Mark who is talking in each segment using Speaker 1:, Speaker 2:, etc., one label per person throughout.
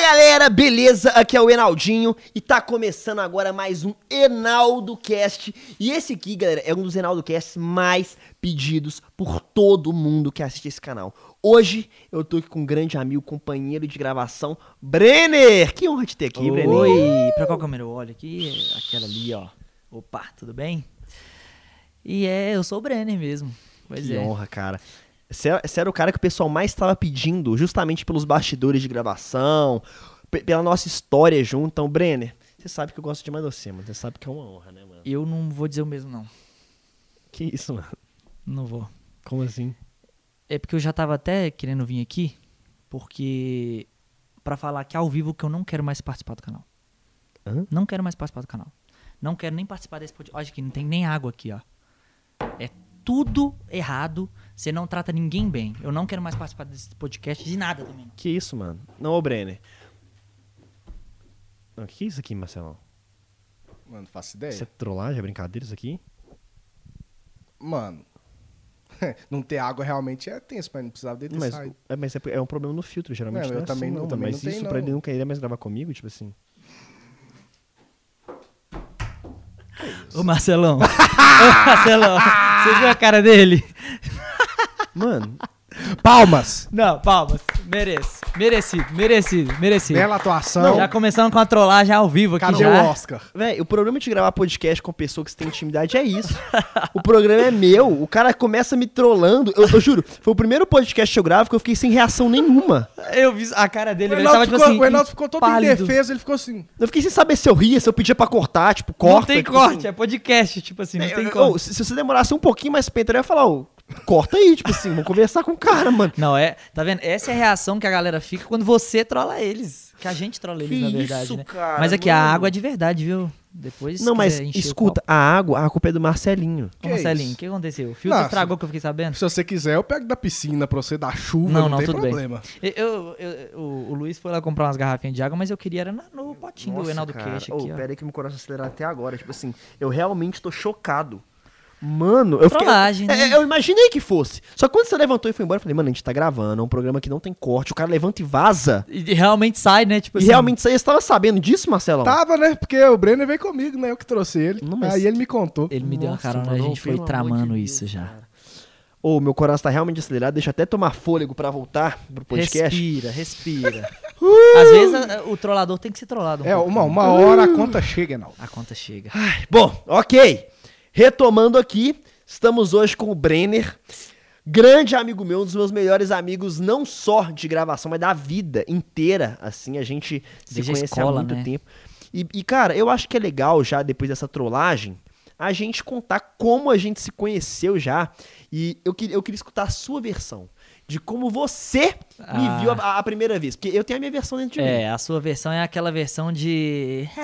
Speaker 1: galera, beleza? Aqui é o Enaldinho e tá começando agora mais um Enaldo Cast. E esse aqui, galera, é um dos Enaldo Casts mais pedidos por todo mundo que assiste esse canal. Hoje eu tô aqui com um grande amigo, companheiro de gravação, Brenner. Que honra te ter aqui, Brenner.
Speaker 2: Oi, pra qual câmera eu olho aqui? Aquela ali, ó. Opa, tudo bem? E é, eu sou o Brenner mesmo. Pois
Speaker 1: que
Speaker 2: é.
Speaker 1: honra, cara. Você era, você era o cara que o pessoal mais estava pedindo, justamente pelos bastidores de gravação, pe- pela nossa história junto. Então, Brenner, você sabe que eu gosto demais de você, mano. Você sabe que é uma honra, né, mano?
Speaker 2: Eu não vou dizer o mesmo, não.
Speaker 1: Que isso, mano?
Speaker 2: Não vou.
Speaker 1: Como assim?
Speaker 2: É porque eu já tava até querendo vir aqui, porque. pra falar que ao vivo que eu não quero mais participar do canal.
Speaker 1: Hã?
Speaker 2: Não quero mais participar do canal. Não quero nem participar desse podcast. Olha que não tem nem água aqui, ó. É tudo errado. Você não trata ninguém bem. Eu não quero mais participar desse podcast de nada também.
Speaker 1: Que isso, mano? Não, ô Brenner. Não, que é isso aqui, Marcelão?
Speaker 3: Mano, faço ideia.
Speaker 1: Isso é trollagem, é brincadeira isso aqui?
Speaker 3: Mano, não ter água realmente é tenso, mas não precisava dele ter
Speaker 1: Mas,
Speaker 3: saído.
Speaker 1: é, mas é, é um problema no filtro, geralmente.
Speaker 3: Não,
Speaker 1: Não,
Speaker 3: eu
Speaker 1: é
Speaker 3: também
Speaker 1: assim,
Speaker 3: não-
Speaker 1: não,
Speaker 3: também
Speaker 1: mas
Speaker 3: não tem,
Speaker 1: isso pra
Speaker 3: não.
Speaker 1: ele não querer mais gravar comigo, tipo assim.
Speaker 2: Ô Marcelão. Ô Marcelão. Você viu a cara dele?
Speaker 1: Mano,
Speaker 3: Palmas!
Speaker 2: Não, palmas. Mereço. Merecido, merecido, merecido.
Speaker 3: Bela atuação.
Speaker 2: Já começamos com a trollagem ao vivo aqui
Speaker 3: Cadê
Speaker 2: já.
Speaker 3: o Oscar?
Speaker 1: Véi, o problema de gravar podcast com pessoa que você tem intimidade é isso. O programa é meu, o cara começa me trollando. Eu, eu juro, foi o primeiro podcast que eu gravo que eu fiquei sem reação nenhuma.
Speaker 2: Eu vi a cara dele,
Speaker 3: O
Speaker 2: ele tava
Speaker 3: Reinaldo
Speaker 2: tipo
Speaker 3: ficou,
Speaker 2: assim.
Speaker 3: o Reinaldo ficou todo
Speaker 2: pálido.
Speaker 3: indefeso, ele ficou assim.
Speaker 1: Eu fiquei sem saber se eu ria, se eu pedia pra cortar, tipo, corta.
Speaker 2: não tem
Speaker 1: tipo
Speaker 2: corte,
Speaker 1: assim. É,
Speaker 2: é podcast, tipo assim, não
Speaker 1: Eu-
Speaker 2: tem
Speaker 1: eu-
Speaker 2: corte.
Speaker 1: se, se você demorasse um pouquinho mais pra entrar, eu ia falar, ô, corta aí, tipo assim, vamos conversar com o cara, mano.
Speaker 2: Não, é. Tá vendo? Essa é a reação que a galera fica quando você trola eles. Que a gente trola eles,
Speaker 1: Que
Speaker 2: na verdade.
Speaker 1: isso,
Speaker 2: né?
Speaker 1: cara,
Speaker 2: Mas aqui, a
Speaker 1: mano.
Speaker 2: água é de verdade, viu? Depois. se
Speaker 1: Não, mas
Speaker 2: quiser encher o
Speaker 1: escuta, a água, a culpa é assim, do Marcelinho.
Speaker 2: copo. Ô,
Speaker 3: Que
Speaker 2: Marcelinho,
Speaker 3: isso?
Speaker 2: o que é aconteceu? O filtro
Speaker 3: Não,
Speaker 2: estragou que eu fiquei sabendo?
Speaker 3: Se você quiser, eu pego da piscina pra você, da chuva, não,
Speaker 2: Não, não,
Speaker 3: tem
Speaker 2: tudo bem.
Speaker 3: problema.
Speaker 2: Eu, eu- eu- o, o Luiz foi lá comprar umas garrafinhas de água, mas eu queria era na- no potinho do Reinaldo Queixo aqui, ó.
Speaker 1: pera aí que meu coração acelerou até agora. Tipo assim, eu realmente tô chocado. Mano, eu fiquei.
Speaker 2: Trollagem, né?
Speaker 1: É, é, eu imaginei que fosse. Só que quando você levantou e foi embora, eu falei, mano, a gente tá gravando, é um programa que não tem corte, o cara levanta e vaza.
Speaker 2: E realmente sai, né? Tipo
Speaker 1: e realmente isso aí, você tava sabendo disso, Marcelão?
Speaker 3: Tava, né? Porque o Brenner veio comigo, né? Eu que trouxe ele.
Speaker 1: Não, mas-
Speaker 3: Aí ele me contou.
Speaker 2: Ele me deu uma
Speaker 1: Nossa,
Speaker 2: carona, a
Speaker 1: mano,
Speaker 2: gente foi
Speaker 1: pelo amor
Speaker 2: tramando
Speaker 1: de
Speaker 2: isso
Speaker 1: Deus,
Speaker 2: já.
Speaker 1: cara. Ô, meu coração tá realmente acelerado, deixa eu até tomar fôlego pra voltar pro podcast.
Speaker 2: Respira, respira. Às vezes a- o trollador tem que ser trollado. um
Speaker 3: É,
Speaker 2: pouco.
Speaker 3: uma, uma hora a conta chega, Reinaldo.
Speaker 2: A conta chega.
Speaker 1: Bom, ok. Retomando aqui, estamos hoje com o Brenner, grande amigo meu, um dos meus melhores amigos, não só de gravação, mas da vida inteira. Assim, a gente se
Speaker 2: Desde a
Speaker 1: conhece
Speaker 2: escola,
Speaker 1: há muito
Speaker 2: né?
Speaker 1: tempo. E, e, cara, eu acho que é legal já, depois dessa trollagem, a gente contar como a gente se conheceu já. E eu, que- eu queria escutar a sua versão de como você
Speaker 2: Ah.
Speaker 1: me viu a, a primeira vez. Porque eu tenho a minha versão dentro de mim.
Speaker 2: É, a sua versão é aquela versão de.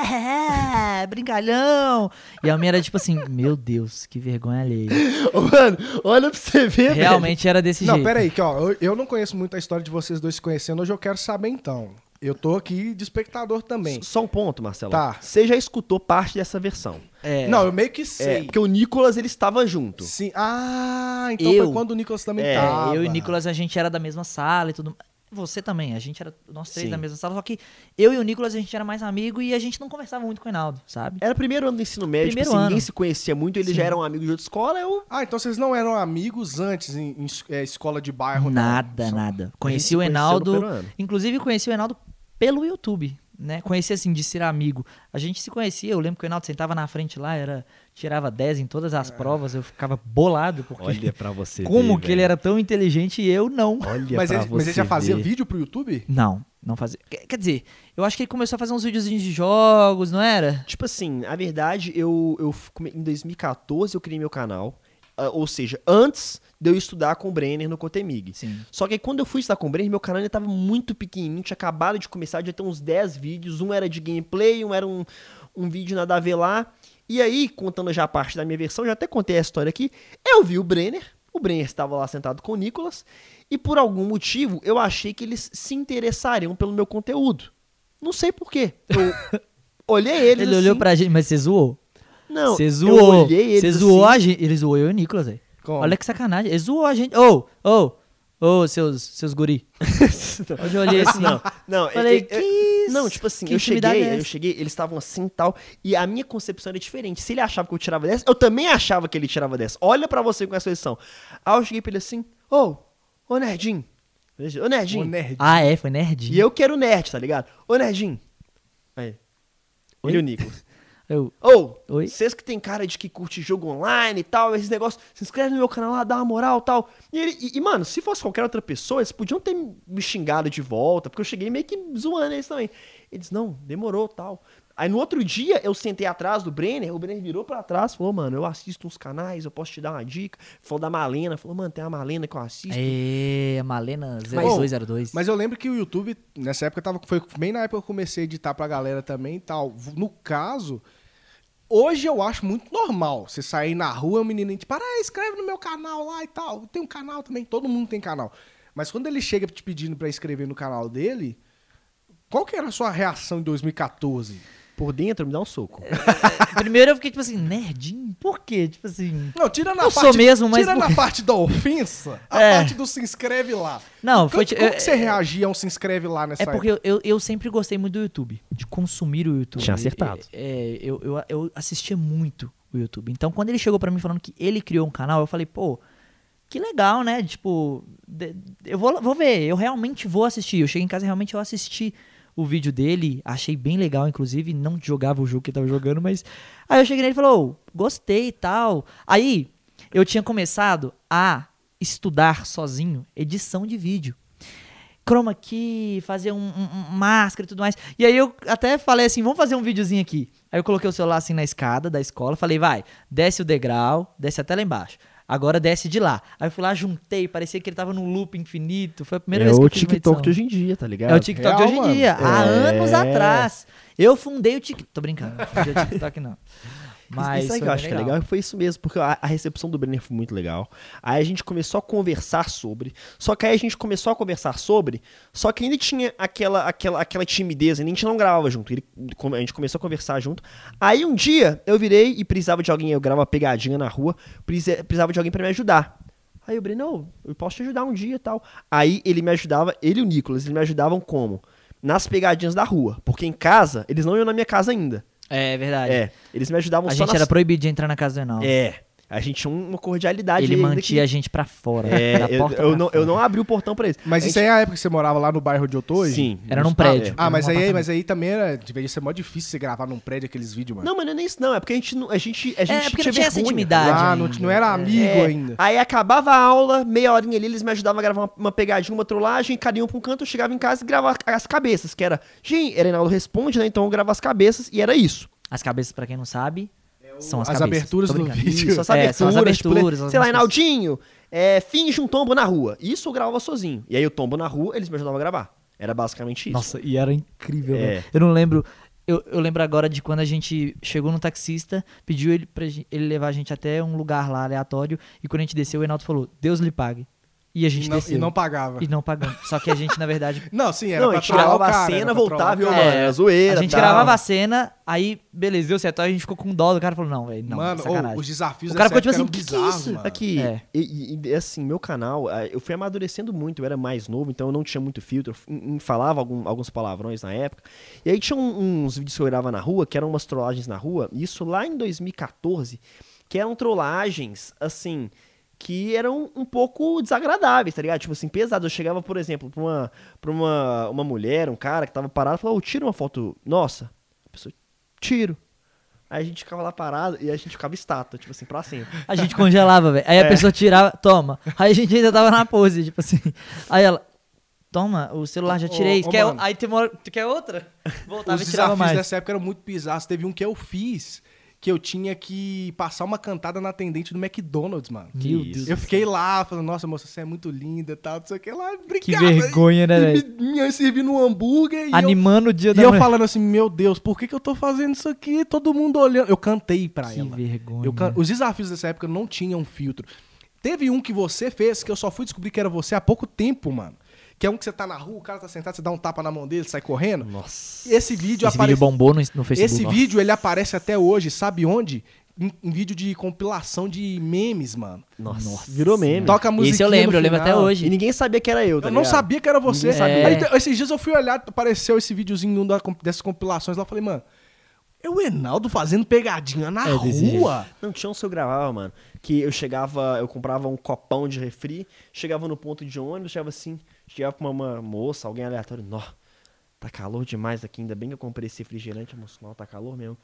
Speaker 2: brincalhão! E a minha era tipo assim: Meu Deus, que vergonha alheia.
Speaker 1: Ô, Mano, olha pra você ver, velho.
Speaker 2: Realmente era desse
Speaker 3: Não,
Speaker 2: jeito.
Speaker 3: pera aí, que ó, eu, eu não conheço muito a história de vocês dois se conhecendo, hoje eu quero saber então. Eu tô aqui de espectador também.
Speaker 1: Só um ponto, Marcelo.
Speaker 3: Tá.
Speaker 1: Você já escutou parte dessa versão.
Speaker 2: É,
Speaker 3: Não, eu meio que
Speaker 1: É,
Speaker 3: sei.
Speaker 1: porque o Nicolas, ele estava junto.
Speaker 3: Sim. Ah, então
Speaker 1: Eu-
Speaker 3: foi quando o Nicolas também
Speaker 1: É,
Speaker 3: tava.
Speaker 2: É, eu e o Nicolas, a gente era da mesma sala e tudo. Você também, a gente era, nós três
Speaker 1: Sim.
Speaker 2: da mesma sala, só que eu e o Nicolas, a gente era mais amigo e a gente não conversava muito com o Reinaldo, sabe?
Speaker 1: Era o primeiro ano do ensino médio,
Speaker 2: Primeiro
Speaker 1: assim,
Speaker 2: ano.
Speaker 1: ninguém se conhecia muito, eles
Speaker 2: Sim.
Speaker 1: já eram amigos de outra escola, eu...
Speaker 3: Ah, então vocês não eram amigos antes em, em es- é, escola de bairro? não?
Speaker 2: Nada,
Speaker 3: Só-
Speaker 2: nada.
Speaker 1: se
Speaker 2: Conheci
Speaker 1: conheceu
Speaker 2: o
Speaker 1: no
Speaker 2: Enaldo,
Speaker 1: primeiro ano.
Speaker 2: inclusive conheci o Enaldo pelo YouTube, né? Conheci assim, de ser amigo. A gente se conhecia, eu lembro que o Enaldo sentava na frente lá, era tirava 10 em todas as provas, eu ficava bolado, porque
Speaker 1: pra você
Speaker 2: como que ele era tão inteligente e eu não?
Speaker 1: Olha
Speaker 3: Mas ele, mas ele já fazia vídeo pro YouTube?
Speaker 2: Não, não fazia. Quer quer dizer, eu acho que ele começou a fazer uns videozinhos de jogos, não era?
Speaker 1: Tipo assim, a verdade, eu, eu f- come- em 2014 eu criei meu canal, ah, ou seja, antes de eu estudar com o Brenner no Cotemig.
Speaker 2: Sim.
Speaker 1: Só que aí, quando eu fui estudar com o Brenner, meu canal ainda tava muito pequenininho, tinha acabado de começar, já tem uns 10 vídeos, um era de gameplay, um era um, um vídeo nada a ver lá. E aí, contando já a parte da minha versão, já até contei a história aqui, eu vi o Brenner, o Brenner estava lá sentado com o Nicolas, e por algum motivo eu achei que eles se interessariam pelo meu conteúdo. Não sei porquê. Eu olhei eles
Speaker 2: Ele olhou
Speaker 1: assim,
Speaker 2: pra gente, mas você zoou?
Speaker 1: Não,
Speaker 2: Você
Speaker 1: eu
Speaker 2: zoou.
Speaker 1: olhei eles
Speaker 2: Você zoou
Speaker 1: assim.
Speaker 2: a gente. Ele zoou eu e o Nicolas, velho.
Speaker 3: Como?
Speaker 2: Olha que sacanagem. Ele zoou a gente. Ô, ô, ô, seus, seus guri. Hoje eu olhei assim.
Speaker 1: Não, não,
Speaker 2: Falei,
Speaker 1: eu-
Speaker 2: que
Speaker 1: eu-
Speaker 2: mas.
Speaker 1: Não, tipo assim,
Speaker 2: que
Speaker 1: eu
Speaker 2: intimidade
Speaker 1: cheguei,
Speaker 2: é
Speaker 1: eu
Speaker 2: essa?
Speaker 1: cheguei, eles estavam assim e tal, e a minha concepção era diferente. Se ele achava que eu tirava 10, eu também achava que ele tirava 10. Olha pra você com essa lição. Aí eu cheguei pra ele assim, ô, ô nerdinho, ô nerdinho.
Speaker 3: Ô, nerd.
Speaker 2: Ah, é, foi nerd.
Speaker 1: E eu quero nerd, tá ligado? Ô nerdinho. Aí.
Speaker 2: Oi?
Speaker 1: Ele e o Nicolas.
Speaker 2: Eu-
Speaker 1: Ô,
Speaker 2: Oi?
Speaker 1: vocês que tem cara de que curte jogo online e tal, esses negócios, se inscreve no meu canal lá, dá uma moral e tal. E, ele, e, e, mano, se fosse qualquer outra pessoa, eles podiam ter me xingado de volta, porque eu cheguei meio que zoando eles também. Eles, não, demorou tal. Aí no outro dia eu sentei atrás do Brenner, o Brenner virou pra trás e falou, mano, eu assisto uns canais, eu posso te dar uma dica. Falou da Malena, falou, mano, tem a Malena que eu assisto.
Speaker 2: É, Malena
Speaker 3: Mas-
Speaker 2: 0202.
Speaker 3: Mas eu lembro que o YouTube, nessa época, tava, foi bem na época que eu comecei a editar pra galera também e tal. No caso, hoje eu acho muito normal você sair na rua, o menino tipo, ah, escreve no meu canal lá e tal. Tem um canal também, todo mundo tem canal. Mas quando ele chega te pedindo pra inscrever no canal dele, qual que era a sua reação em 2014?
Speaker 1: Por dentro, me dá um soco.
Speaker 2: É, Primeiro eu fiquei tipo assim, nerdinho? Por quê? Tipo assim.
Speaker 3: Não, tira na
Speaker 2: Eu sou
Speaker 3: parte,
Speaker 2: mesmo, mas-
Speaker 3: tira na parte da ofensa, a
Speaker 2: É.
Speaker 3: parte do se inscreve lá.
Speaker 2: Não,
Speaker 3: Como,
Speaker 2: foi.
Speaker 3: como que
Speaker 2: eu-
Speaker 3: você reagia a um se inscreve lá nessa
Speaker 2: É porque eu, eu, eu sempre gostei muito do YouTube, de consumir o YouTube.
Speaker 1: Tinha acertado.
Speaker 2: É, eu, eu, eu assistia muito o YouTube. Então, quando ele chegou pra mim falando que ele criou um canal, eu falei, pô, que legal, né? Tipo, de- eu vou, vou ver, eu realmente vou assistir. Eu cheguei em casa e realmente eu assisti o vídeo dele, achei bem legal, inclusive, não jogava o jogo que ele tava jogando, mas. Aí eu cheguei nele e falei, ô, gostei e tal. Aí, eu tinha começado a estudar sozinho edição de vídeo chroma key, fazer um, um- um máscara e tudo mais. E aí eu até falei assim, vamos fazer um videozinho aqui. Aí eu coloquei o celular assim na escada da escola, falei, vai, desce o degrau, desce até lá embaixo. Agora desce de lá. Aí eu fui lá, juntei, parecia que ele tava num loop infinito. Foi a primeira
Speaker 1: É
Speaker 2: vez que eu fiz uma edição.
Speaker 1: hoje em dia, tá ligado?
Speaker 2: É o TikTok de
Speaker 3: Real,
Speaker 2: hoje em
Speaker 3: mano.
Speaker 2: dia, há
Speaker 1: É.
Speaker 2: anos atrás. Eu fundei o TikTok. Tô brincando, não fundei o TikTok não.
Speaker 1: Mas
Speaker 2: Mas
Speaker 1: isso aí que
Speaker 2: foi
Speaker 1: eu acho que é legal. Foi isso mesmo, porque a, a recepção do Brenner foi muito legal. Aí a gente começou a conversar sobre. Só que aí a gente começou a conversar sobre. Só que ainda tinha aquela, aquela, aquela timidez, ainda a gente não gravava junto. Ele- como a gente começou a conversar junto. Aí um dia eu virei e precisava de alguém, eu gravava pegadinha na rua, precisa- precisava de alguém pra me ajudar. Aí o Brenner, "Ô, eu posso te ajudar um dia e tal. Aí ele me ajudava, ele e o Nicolas, eles me ajudavam como? Nas pegadinhas da rua. Porque em casa, eles não iam na minha casa ainda.
Speaker 2: É verdade.
Speaker 1: É, eles me ajudavam
Speaker 2: A
Speaker 1: só
Speaker 2: gente
Speaker 1: nas
Speaker 2: era proibido de entrar na casa do Enal.
Speaker 1: é. A gente tinha uma cordialidade.
Speaker 2: Ele
Speaker 1: ainda
Speaker 2: mantia a
Speaker 1: que-
Speaker 2: gente pra fora.
Speaker 1: É,
Speaker 2: da
Speaker 1: eu,
Speaker 2: porta
Speaker 1: eu
Speaker 2: pra
Speaker 1: não,
Speaker 2: fora.
Speaker 1: eu não abri o portão pra eles.
Speaker 3: Mas
Speaker 1: A
Speaker 3: isso é aí é a época que você morava lá no bairro de Otoi?
Speaker 1: gente- Sim.
Speaker 2: Era num
Speaker 1: Ah,
Speaker 2: prédio.
Speaker 1: é.
Speaker 3: Ah, mas
Speaker 2: Num
Speaker 3: aí,
Speaker 2: apartamento.
Speaker 3: mas aí também era, devia ser é mó difícil você gravar num prédio aqueles vídeos, mano.
Speaker 1: Não, mas não é nem isso, não. É porque a gente. não- A gente, a gente
Speaker 2: É, porque não tinha essa
Speaker 1: vergonha.
Speaker 2: intimidade. né?
Speaker 3: ah, não,
Speaker 2: ainda.
Speaker 3: não era amigo
Speaker 1: É,
Speaker 3: ainda.
Speaker 1: Aí acabava a aula, meia horinha ali, eles me ajudavam a gravar uma, uma pegadinha, uma trollagem, carinho pra um canto, eu chegava em casa e gravava as cabeças, que era. Gente, Erenaldo responde, né? Então eu gravava as cabeças e era isso.
Speaker 2: As cabeças, pra quem não sabe, são as,
Speaker 3: As
Speaker 2: cabeças.
Speaker 3: aberturas
Speaker 2: Tô
Speaker 3: do
Speaker 2: brincando.
Speaker 3: vídeo.
Speaker 1: Isso, as
Speaker 2: É,
Speaker 1: aberturas,
Speaker 2: são as
Speaker 1: tipo,
Speaker 2: aberturas, as
Speaker 1: sei lá,
Speaker 2: músicas.
Speaker 1: Reinaldinho, é, finge um tombo na rua. Isso eu gravava sozinho. E aí o tombo na rua, eles me ajudavam a gravar. Era basicamente isso.
Speaker 2: Nossa, e era incrível,
Speaker 1: É.
Speaker 2: velho. Eu não lembro. Eu, eu lembro agora de quando a gente chegou no taxista, pediu ele pra gen- ele levar a gente até um lugar lá aleatório, e quando a gente desceu, o Reinaldo falou: Deus lhe pague. E a gente
Speaker 3: E não,
Speaker 2: desceu.
Speaker 3: e não pagava.
Speaker 2: E não pagamos. Só que a gente, na verdade.
Speaker 3: Não, sim, era
Speaker 1: Não, a
Speaker 3: pra
Speaker 1: gente
Speaker 3: trollar o
Speaker 1: gravava
Speaker 3: cara,
Speaker 1: a
Speaker 3: era
Speaker 1: cena,
Speaker 3: pra
Speaker 1: voltava e, ô,
Speaker 3: trollar o
Speaker 1: mano,
Speaker 2: É,
Speaker 1: era zoeira.
Speaker 2: a gente
Speaker 1: tal.
Speaker 2: gravava a cena, aí, beleza, deu certo. Aí a gente ficou com dó do cara falou: Não, velho, não.
Speaker 3: Mano, ô,
Speaker 2: sacanagem.
Speaker 3: os desafios
Speaker 2: O cara
Speaker 3: dessa
Speaker 2: ficou tipo assim,
Speaker 3: época eram
Speaker 2: "Que que é
Speaker 3: bizarros,
Speaker 2: isso?"
Speaker 3: mano.
Speaker 1: Aqui,
Speaker 2: É.
Speaker 1: e, e- e, assim, meu canal, ah, eu fui amadurecendo muito, eu era mais novo, então eu não tinha muito filtro, eu f- em- falava algum- alguns palavrões na época. E aí tinha um- uns vídeos que eu olhava na rua, que eram umas trollagens na rua, e isso lá em 2014, que eram trollagens, assim, que eram um pouco desagradáveis, tá ligado? Tipo assim, pesado. Eu chegava, por exemplo, pra uma, pra uma, uma mulher, um cara que tava parado, falava, ô, tira uma foto, nossa. A pessoa, tiro. Aí a gente ficava lá parado e a gente ficava estátua, tipo assim, pra sempre.
Speaker 2: A gente congelava, velho. Aí a pessoa tirava, toma. Aí a gente ainda tava na pose, tipo assim. Aí ela, toma, o celular já
Speaker 3: Ô,
Speaker 2: tirei.
Speaker 3: ô,
Speaker 2: quer,
Speaker 3: mano.
Speaker 2: aí tu, mora- tu quer outra? Voltava
Speaker 3: Os
Speaker 2: e tirava
Speaker 3: desafios
Speaker 2: mais.
Speaker 3: dessa época eram muito bizarros. Teve um que eu fiz que eu tinha que passar uma cantada na atendente do McDonald's, mano.
Speaker 2: Meu
Speaker 1: Que
Speaker 2: Deus.
Speaker 3: Eu fiquei lá falando, nossa, moça, você é muito linda e tal, não sei o que lá. Obrigado.
Speaker 2: Que vergonha, né,
Speaker 3: E
Speaker 2: velho?
Speaker 3: me- Me servindo um hambúrguer e eu
Speaker 2: Animando o dia
Speaker 3: E
Speaker 2: da
Speaker 3: eu
Speaker 2: mulher.
Speaker 3: falando assim, meu Deus, por que, que eu tô fazendo isso aqui? Todo mundo olhando. Eu cantei pra
Speaker 2: Que
Speaker 3: ela.
Speaker 2: vergonha.
Speaker 3: Eu can- Os desafios dessa época não tinham filtro. Teve um que você fez que eu só fui descobrir que era você há pouco tempo, mano. Que é um que você tá na rua, o cara tá sentado, você dá um tapa na mão dele, sai correndo.
Speaker 1: Nossa.
Speaker 3: Esse vídeo
Speaker 2: Esse
Speaker 3: aparece.
Speaker 2: vídeo bombou no, no Facebook.
Speaker 3: Esse
Speaker 2: ó.
Speaker 3: vídeo ele aparece até hoje, sabe onde? um, um vídeo de compilação de memes, mano.
Speaker 1: Nossa,
Speaker 2: Nossa
Speaker 1: virou meme.
Speaker 3: Toca a música.
Speaker 2: Esse eu lembro, eu lembro até
Speaker 1: E
Speaker 2: hoje.
Speaker 1: ninguém sabia que era eu,
Speaker 3: Eu
Speaker 1: tá
Speaker 3: não
Speaker 1: ligado?
Speaker 3: sabia que era você,
Speaker 2: Ninguém
Speaker 3: sabe?
Speaker 2: sabia.
Speaker 3: Aí, te- esses dias eu fui olhar, apareceu esse videozinho num da comp- dessas compilações lá, eu falei, mano, é o Enaldo fazendo pegadinha na
Speaker 2: É desse jeito.
Speaker 3: rua?
Speaker 1: Não tinha um se eu gravava, mano. Que eu chegava, eu comprava um copão de refri, chegava no ponto de ônibus, chegava assim, chegava pra uma, uma moça, alguém aleatório, nó, tá calor demais aqui, ainda bem que eu comprei esse refrigerante, a moça, não, tá calor mesmo.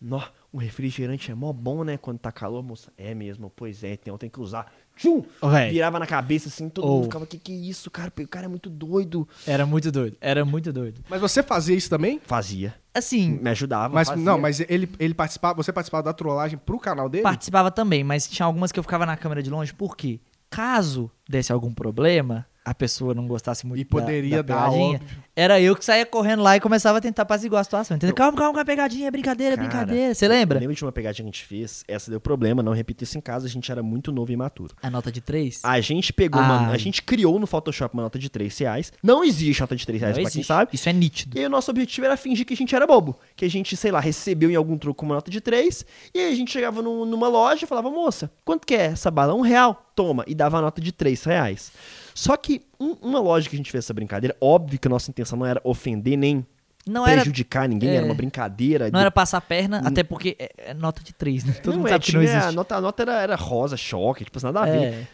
Speaker 1: Nó, um refrigerante é mó bom, né, quando tá calor, moça. É mesmo, pois é, então tem que usar. Tchum!
Speaker 2: Véi.
Speaker 1: Virava na cabeça assim, todo
Speaker 2: Oh.
Speaker 1: mundo ficava, que que é isso, cara? O cara é muito doido.
Speaker 2: Era muito doido, era muito doido.
Speaker 3: Mas você fazia isso também?
Speaker 1: Fazia,
Speaker 2: Assim,
Speaker 1: me ajudava,
Speaker 3: Mas
Speaker 1: fazia.
Speaker 3: não, mas ele, ele participava, você participava da trollagem pro canal dele?
Speaker 2: participava também, mas tinha algumas que eu ficava na câmera de longe, porque caso desse algum problema, a pessoa não gostasse muito
Speaker 3: E
Speaker 2: da-
Speaker 3: poderia
Speaker 2: da
Speaker 3: dar,
Speaker 2: pegadinha, era eu que saía correndo lá e começava a tentar apaziguar a situação, entendeu? Calma, calma, calma, pegadinha, é brincadeira, é
Speaker 1: Cara,
Speaker 2: brincadeira. Você
Speaker 1: eu-
Speaker 2: lembra?
Speaker 1: Eu lembro de uma pegadinha que a gente fez, essa deu problema, não repita isso em casa, a gente era muito novo e imaturo.
Speaker 2: A nota de três?
Speaker 1: A gente pegou uma.
Speaker 2: Ai.
Speaker 1: A gente criou no Photoshop uma nota de 3 reais. Não existe nota de 3
Speaker 2: Não
Speaker 1: reais, pra quem
Speaker 2: existe.
Speaker 1: sabe.
Speaker 2: Isso é nítido.
Speaker 1: E aí o nosso objetivo era fingir que a gente era bobo. Que a gente, sei lá, recebeu em algum truco uma nota de 3. E aí a gente chegava num- numa loja e falava, moça, quanto que é essa bala? Um real? Toma. E dava a nota de 3 reais. Só que um- uma loja que a gente fez essa brincadeira, óbvio que a nossa intenção não era ofender nem
Speaker 2: Não era,
Speaker 1: prejudicar ninguém,
Speaker 2: é.
Speaker 1: era uma brincadeira.
Speaker 2: não
Speaker 1: do-
Speaker 2: era passar a perna, até porque é, é nota de três, né? Todo
Speaker 1: Hum. Não,
Speaker 2: mundo
Speaker 1: é,
Speaker 2: sabe que não
Speaker 1: tinha-
Speaker 2: existe.
Speaker 1: A nota, a nota era, era rosa, choque, tipo, nada a ver.
Speaker 2: É.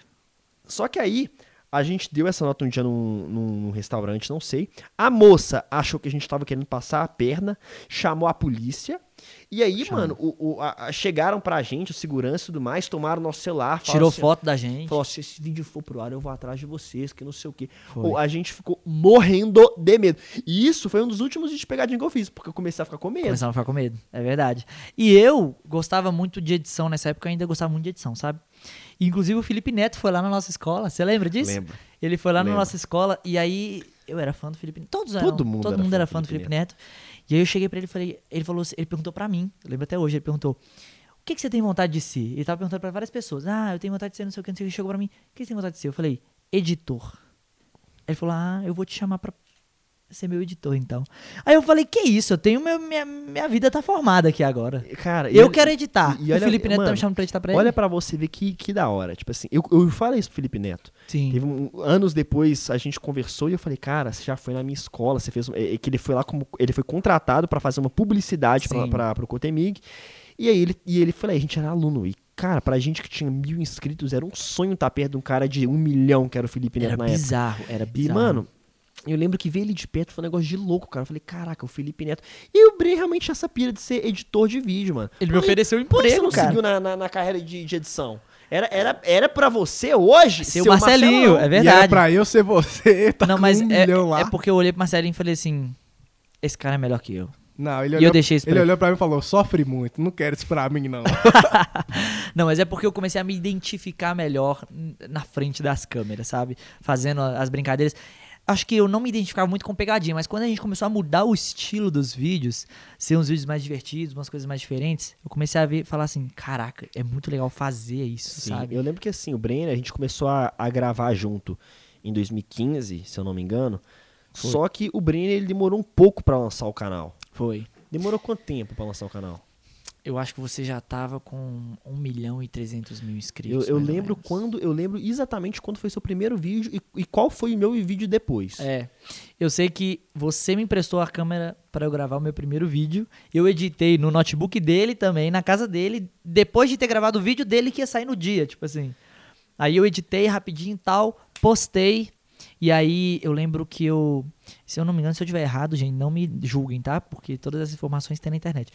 Speaker 1: Só que aí, a gente deu essa nota um dia num, num- num restaurante, não sei. A moça achou que a gente tava querendo passar a perna, chamou a polícia. E aí, mano, o- o- a- a- chegaram pra gente, o segurança e tudo mais, tomaram nosso celular. falaram
Speaker 2: Tirou
Speaker 1: assim,
Speaker 2: foto da gente.
Speaker 1: Falou, se esse vídeo for pro ar, eu vou atrás de vocês, que não sei o quê. Ou a gente ficou morrendo de medo. E isso foi um dos últimos vídeos de pegadinha que eu fiz, porque eu comecei a ficar com medo.
Speaker 2: Começaram a ficar com medo, é verdade. E eu gostava muito de edição nessa época, eu ainda gostava muito de edição, sabe? E, Inclusive o Felipe Neto foi lá na nossa escola, você lembra disso?
Speaker 1: Lembro.
Speaker 2: Ele foi lá
Speaker 1: Lembro.
Speaker 2: na nossa escola e aí eu era fã do Felipe Neto. Todos eram,
Speaker 1: Todo mundo
Speaker 2: todo
Speaker 1: era
Speaker 2: mundo
Speaker 1: fã
Speaker 2: era
Speaker 1: do
Speaker 2: fã do
Speaker 1: Felipe
Speaker 2: Felipe Neto. E aí eu cheguei pra ele e falei, ele falou, assim- ele perguntou pra mim, eu lembro até hoje, ele perguntou: "O que que você tem vontade de ser?" Ele tava perguntando pra várias pessoas: "Ah, eu tenho vontade de ser não sei o que, não sei o que". Chegou pra mim: "O que você tem vontade de ser?" Eu falei: "Editor". Ele falou: Ah, eu vou te chamar pra ser meu editor, então. Aí eu falei: Que isso? Eu tenho meu, minha, minha vida tá formada aqui agora.
Speaker 1: Cara, e
Speaker 2: eu
Speaker 1: olha-
Speaker 2: quero editar.
Speaker 1: e olha-
Speaker 2: o Felipe Neto tá
Speaker 1: mano,
Speaker 2: me chamando pra editar pra
Speaker 1: Olha
Speaker 2: ele.
Speaker 1: pra você ver que, que da hora. Tipo assim, eu, eu falei isso pro Felipe Neto.
Speaker 2: Sim.
Speaker 1: Teve um- anos depois a gente conversou e eu falei, cara, você já foi na minha escola, você fez um- é, é que ele foi lá como ele foi contratado pra fazer uma publicidade pra-
Speaker 2: Sim.
Speaker 1: pra para o Cotemig. E aí ele e ele foi lá, a gente era aluno e cara, pra gente que tinha mil inscritos era um sonho estar perto de um cara de um milhão que era o Felipe Neto
Speaker 2: Era
Speaker 1: na época.
Speaker 2: bizarro, era
Speaker 1: E,
Speaker 2: bizarro.
Speaker 1: mano, eu lembro que ver ele de perto foi um negócio de louco, cara. Eu falei, caraca, o Felipe Neto. E eu brei realmente essa pira de ser editor de vídeo, mano.
Speaker 2: Ele me ofereceu
Speaker 1: Por que você
Speaker 2: emprego,
Speaker 1: não
Speaker 2: cara.
Speaker 1: seguiu na, na, na carreira de, de edição? Era, era, era pra você hoje
Speaker 2: Seu
Speaker 1: ser o
Speaker 2: Marcelinho, é
Speaker 3: E
Speaker 2: verdade.
Speaker 3: era pra eu ser você, tá
Speaker 2: não,
Speaker 3: com
Speaker 2: mas
Speaker 3: um
Speaker 2: é,
Speaker 3: milhão lá.
Speaker 2: é porque eu olhei pro Marcelinho e falei assim: Esse cara é melhor que eu.
Speaker 3: Não,
Speaker 2: E
Speaker 3: ele
Speaker 2: eu
Speaker 3: olhou,
Speaker 2: deixei isso pra
Speaker 3: ele
Speaker 2: ele.
Speaker 3: olhou pra mim e falou, sofre muito, não quero isso pra mim, não.
Speaker 2: Não, mas é porque eu comecei a me identificar melhor n- na frente das câmeras, sabe? Fazendo a- as brincadeiras. Acho que eu não me identificava muito com pegadinha, mas quando a gente começou a mudar o estilo dos vídeos, ser uns vídeos mais divertidos, umas coisas mais diferentes, eu comecei a ver, falar assim, caraca, é muito legal fazer isso,
Speaker 1: Sim,
Speaker 2: sabe?
Speaker 1: eu lembro que assim, o Brenner, a gente começou a, a gravar junto em 2015, se eu não me engano. Só que o Brenner, ele demorou um pouco pra lançar o canal.
Speaker 2: Foi.
Speaker 1: Demorou quanto tempo pra lançar o canal?
Speaker 2: Eu acho que você já tava com 1 milhão e 300 mil
Speaker 1: Eu,
Speaker 2: inscritos.
Speaker 1: eu
Speaker 2: mais ou
Speaker 1: lembro
Speaker 2: menos.
Speaker 1: quando, eu lembro exatamente quando foi seu primeiro vídeo e, e qual foi o meu vídeo depois.
Speaker 2: É. Eu sei que você me emprestou a câmera pra eu gravar o meu primeiro vídeo. Eu editei no notebook dele também, na casa dele, depois de ter gravado o vídeo dele que ia sair no dia, tipo assim. Aí eu editei rapidinho e tal, postei. E aí eu lembro que eu, se eu não me engano, se eu tiver errado, gente, não me julguem, tá? Porque todas as informações tem na internet.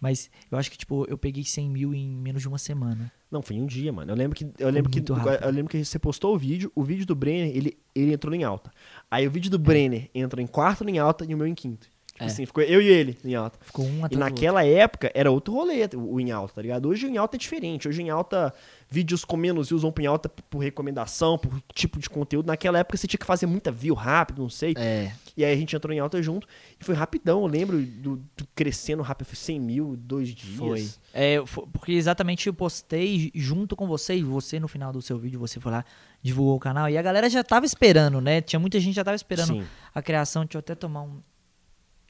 Speaker 2: Mas eu acho que tipo, eu peguei 100 mil em menos de uma semana.
Speaker 1: Não, foi em um dia, mano. Eu lembro que eu lembro que
Speaker 2: muito rápido.
Speaker 1: eu lembro que você postou o vídeo, o vídeo do Brenner, ele ele entrou em alta. Aí o vídeo do Brenner entrou em quarto em alta e o meu em quinto. Tipo
Speaker 2: É.
Speaker 1: assim, ficou eu e ele em alta.
Speaker 2: Ficou um
Speaker 1: E
Speaker 2: atrás do outro.
Speaker 1: naquela época era outro rolê o o em alta, tá ligado? Hoje o em alta é diferente. Hoje o em alta, vídeos com menos views vão pro em alta p- por recomendação, por tipo de conteúdo. Naquela época você tinha que fazer muita view rápido, não sei.
Speaker 2: É.
Speaker 1: E aí a gente entrou em alta junto e foi rapidão. Eu lembro do, do crescendo rápido, foi 100 mil, dois dias.
Speaker 2: Foi. É, fo- porque exatamente eu postei junto com você e você no final do seu vídeo, você foi lá, divulgou o canal e a galera já tava esperando, né? Tinha muita gente que já tava esperando
Speaker 1: Sim.
Speaker 2: a criação. Deixa eu até tomar um.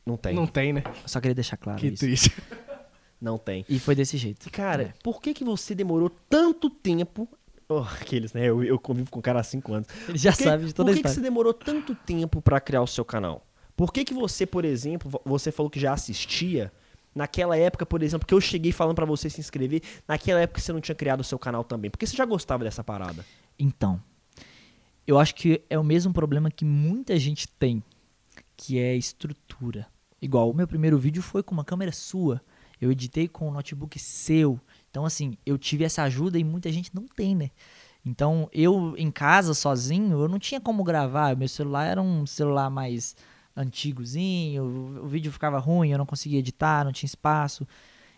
Speaker 1: Não tem.
Speaker 3: não tem, né?
Speaker 2: Eu só queria deixar claro
Speaker 3: Que
Speaker 2: isso.
Speaker 3: triste.
Speaker 1: Não tem.
Speaker 2: E foi desse jeito.
Speaker 1: Cara,
Speaker 2: É.
Speaker 1: por que que você demorou tanto tempo... Oh, aqueles, né? Eu, eu convivo com o cara há cinco anos.
Speaker 2: Ele já
Speaker 1: Por que-
Speaker 2: sabe de toda a
Speaker 1: Por que, que
Speaker 2: história.
Speaker 1: você demorou tanto tempo pra criar o seu canal? Por que, que você, por exemplo, vo- você falou que já assistia? Naquela época, por exemplo, que eu cheguei falando pra você se inscrever, naquela época você não tinha criado o seu canal também. Porque você já gostava dessa parada.
Speaker 2: Então, eu acho que é o mesmo problema que muita gente tem, que é estrutura. Igual, o meu primeiro vídeo foi com uma câmera sua, eu editei com um notebook seu. Então, assim, eu tive essa ajuda e muita gente não tem, né? Então, eu em casa, sozinho, eu não tinha como gravar. Meu celular era um celular mais antigozinho, o- o vídeo ficava ruim, eu não conseguia editar, não tinha espaço.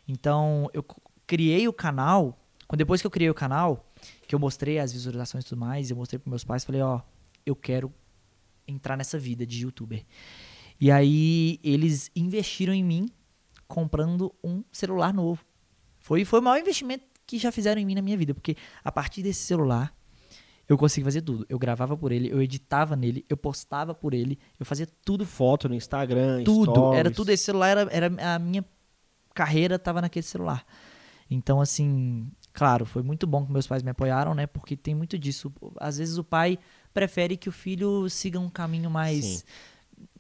Speaker 2: Então, eu c- criei o canal. Quando depois que eu criei o canal, que eu mostrei as visualizações e tudo mais, eu mostrei para meus pais, falei, ó, eu quero entrar nessa vida de youtuber. E aí eles investiram em mim comprando um celular novo. Foi foi o maior investimento que já fizeram em mim na minha vida, porque a partir desse celular eu consegui fazer tudo. Eu gravava por ele, eu editava nele, eu postava por ele, eu fazia tudo
Speaker 1: Foto no Instagram,
Speaker 2: tudo.
Speaker 1: stories.
Speaker 2: Era tudo esse celular, era, era a minha carreira tava naquele celular. Então, assim, claro, foi muito bom que meus pais me apoiaram, né? Porque tem muito disso. Às vezes o pai prefere que o filho siga um caminho mais.
Speaker 1: Sim.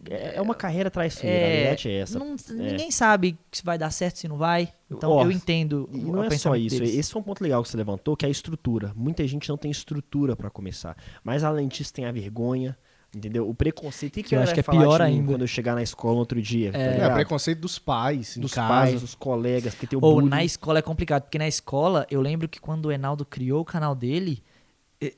Speaker 1: É é uma carreira traiçoeira,
Speaker 2: É,
Speaker 1: a verdade é essa.
Speaker 2: Não- Ninguém sabe se vai dar certo, se não vai. Então
Speaker 1: Ó,
Speaker 2: eu entendo.
Speaker 1: E
Speaker 2: o-
Speaker 1: não
Speaker 2: o
Speaker 1: é só
Speaker 2: pensamento
Speaker 1: isso.
Speaker 2: deles.
Speaker 1: Esse foi um ponto legal que você levantou, que é a estrutura. Muita gente não tem estrutura pra começar. Mas além disso, tem a vergonha, entendeu? O preconceito. E que,
Speaker 2: eu
Speaker 1: ela vai
Speaker 2: acho que é
Speaker 1: falar de
Speaker 2: pior
Speaker 1: mim
Speaker 2: ainda.
Speaker 1: quando eu chegar na escola no outro dia. tá
Speaker 3: É,
Speaker 1: ligado?
Speaker 3: preconceito dos pais,
Speaker 1: Dos
Speaker 3: dos
Speaker 1: pais,
Speaker 3: pais.
Speaker 1: dos colegas, que tem o
Speaker 2: Ou
Speaker 1: bullying.
Speaker 2: na escola é complicado, porque na escola eu lembro que quando o Enaldo criou o canal dele,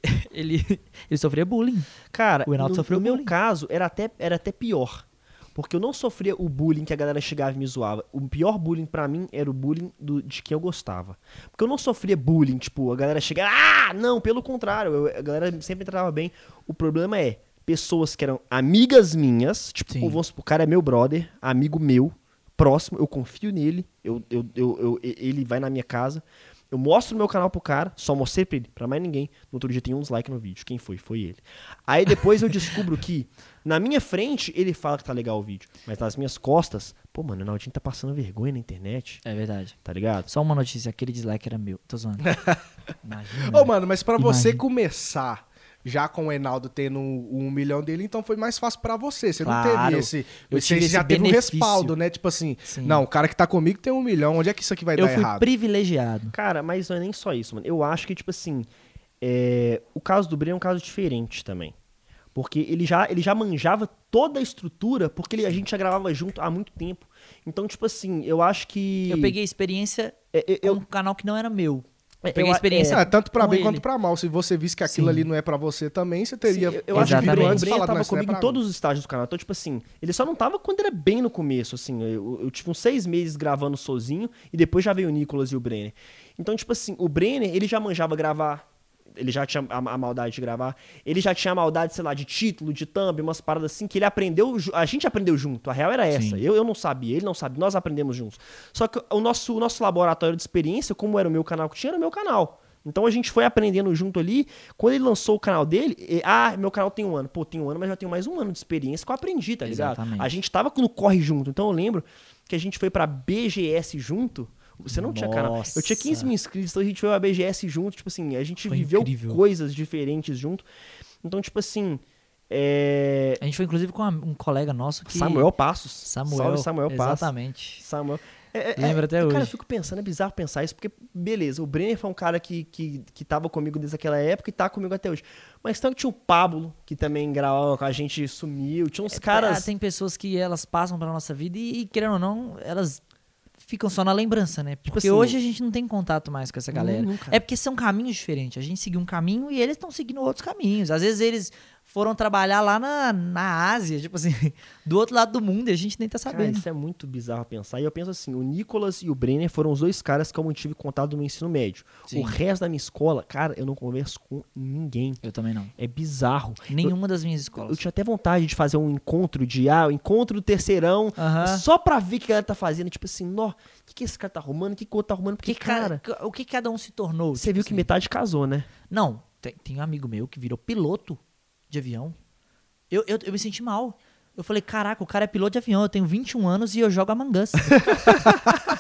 Speaker 2: e- ele, ele sofria bullying.
Speaker 1: Cara,
Speaker 2: O Reinaldo
Speaker 1: no,
Speaker 2: sofreu
Speaker 1: no meu
Speaker 2: bullying.
Speaker 1: caso, era até, era até pior. Porque eu não sofria o bullying que a galera chegava e me zoava. O pior bullying pra mim era o bullying do- de quem eu gostava. Porque eu não sofria bullying, tipo, a galera chegava, ah, não, pelo contrário, eu- a galera sempre tratava bem. O problema é, pessoas que eram amigas minhas, tipo,
Speaker 2: Sim.
Speaker 1: vamos supor, o cara é meu brother, amigo meu, próximo, eu confio nele, eu, eu, eu, eu- e- ele vai na minha casa, eu mostro o meu canal pro cara, só mostrei pra ele, pra mais ninguém. No outro dia tem um dislike no vídeo. Quem foi? Foi ele. Aí depois eu descubro que, na minha frente, ele fala que tá legal o vídeo, mas nas minhas costas, pô, mano, o Naldinho tá passando vergonha na internet,
Speaker 2: É verdade.
Speaker 1: tá ligado?
Speaker 2: Só uma notícia, aquele dislike era meu. Tô zoando. Imagina.
Speaker 3: Ô, mano, mas pra você
Speaker 2: Imagina.
Speaker 3: começar já com o Enaldo tendo um, um milhão dele, então foi mais fácil pra você. Você não
Speaker 2: Claro.
Speaker 3: teve esse.
Speaker 2: Eu
Speaker 3: você
Speaker 2: tive
Speaker 3: já
Speaker 2: esse
Speaker 3: teve um
Speaker 2: benefício.
Speaker 3: respaldo, né? Tipo assim,
Speaker 2: Sim.
Speaker 3: não, o cara que tá comigo tem um milhão, onde é que isso aqui vai
Speaker 2: eu
Speaker 3: dar
Speaker 2: fui
Speaker 3: errado?
Speaker 2: privilegiado.
Speaker 1: Cara, mas não é nem só isso, mano. Eu acho que, tipo assim, é, o caso do Breno é um caso diferente também. Porque ele já, ele já manjava toda a estrutura, porque ele- a gente já gravava junto há muito tempo. Então, tipo assim, eu acho que.
Speaker 2: Eu peguei experiência
Speaker 1: É, é,
Speaker 2: em
Speaker 1: eu-
Speaker 2: um canal que não era meu. Eu
Speaker 1: É,
Speaker 2: peguei
Speaker 1: eu-
Speaker 2: experiência.
Speaker 3: Ah, tanto pra
Speaker 2: com
Speaker 3: bem
Speaker 2: ele.
Speaker 3: quanto pra mal. Se você visse que aquilo
Speaker 2: Sim.
Speaker 3: ali não é pra você também, você teria.
Speaker 1: Sim, eu, eu acho que o
Speaker 2: Exatamente.
Speaker 1: Breno,
Speaker 3: antes
Speaker 1: o Breno
Speaker 3: falado,
Speaker 1: tava
Speaker 3: "Não, isso não é
Speaker 1: comigo
Speaker 3: pra
Speaker 1: em
Speaker 3: mim."
Speaker 1: todos os estágios do canal. Então, tipo assim, ele só não tava quando era bem no começo, assim. Eu, eu tive uns seis meses gravando sozinho e depois já veio o Nicolas e o Brenner. Então, tipo assim, o Brenner, ele já manjava gravar. Ele já tinha a, a maldade de gravar. Ele já tinha a maldade, sei lá, de título, de thumb, umas paradas assim, que ele aprendeu. ju- A gente aprendeu junto. A real era essa.
Speaker 2: Sim.
Speaker 1: Eu, eu não sabia, ele não sabia, nós aprendemos juntos. Só que o nosso, o nosso laboratório de experiência, como era o meu canal que tinha, era o meu canal. Então a gente foi aprendendo junto ali. Quando ele lançou o canal dele, e- ah, meu canal tem um ano. Pô, tem um ano, mas já tenho mais um ano de experiência que eu aprendi, tá ligado?
Speaker 2: Exatamente.
Speaker 1: A gente tava no corre junto. Então eu lembro que a gente foi pra BGS junto. Você não tinha canal. Eu tinha 15
Speaker 2: Nossa.
Speaker 1: mil inscritos, então a gente foi pra BGS junto. Tipo assim, a gente
Speaker 2: Foi
Speaker 1: viveu
Speaker 2: incrível.
Speaker 1: coisas diferentes junto. Então, tipo assim. É...
Speaker 2: A gente foi inclusive com uma- um colega nosso que.
Speaker 1: Samuel Passos.
Speaker 2: Samuel.
Speaker 1: Salve Samuel Passos.
Speaker 2: Exatamente.
Speaker 1: Samuel. É, é,
Speaker 2: Lembro
Speaker 1: é,
Speaker 2: até
Speaker 1: Cara,
Speaker 2: hoje.
Speaker 1: eu fico pensando, é bizarro pensar isso, porque, beleza, o Brenner foi um cara que, que, que tava comigo desde aquela época e tá comigo até hoje. Mas tanto que tinha o Pablo, que também gravava com a gente, sumiu. Tinha uns
Speaker 2: Ah,
Speaker 1: caras.
Speaker 2: Tem pessoas que elas passam pela nossa vida e, e, querendo ou não, elas ficam só na lembrança, né?
Speaker 3: Tipo
Speaker 2: Porque
Speaker 1: assim,
Speaker 2: hoje a gente não tem contato mais com essa galera.
Speaker 1: Nenhum, cara.
Speaker 2: é porque são caminhos diferentes. A gente seguiu um caminho e eles estão seguindo outros caminhos. Às vezes eles foram trabalhar lá na, na Ásia, tipo assim, do outro lado do mundo e a gente nem tá
Speaker 1: Cara,
Speaker 2: sabendo.
Speaker 1: isso é muito bizarro pensar. E eu penso assim: o Nicolas e o Brenner foram os dois caras que eu mantive contato no meu ensino médio.
Speaker 2: Sim.
Speaker 1: O resto da minha escola, cara, eu não converso com ninguém.
Speaker 2: Eu também não.
Speaker 1: É bizarro.
Speaker 2: Nenhuma das minhas
Speaker 1: Eu,
Speaker 2: escolas.
Speaker 1: eu tinha até vontade de fazer um encontro de ah, o encontro do terceirão,
Speaker 2: Aham.
Speaker 1: só pra ver o que a galera tá fazendo. Tipo assim, nó, o que, que esse cara tá arrumando? O que, que o outro tá arrumando? Porque,
Speaker 2: Que
Speaker 1: cara,
Speaker 2: cara, o que cada um se tornou?
Speaker 1: você viu que metade casou, né?
Speaker 2: Não, tem, tem um amigo meu que virou piloto de avião. Eu, eu, eu me senti mal. Eu falei, caraca, o cara é piloto de avião, eu tenho 21 anos e eu jogo Among Us.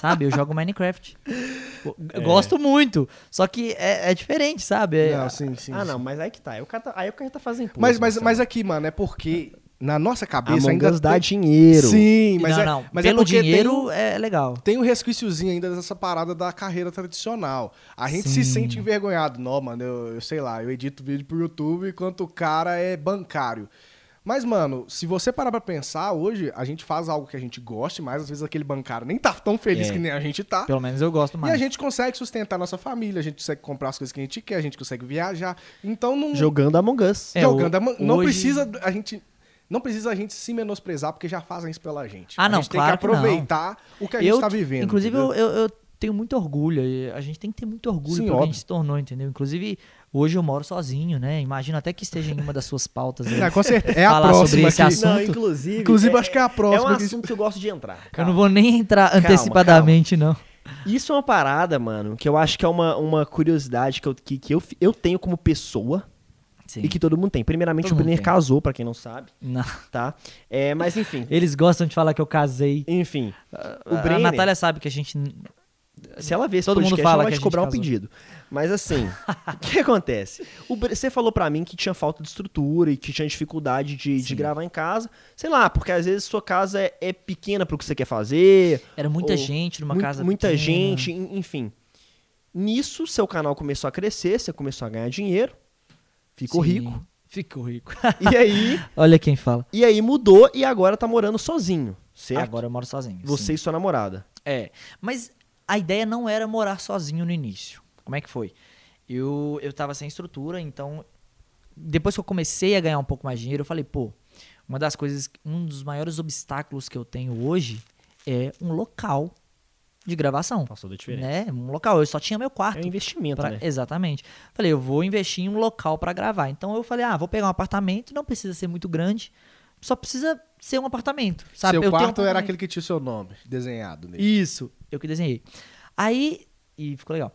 Speaker 2: sabe? Eu jogo Minecraft. Tipo, Eu
Speaker 1: É.
Speaker 2: Gosto muito, só que é, é diferente, sabe? É-
Speaker 3: Não, sim, sim.
Speaker 1: ah,
Speaker 3: sim.
Speaker 1: não, mas aí que tá. Aí o cara tá, aí o cara tá fazendo pose,
Speaker 3: Mas, mas,
Speaker 1: Marcelo.
Speaker 3: mas aqui, mano, é porque na nossa cabeça
Speaker 1: Among
Speaker 3: ainda.
Speaker 1: Us dá
Speaker 3: tem-
Speaker 1: dinheiro.
Speaker 3: Sim, mas
Speaker 2: não,
Speaker 3: é,
Speaker 2: não.
Speaker 3: Mas
Speaker 2: Pelo
Speaker 3: é porque
Speaker 2: dinheiro
Speaker 3: Tem...
Speaker 2: é legal.
Speaker 3: Tem um resquíciozinho ainda dessa parada da carreira tradicional. A gente se
Speaker 2: Sim.
Speaker 3: sente envergonhado. Não, mano, eu, eu sei lá, eu edito vídeo pro YouTube enquanto o cara é bancário. Mas, mano, se você parar pra pensar, hoje a gente faz algo que a gente goste, mas às vezes aquele bancário nem tá tão feliz
Speaker 1: É.
Speaker 3: que nem a gente tá.
Speaker 2: Pelo menos eu gosto
Speaker 3: E
Speaker 2: mais.
Speaker 3: a gente consegue sustentar nossa família, a gente consegue comprar as coisas que a gente quer, a gente consegue viajar. Então não
Speaker 1: Jogando Among Us.
Speaker 2: É,
Speaker 3: jogando,
Speaker 2: o-
Speaker 3: a man- não
Speaker 2: hoje-
Speaker 3: precisa a gente não precisa a gente se menosprezar porque já fazem isso pela gente.
Speaker 2: Ah,
Speaker 3: a
Speaker 2: não,
Speaker 3: gente
Speaker 2: claro
Speaker 3: tem
Speaker 2: que
Speaker 3: que
Speaker 2: não.
Speaker 3: aproveitar o que a gente
Speaker 2: eu,
Speaker 3: tá vivendo.
Speaker 2: Inclusive,
Speaker 3: entendeu?
Speaker 2: eu, eu, eu tenho muito orgulho. e A gente tem que ter muito orgulho
Speaker 3: Sim,
Speaker 2: pelo que a
Speaker 3: óbvio.
Speaker 2: gente se tornou, entendeu? Inclusive, hoje eu moro sozinho, né? Imagino até que esteja em uma das suas pautas. aí.
Speaker 3: É, com certeza. É a
Speaker 2: Falar sobre
Speaker 3: próxima
Speaker 2: esse
Speaker 3: aqui.
Speaker 2: assunto.
Speaker 1: Não, inclusive.
Speaker 3: Inclusive, acho que é a
Speaker 1: É um
Speaker 3: próxima. que-
Speaker 1: assunto que eu gosto de entrar.
Speaker 2: Eu não vou nem entrar
Speaker 1: Calma,
Speaker 2: antecipadamente, não.
Speaker 1: Isso é uma parada, mano, que eu acho que é uma, uma curiosidade que, eu, que, que eu, fi- eu tenho como pessoa
Speaker 2: Sim.
Speaker 1: e que todo mundo tem. Primeiramente,
Speaker 2: Todo
Speaker 1: o
Speaker 2: mundo
Speaker 1: Brenner
Speaker 2: tem.
Speaker 1: casou, pra quem não sabe,
Speaker 2: Não.
Speaker 1: tá? É, mas enfim.
Speaker 2: Eles gostam de falar que eu casei.
Speaker 1: Enfim. O
Speaker 2: Ah, a
Speaker 1: Brenner,
Speaker 2: Natália sabe que a gente.
Speaker 1: se ela vê esse
Speaker 2: todo mundo
Speaker 1: podcast,
Speaker 2: fala
Speaker 1: ela vai
Speaker 2: que
Speaker 1: te
Speaker 2: a gente
Speaker 1: cobrar um
Speaker 2: casou.
Speaker 1: pedido. Mas assim, o que acontece? O Bre- Você falou pra mim que tinha falta de estrutura e que tinha dificuldade de, de
Speaker 2: Sim.
Speaker 1: gravar em casa. Sei lá, porque às vezes sua casa é, é pequena pro que você quer fazer.
Speaker 2: Era muita
Speaker 1: ou-
Speaker 2: gente numa
Speaker 1: Mui-
Speaker 2: casa.
Speaker 1: Muita
Speaker 2: pequena.
Speaker 1: gente, en- enfim. Nisso, seu canal começou a crescer, você começou a ganhar dinheiro, ficou
Speaker 2: Sim.
Speaker 1: rico.
Speaker 2: Ficou rico.
Speaker 1: E aí,
Speaker 2: Olha quem fala.
Speaker 1: e aí mudou e agora tá morando sozinho, certo?
Speaker 2: Agora eu moro sozinho.
Speaker 1: Você e sua namorada.
Speaker 2: É, mas a ideia não era morar sozinho no início. Como é que foi? Eu, eu tava sem estrutura, então depois que eu comecei a ganhar um pouco mais de dinheiro, eu falei, pô, uma das coisas, um dos maiores obstáculos que eu tenho hoje é um local de gravação,
Speaker 1: Passou da
Speaker 2: né? Um local, eu só tinha meu quarto.
Speaker 1: É um investimento,
Speaker 2: Pra-
Speaker 1: né?
Speaker 2: Exatamente. Falei, eu vou investir em um local pra gravar. Então eu falei, ah, vou pegar um apartamento, não precisa ser muito grande, só precisa ser um apartamento, sabe? eu
Speaker 3: Seu
Speaker 2: tenho um
Speaker 3: quarto era
Speaker 2: apartamento.
Speaker 3: aquele que tinha o seu nome desenhado nele.
Speaker 2: Isso, eu que desenhei. Aí. E ficou legal.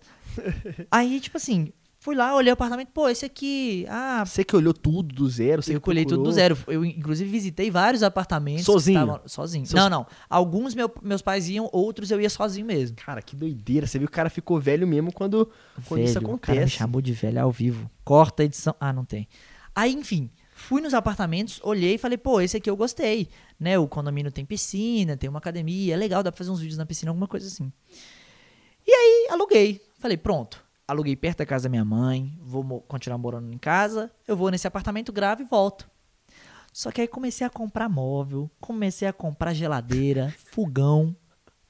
Speaker 2: Aí, tipo assim, fui lá, olhei o apartamento, pô, esse aqui. Ah,
Speaker 1: Você que olhou tudo do zero, você
Speaker 2: eu
Speaker 1: que
Speaker 2: colhei tudo do
Speaker 1: procurou.
Speaker 2: zero. Eu, inclusive, visitei vários apartamentos. que
Speaker 1: Sozinho?
Speaker 2: estavam- sozinho.
Speaker 1: Seus-
Speaker 2: Não, não. Alguns meu- meus pais iam, outros eu ia sozinho mesmo.
Speaker 1: Cara, que doideira. Você viu que o cara ficou velho mesmo quando, quando isso
Speaker 2: Velho, O cara me
Speaker 1: acontece.
Speaker 2: chamou de velho ao vivo. Corta a edição. Ah, não tem. Aí, enfim, fui nos apartamentos, olhei e falei, pô, esse aqui eu gostei. Né? O condomínio tem piscina, tem uma academia, é legal, dá pra fazer uns vídeos na piscina, alguma coisa assim. E aí, aluguei. Falei, pronto. Aluguei perto da casa da minha mãe, vou mo- continuar morando em casa, eu vou nesse apartamento, gravo e volto. Só que aí comecei a comprar móvel, comecei a comprar geladeira, fogão,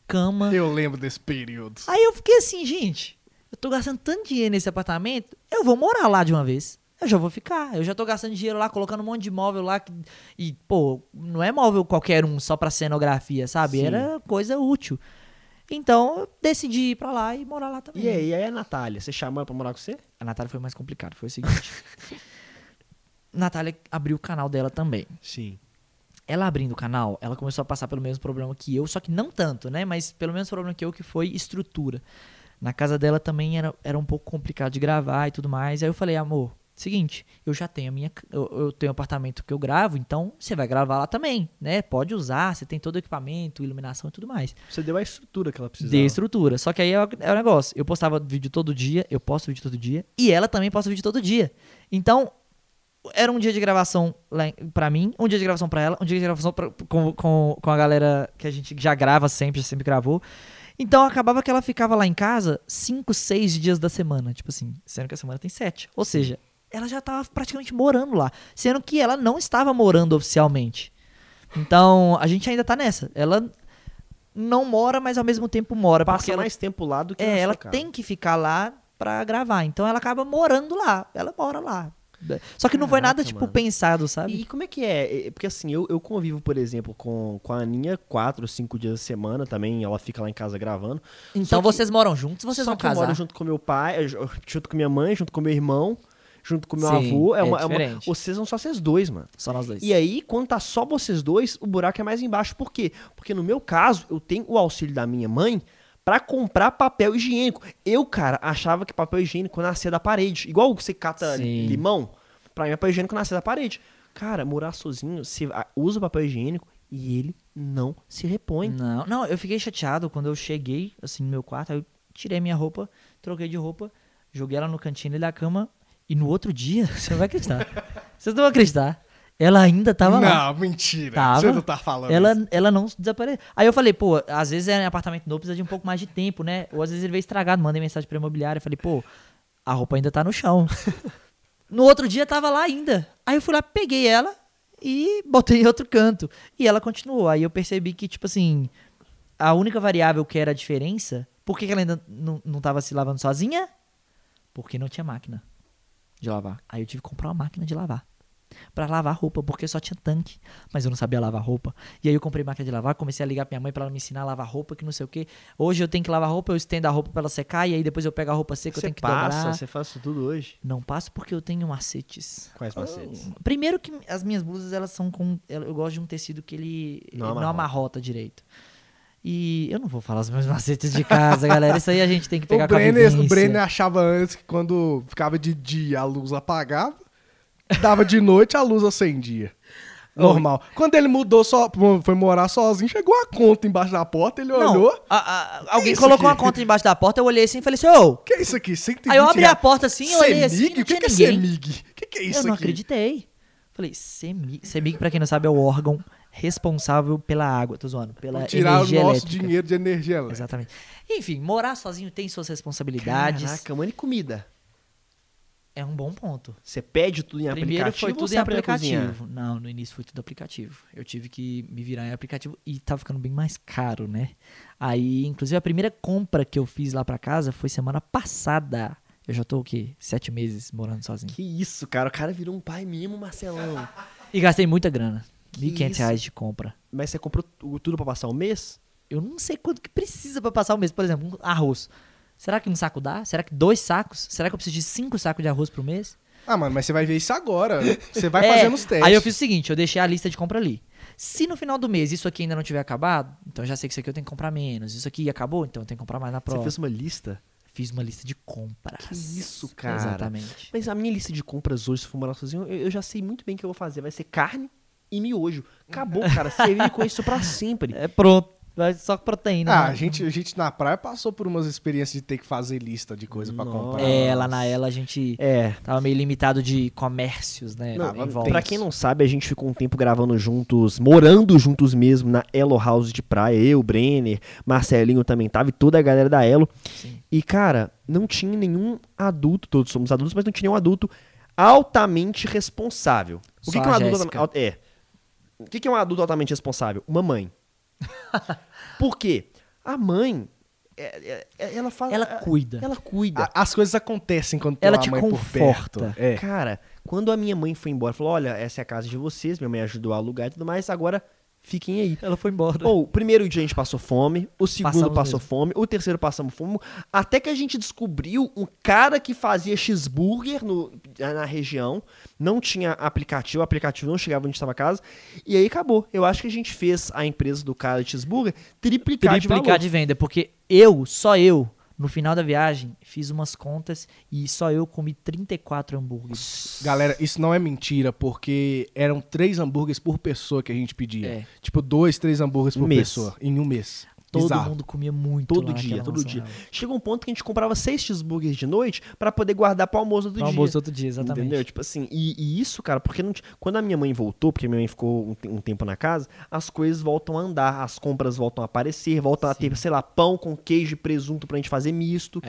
Speaker 2: cama.
Speaker 3: Eu lembro desse período.
Speaker 2: Aí eu fiquei assim, gente, eu tô gastando tanto dinheiro nesse apartamento, eu vou morar lá de uma vez. Eu já vou ficar. Eu já tô gastando dinheiro lá, colocando um monte de móvel lá. que- E, pô, não é móvel qualquer um só pra cenografia, sabe?
Speaker 1: Sim.
Speaker 2: Era coisa útil. Então, eu decidi ir pra lá e morar lá também.
Speaker 1: E aí, aí a Natália, você chamou ela pra morar com você?
Speaker 2: A Natália foi mais complicado, foi o seguinte. Natália abriu o canal dela também.
Speaker 1: Sim.
Speaker 2: Ela abrindo o canal, ela começou a passar pelo mesmo problema que eu, só que não tanto, né? Mas pelo mesmo problema que eu, que foi estrutura. Na casa dela também era, era um pouco complicado de gravar e tudo mais. Aí eu falei, amor, seguinte, eu já tenho a minha. ca- Eu, eu tenho um apartamento que eu gravo, então você vai gravar lá também, né? Pode usar, você tem todo o equipamento, iluminação e tudo mais.
Speaker 1: Você deu a estrutura que ela precisava.
Speaker 2: Dei estrutura. Só que aí é o, é o negócio. Eu postava vídeo todo dia, eu posto vídeo todo dia, e ela também posta vídeo todo dia. Então, era um dia de gravação lá em- pra mim, um dia de gravação pra ela, um dia de gravação pra- com, com, com a galera que a gente já grava sempre, sempre gravou. Então acabava que ela ficava lá em casa cinco, seis dias da semana, tipo assim, sendo que a semana tem sete. Ou seja, ela já tava praticamente morando lá, sendo que ela não estava morando oficialmente. Então, a gente ainda tá nessa. Ela não mora, mas ao mesmo tempo mora.
Speaker 1: Passa
Speaker 2: porque ela
Speaker 1: mais tempo lá do que na
Speaker 2: é,
Speaker 1: sua
Speaker 2: ela
Speaker 1: casa.
Speaker 2: tem que ficar lá pra gravar. Então ela acaba morando lá. Ela mora lá. Só que não foi
Speaker 1: Caraca,
Speaker 2: nada, tipo,
Speaker 1: mano.
Speaker 2: pensado, sabe?
Speaker 1: E como é que é? É, Porque assim, eu, eu convivo, por exemplo, com, com a Aninha quatro, cinco dias da semana também. Ela fica lá em casa gravando.
Speaker 2: então
Speaker 1: que-
Speaker 2: vocês moram juntos, vocês
Speaker 1: Só
Speaker 2: vão
Speaker 1: que eu
Speaker 2: casar.
Speaker 1: moro junto com meu pai, eh, ju- junto com minha mãe, junto com meu irmão, junto com meu
Speaker 2: Sim,
Speaker 1: avô. É,
Speaker 2: é
Speaker 1: uma, é uma-
Speaker 2: diferente.
Speaker 1: Vocês são só vocês dois, mano.
Speaker 2: Só nós dois.
Speaker 1: E aí, quando tá só vocês dois, o buraco é mais embaixo. Por quê? Porque no meu caso, eu tenho o auxílio da minha mãe pra comprar papel higiênico. Eu, cara, achava que papel higiênico nascia da parede. Igual você cata
Speaker 2: Sim.
Speaker 1: limão, pra mim papel higiênico nascia da parede. Cara, morar sozinho, você ah, usa o papel higiênico e ele não se repõe.
Speaker 2: Não, não, eu fiquei chateado quando eu cheguei, assim, no meu quarto, aí eu tirei minha roupa, troquei de roupa, joguei ela no cantinho ali da cama, e no outro dia, você não vai acreditar, vocês não vão acreditar, ela ainda tava
Speaker 3: não,
Speaker 2: lá.
Speaker 3: mentira.
Speaker 2: Tava.
Speaker 3: Você não tá falando
Speaker 2: Ela,
Speaker 3: isso.
Speaker 2: ela não desapareceu. Aí eu falei, pô, às vezes é apartamento novo, precisa de um pouco mais de tempo, né? Ou às vezes ele veio estragado, mandei mensagem pra imobiliária, falei, pô, a roupa ainda tá no chão. no outro dia tava lá ainda. Aí eu fui lá, peguei ela e botei em outro canto. E ela continuou. Aí eu percebi que, tipo assim, a única variável que era a diferença, por que que ela ainda não, não tava se lavando sozinha? Porque não tinha máquina de lavar. Aí eu tive que comprar uma máquina de lavar. Pra lavar roupa, porque só tinha tanque. Mas eu não sabia lavar roupa. E aí eu comprei máquina de lavar, comecei a ligar pra minha mãe pra ela me ensinar a lavar roupa, que não sei o quê. Hoje eu tenho que lavar roupa, eu estendo a roupa pra ela secar, e aí depois eu pego a roupa seca, eu
Speaker 1: Você
Speaker 2: tenho que
Speaker 1: passa,
Speaker 2: dobrar.
Speaker 1: você faz isso tudo hoje.
Speaker 2: Não passo porque eu tenho macetes.
Speaker 1: Quais macetes?
Speaker 2: Primeiro que as minhas blusas, elas são com... Eu gosto de um tecido que ele ele
Speaker 1: Não
Speaker 2: não,
Speaker 1: amarrota.
Speaker 2: amarrota direito. E eu não vou falar os meus macetes de casa, galera. Isso aí a gente tem que pegar
Speaker 3: o,
Speaker 2: com a
Speaker 3: Brenner, o
Speaker 2: vivência.
Speaker 1: é
Speaker 3: Brenner achava antes que quando ficava de dia a luz apagava, dava de noite a luz acendia. Normal. Quando ele mudou, só, foi morar sozinho, chegou a conta embaixo da porta, ele
Speaker 2: Não,
Speaker 3: olhou.
Speaker 2: a- a- alguém
Speaker 3: isso
Speaker 2: colocou uma
Speaker 3: aqui?
Speaker 2: conta embaixo da porta, eu olhei assim e falei assim, ô,
Speaker 3: Que é isso aqui? 120
Speaker 2: Aí eu abri a
Speaker 3: reais.
Speaker 2: porta assim, eu olhei assim,
Speaker 3: CEMIG?
Speaker 2: não
Speaker 3: O que,
Speaker 2: tinha
Speaker 3: que é
Speaker 2: ninguém.
Speaker 3: CEMIG? O que, que é isso
Speaker 2: Eu não
Speaker 3: aqui?
Speaker 2: acreditei. Falei, CEMIG, CEMIG pra quem não sabe, é o órgão responsável pela água, tô zoando, pela
Speaker 3: Tirar o nosso
Speaker 2: energia elétrica.
Speaker 3: dinheiro de energia elétrica.
Speaker 2: Exatamente. Enfim, morar sozinho tem suas responsabilidades.
Speaker 1: Caraca, mano, e comida?
Speaker 2: É um bom ponto.
Speaker 1: Você pede tudo em
Speaker 2: Primeiro
Speaker 1: aplicativo
Speaker 2: foi
Speaker 1: ou
Speaker 2: tudo
Speaker 1: você
Speaker 2: em
Speaker 1: aprende a cozinhar?
Speaker 2: aplicativo. Não, no início foi tudo aplicativo. Eu tive que me virar em aplicativo e tava ficando bem mais caro, né? Aí, inclusive, a primeira compra que eu fiz lá pra casa foi semana passada. Eu já tô o quê? Sete meses morando sozinho.
Speaker 1: Que isso, cara. O cara virou um pai mesmo, Marcelão.
Speaker 2: E gastei muita grana.
Speaker 1: Que
Speaker 2: R$ 1.500
Speaker 1: isso?
Speaker 2: reais de compra.
Speaker 1: Mas você comprou tu- tudo pra passar um mês?
Speaker 2: Eu não sei quanto que precisa pra passar o mês. Por exemplo, um arroz. Será que um saco dá? Será que dois sacos? Será que eu preciso de cinco sacos de arroz pro mês?
Speaker 3: Ah, mano, mas você vai ver isso agora. Você vai
Speaker 2: É,
Speaker 3: fazendo os testes.
Speaker 2: Aí eu fiz o seguinte, eu deixei a lista de compra ali. Se no final do mês isso aqui ainda não tiver acabado, então eu já sei que isso aqui eu tenho que comprar menos. Isso aqui acabou, então eu tenho que comprar mais na
Speaker 1: Você
Speaker 2: próxima.
Speaker 1: fez uma lista?
Speaker 2: Fiz uma lista de compras.
Speaker 1: Que isso, cara.
Speaker 2: Exatamente.
Speaker 1: Mas a minha lista de compras hoje, se for morar sozinho, eu, eu já sei muito bem o que eu vou fazer. Vai ser carne e miojo. Acabou, cara. Você vive com isso pra sempre.
Speaker 2: É pronto. Vai só com proteína.
Speaker 3: Ah,
Speaker 2: né?
Speaker 3: a gente, a gente na praia passou por umas experiências de ter que fazer lista de coisa pra
Speaker 1: Nossa.
Speaker 3: comprar.
Speaker 2: É, lá na ela a gente
Speaker 1: É.
Speaker 2: tava meio limitado de comércios, né?
Speaker 1: Não,
Speaker 2: em
Speaker 3: tava
Speaker 2: volta.
Speaker 3: tem-
Speaker 1: pra quem não sabe, a gente ficou um tempo gravando juntos, morando juntos mesmo na Elo House de praia. Eu, Brenner, Marcelinho também tava e toda a galera da Elo. E, cara, não tinha nenhum adulto, todos somos adultos, mas não tinha nenhum adulto altamente responsável. O que,
Speaker 2: Só
Speaker 1: que é um
Speaker 2: a
Speaker 1: adulto
Speaker 2: Jéssica.
Speaker 1: altam- al- É. O que, que é um adulto altamente responsável? Uma mãe. Por quê? A mãe. é- é- ela fala.
Speaker 2: Ela cuida.
Speaker 1: Ela cuida.
Speaker 3: A- As coisas acontecem quando tem
Speaker 2: Ela
Speaker 3: uma
Speaker 2: te
Speaker 3: mãe
Speaker 2: conforta.
Speaker 3: por perto. É.
Speaker 1: Cara, quando a minha mãe foi embora, falou: olha, essa é a casa de vocês, minha mãe ajudou a alugar e tudo mais, agora fiquem aí.
Speaker 2: Ela foi embora.
Speaker 1: Ou, o primeiro dia a gente passou fome, o segundo
Speaker 2: Passamos
Speaker 1: passou
Speaker 2: mesmo.
Speaker 1: fome, o terceiro passamos fome, até que a gente descobriu um cara que fazia cheeseburger no, na região, não tinha aplicativo, o aplicativo não chegava onde estava a casa, e aí acabou. Eu acho que a gente fez a empresa do cara de cheeseburger triplicar, de valor.
Speaker 2: triplicar de venda, porque eu, só eu, no final da viagem, fiz umas contas e só eu comi 34 hambúrgueres.
Speaker 3: Galera, isso não é mentira, porque eram três hambúrgueres por pessoa que a gente pedia.
Speaker 2: É.
Speaker 3: Tipo, dois, três hambúrgueres por
Speaker 1: Um mês.
Speaker 3: pessoa em um mês.
Speaker 2: Todo
Speaker 3: Bizarro.
Speaker 2: mundo comia muito.
Speaker 1: Todo
Speaker 2: lá
Speaker 1: dia,
Speaker 2: naquela
Speaker 1: todo
Speaker 2: nossa
Speaker 1: dia.
Speaker 2: aula.
Speaker 1: Chegou um ponto que a gente comprava seis cheeseburgers de noite pra poder guardar pro almoço do dia.
Speaker 2: No almoço outro dia, exatamente.
Speaker 1: Entendeu? Tipo assim, e, e isso, cara, porque não ti- quando a minha mãe voltou, porque minha mãe ficou um, te- um tempo na casa, as coisas voltam a andar, as compras voltam a aparecer, voltam a ter, sei lá, pão com queijo e presunto pra gente fazer misto.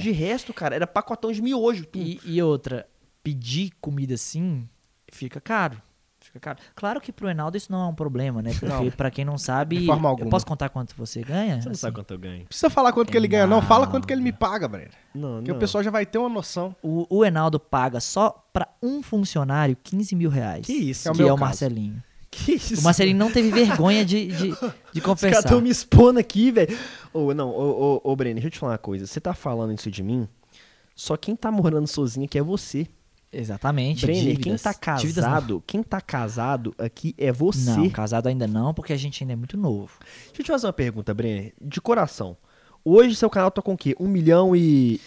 Speaker 1: De resto, cara, era pacotão de miojo. Tum.
Speaker 2: E, e outra, pedir comida assim fica caro. Fica caro. Claro que pro Enaldo isso não é um problema, né? Porque pra quem não sabe,
Speaker 3: De forma
Speaker 2: eu
Speaker 3: alguma.
Speaker 2: posso contar quanto você ganha?
Speaker 1: Você não
Speaker 2: Assim,
Speaker 1: sabe quanto eu ganho.
Speaker 3: Não precisa falar quanto que ele ganha, não. Fala quanto que ele me paga, Breno.
Speaker 1: Não,
Speaker 3: Porque
Speaker 1: não.
Speaker 3: o pessoal já vai ter uma noção.
Speaker 2: Assim, o, o Enaldo paga só pra um funcionário 15 mil reais.
Speaker 1: Que isso,
Speaker 2: que
Speaker 3: é o
Speaker 2: é o,
Speaker 3: meu caso.
Speaker 2: Marcelinho.
Speaker 1: Que isso?
Speaker 2: O Marcelinho não teve vergonha de, de, de
Speaker 1: Os caras
Speaker 2: compensar.
Speaker 1: estão me expondo aqui, velho. Ô, não, ô, ô, ô, Breno, deixa eu te falar uma coisa. Você tá falando isso de mim, só quem tá morando sozinho aqui é você.
Speaker 2: Exatamente.
Speaker 1: Brenner,
Speaker 2: dívidas.
Speaker 1: quem tá
Speaker 2: Dívidas não.
Speaker 1: casado, quem tá casado aqui é você.
Speaker 2: Não, casado ainda não, porque a gente ainda é muito novo.
Speaker 1: Deixa eu te fazer uma pergunta, Brenner, de coração. Hoje seu canal tá com o quê? Um milhão e.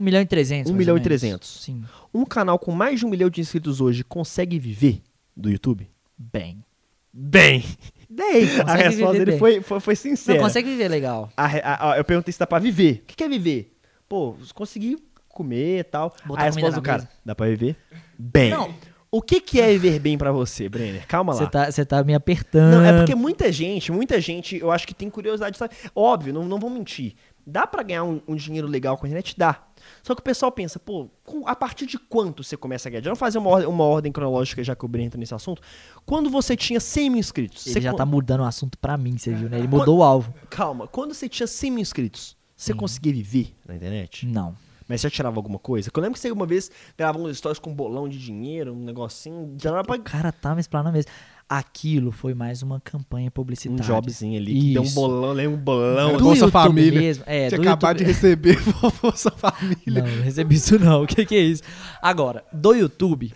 Speaker 2: 1 milhão e 300.
Speaker 1: Um
Speaker 2: mais
Speaker 1: milhão
Speaker 2: ou
Speaker 1: e
Speaker 2: menos.
Speaker 1: 300.
Speaker 2: Sim.
Speaker 1: Um canal com mais de um milhão de inscritos hoje consegue viver do YouTube?
Speaker 2: Bem.
Speaker 1: Bem.
Speaker 2: Bem,
Speaker 1: a
Speaker 2: consegue
Speaker 1: resposta
Speaker 2: viver
Speaker 1: dele
Speaker 2: bem.
Speaker 1: foi, foi, foi
Speaker 2: Não,
Speaker 1: sincera.
Speaker 2: consegue viver legal.
Speaker 1: A re- a- a- eu perguntei se dá pra viver. O que, que é viver? Pô, consegui comer e tal.
Speaker 2: Botar
Speaker 1: a
Speaker 2: comida
Speaker 1: resposta
Speaker 2: na
Speaker 1: do cara,
Speaker 2: mesa.
Speaker 1: dá pra viver? Bem.
Speaker 4: Não.
Speaker 1: O que, que é viver bem pra você, Brenner? Calma lá.
Speaker 2: Você tá, você tá me apertando.
Speaker 1: Não, é porque muita gente, muita gente, eu acho que tem curiosidade, sabe? Óbvio, não, não vou mentir. Dá pra ganhar um, um dinheiro legal com a internet? Dá. Só que o pessoal pensa, pô, com- a partir de quanto você começa a ganhar dinheiro? Vamos fazer uma ordem, uma ordem cronológica, já que o Breno entra nesse assunto. Quando você tinha 100 mil inscritos?
Speaker 2: Ele
Speaker 1: você
Speaker 2: já
Speaker 1: con-
Speaker 2: tá mudando o assunto pra mim, você viu, né? Ele mudou o alvo.
Speaker 1: Calma, quando você tinha 100 mil inscritos, você conseguia viver na internet?
Speaker 2: Não.
Speaker 1: Mas você já tirava alguma coisa? Que eu lembro que você uma vez gravou uns stories com um bolão de dinheiro, um negocinho, já dava pra...
Speaker 2: O cara tá me explanando mesmo. Aquilo foi mais uma campanha
Speaker 1: Um
Speaker 2: publicitária.
Speaker 1: jobzinho ali, que deu um
Speaker 2: Isso.
Speaker 1: bolão, lembra um bolão.
Speaker 2: Do
Speaker 3: Bolsa
Speaker 2: YouTube
Speaker 3: Família.
Speaker 2: mesmo, é,
Speaker 3: Tinha
Speaker 2: do
Speaker 3: acabado de
Speaker 2: YouTube-
Speaker 3: receber o Bolsa Família.
Speaker 2: Não, não recebi isso não. O que, que é isso? Agora, do YouTube,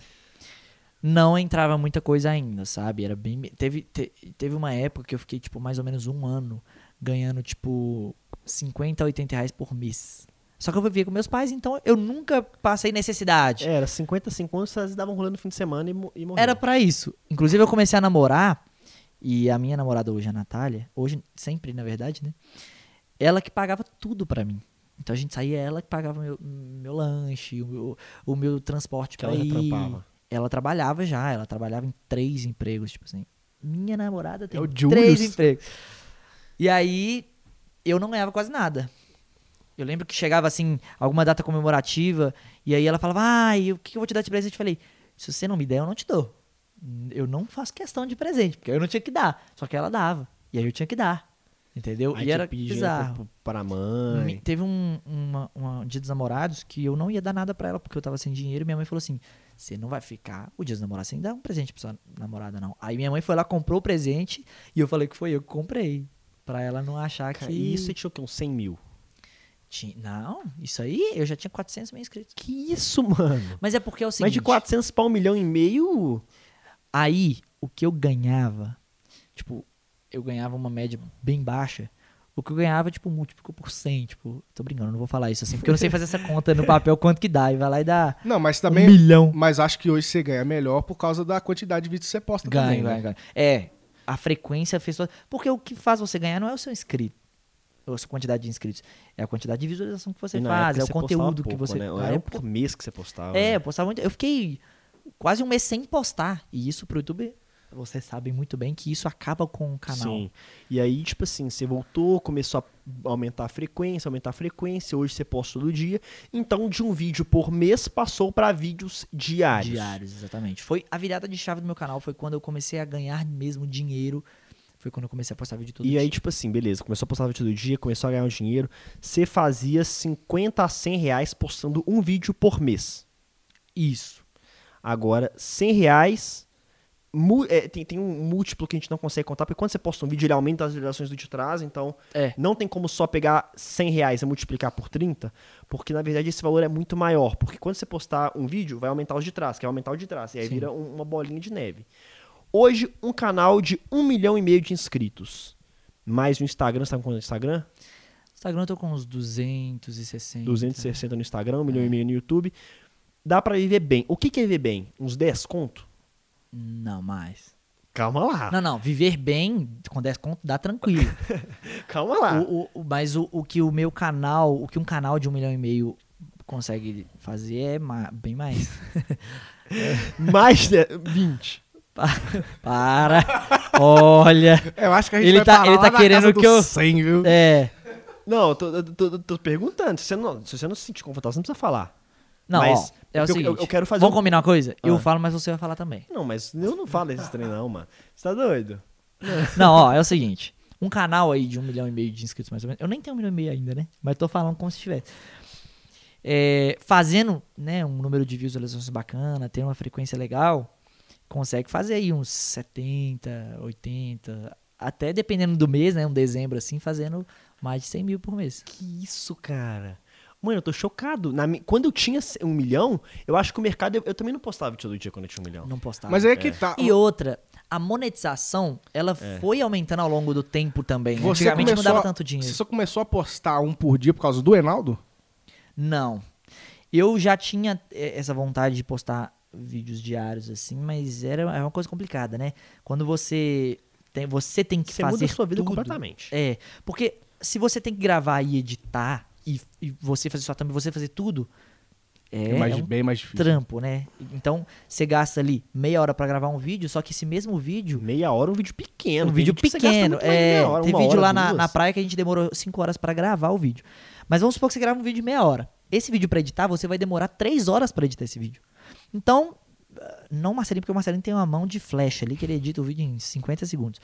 Speaker 2: não entrava muita coisa ainda, sabe? Era bem. Teve, te- teve uma época que eu fiquei, tipo, mais ou menos um ano ganhando, tipo, 50, 80 reais por mês. Só que eu vivia com meus pais, então eu nunca passei necessidade.
Speaker 1: Era 55 anos, vocês davam rolando no fim de semana e, mo- e morriam.
Speaker 2: Era pra isso. Inclusive, eu comecei a namorar, e a minha namorada hoje, a Natália, hoje, sempre, na verdade, né? Ela que pagava tudo pra mim. Então a gente saía, ela que pagava meu, meu lanche, o meu, o meu transporte
Speaker 1: Que
Speaker 2: pra
Speaker 1: ela já
Speaker 2: ir.
Speaker 1: trampava.
Speaker 2: Ela trabalhava já, ela trabalhava em três empregos, tipo assim. Minha namorada tem
Speaker 3: É o
Speaker 2: três
Speaker 3: Julius.
Speaker 2: empregos. E aí, eu não ganhava quase nada. Eu lembro que chegava assim, alguma data comemorativa, e aí ela falava, ai, o que que eu vou te dar de presente? Eu falei, se você não me der, eu não te dou. Eu não faço questão de presente, porque eu não tinha que dar. Só que ela dava. E aí eu tinha que dar. Entendeu?
Speaker 1: Aí
Speaker 2: e
Speaker 1: tinha
Speaker 2: era
Speaker 1: pedido
Speaker 2: bizarro.
Speaker 1: pro- Para a
Speaker 2: Me-
Speaker 1: mãe.
Speaker 2: Teve um, uma, uma- um dia dos namorados que eu não ia dar nada pra ela porque eu tava sem dinheiro e minha mãe falou assim: você não vai ficar o dia dos namorados sem dar um presente pra sua namorada, não. Aí minha mãe foi lá, comprou o presente e eu falei que foi eu que comprei. Pra ela não achar
Speaker 1: Cara,
Speaker 2: que.
Speaker 1: E isso você tinha o quê? Uns 100 mil?
Speaker 2: Ti- Não, isso aí eu já tinha 400 mil inscritos.
Speaker 1: Que isso, mano?
Speaker 2: Mas é porque é o seguinte.
Speaker 1: Mas de 400 pra um milhão e meio...
Speaker 2: Aí, o que eu ganhava, tipo, eu ganhava uma média bem baixa. O que eu ganhava, tipo, múltiplo por 100. Tipo, tô brincando, não vou falar isso assim, porque eu não sei fazer essa conta no papel quanto que dá. E vai lá e dá
Speaker 3: Não, mas
Speaker 2: um
Speaker 3: também.
Speaker 2: milhão.
Speaker 3: Mas acho que hoje você ganha melhor por causa da quantidade de vídeos que você posta
Speaker 2: Ganha,
Speaker 3: também.
Speaker 2: ganha,
Speaker 3: né?
Speaker 2: ganha. É, a frequência fez. toda- Porque o que faz você ganhar não é o seu inscrito. Ou a sua quantidade de inscritos. É a quantidade de visualização que você
Speaker 1: E na
Speaker 2: faz,
Speaker 1: época
Speaker 2: é o
Speaker 1: você postava
Speaker 2: conteúdo que
Speaker 1: pouco,
Speaker 2: você.
Speaker 1: Né?
Speaker 2: na
Speaker 1: Era
Speaker 2: época-
Speaker 1: por mês que você postava.
Speaker 2: É, eu
Speaker 1: né?
Speaker 2: postava muito. Eu fiquei quase um mês sem postar. E isso pro YouTube, vocês sabem muito bem que isso acaba com o canal.
Speaker 1: Sim. E aí, tipo assim, você voltou, começou a aumentar a frequência, aumentar a frequência, hoje você posta todo dia. Então, de um vídeo por mês, passou pra vídeos diários.
Speaker 2: Diários, exatamente. Foi a virada de chave do meu canal, foi quando eu comecei a ganhar mesmo dinheiro. Foi quando eu comecei a postar vídeo todo
Speaker 1: E
Speaker 2: dia.
Speaker 1: aí, tipo assim, beleza, começou a postar vídeo todo dia, começou a ganhar um dinheiro. Você fazia 50 a 100 reais postando um vídeo por mês.
Speaker 2: Isso.
Speaker 1: Agora, 100 reais. mu- é, tem, tem um múltiplo que a gente não consegue contar, porque quando você posta um vídeo, ele aumenta as visualizações do vídeo atrás, então
Speaker 2: É.
Speaker 1: não tem como só pegar 100 reais e multiplicar por 30, porque na verdade esse valor é muito maior, porque quando você postar um vídeo, vai aumentar os de trás, que vai aumentar o de trás, e aí
Speaker 2: Sim.
Speaker 1: vira um- uma bolinha de neve. Hoje, um canal de um milhão e meio de inscritos, mais o Instagram, você tá com quanto no Instagram?
Speaker 2: Instagram eu tô com uns 260.
Speaker 1: 260 no Instagram, um milhão
Speaker 2: É.
Speaker 1: e meio no YouTube. Dá pra viver bem. O que que é viver bem? Uns 10 conto?
Speaker 2: Não, mais.
Speaker 1: Calma lá,
Speaker 2: Não, não. Viver bem, com 10 conto, dá tranquilo.
Speaker 1: calma lá.
Speaker 2: O- o- o- mas o, o que o meu canal, o que um canal de um milhão e meio consegue fazer é ma- bem mais.
Speaker 1: Mais de 20.
Speaker 2: Para! Olha!
Speaker 3: Eu acho que a gente
Speaker 2: Ele
Speaker 3: vai
Speaker 2: tá-
Speaker 3: parar
Speaker 2: ele
Speaker 3: lá
Speaker 2: tá
Speaker 3: na
Speaker 2: querendo
Speaker 3: casa dos
Speaker 2: que eu-
Speaker 3: 100, viu?
Speaker 2: É.
Speaker 1: Não, eu tô, eu tô- eu tô perguntando. Se você, não, se você não se sentir confortável, você não precisa falar.
Speaker 2: Não,
Speaker 1: Mas
Speaker 2: ó, é
Speaker 1: eu-
Speaker 2: o
Speaker 1: eu-
Speaker 2: seguinte.
Speaker 1: eu quero fazer
Speaker 2: Vamos
Speaker 1: um-
Speaker 2: combinar uma coisa? Eu
Speaker 1: Ah.
Speaker 2: falo, mas você vai falar também.
Speaker 1: Não, mas eu não falo esse trem, não, mano. Você tá doido?
Speaker 2: Não, ó, é o seguinte. Um canal aí de um milhão e meio de inscritos, mais ou menos. Eu nem tenho um milhão e meio ainda, né? Mas tô falando como se tivesse. É, fazendo, né, um número de visualizações bacana, tendo uma frequência legal, consegue fazer aí uns 70, 80, até dependendo do mês, né? Um dezembro assim, fazendo mais de 100 mil por mês.
Speaker 1: Que isso, cara? Mano, eu tô chocado. Na mi- Quando eu tinha c- um milhão, eu acho que o mercado. Eu, eu também não postava vídeo todo dia quando eu tinha um milhão.
Speaker 2: Não postava.
Speaker 3: Mas é que tá.
Speaker 2: E outra, a monetização, ela foi aumentando ao longo do tempo também. né?
Speaker 3: Você
Speaker 2: Antigamente não
Speaker 3: começou
Speaker 2: dava
Speaker 3: a-
Speaker 2: tanto dinheiro.
Speaker 3: Você só começou a postar um por dia por causa do Enaldo?
Speaker 2: Não. Eu já tinha eh, essa vontade de postar vídeos diários, assim, mas era, era uma coisa complicada, né? Quando você tem, você tem que
Speaker 1: Você
Speaker 2: fazer
Speaker 1: muda a sua vida
Speaker 2: tudo.
Speaker 1: completamente.
Speaker 2: É, porque se você tem que gravar e editar, e, e você fazer sua thumb, você fazer tudo, é,
Speaker 3: É mais-
Speaker 2: é um
Speaker 3: bem mais difícil.
Speaker 2: trampo, né? Então, você gasta ali meia hora pra gravar um vídeo, só que esse mesmo vídeo
Speaker 1: Meia hora um vídeo pequeno.
Speaker 2: um
Speaker 1: tem
Speaker 2: vídeo
Speaker 1: que você gasta
Speaker 2: pequeno.
Speaker 1: muito mais de
Speaker 2: É,
Speaker 1: meia hora,
Speaker 2: tem
Speaker 1: uma
Speaker 2: vídeo
Speaker 1: hora,
Speaker 2: lá na,
Speaker 1: duas.
Speaker 2: na praia que a gente demorou 5 horas pra gravar o vídeo. Mas vamos supor que você grava um vídeo de meia hora. Esse vídeo pra editar, você vai demorar 3 horas pra editar esse vídeo. Então, ah, não o Marcelinho, porque o Marcelinho tem uma mão de flecha ali que ele edita o vídeo em 50 segundos.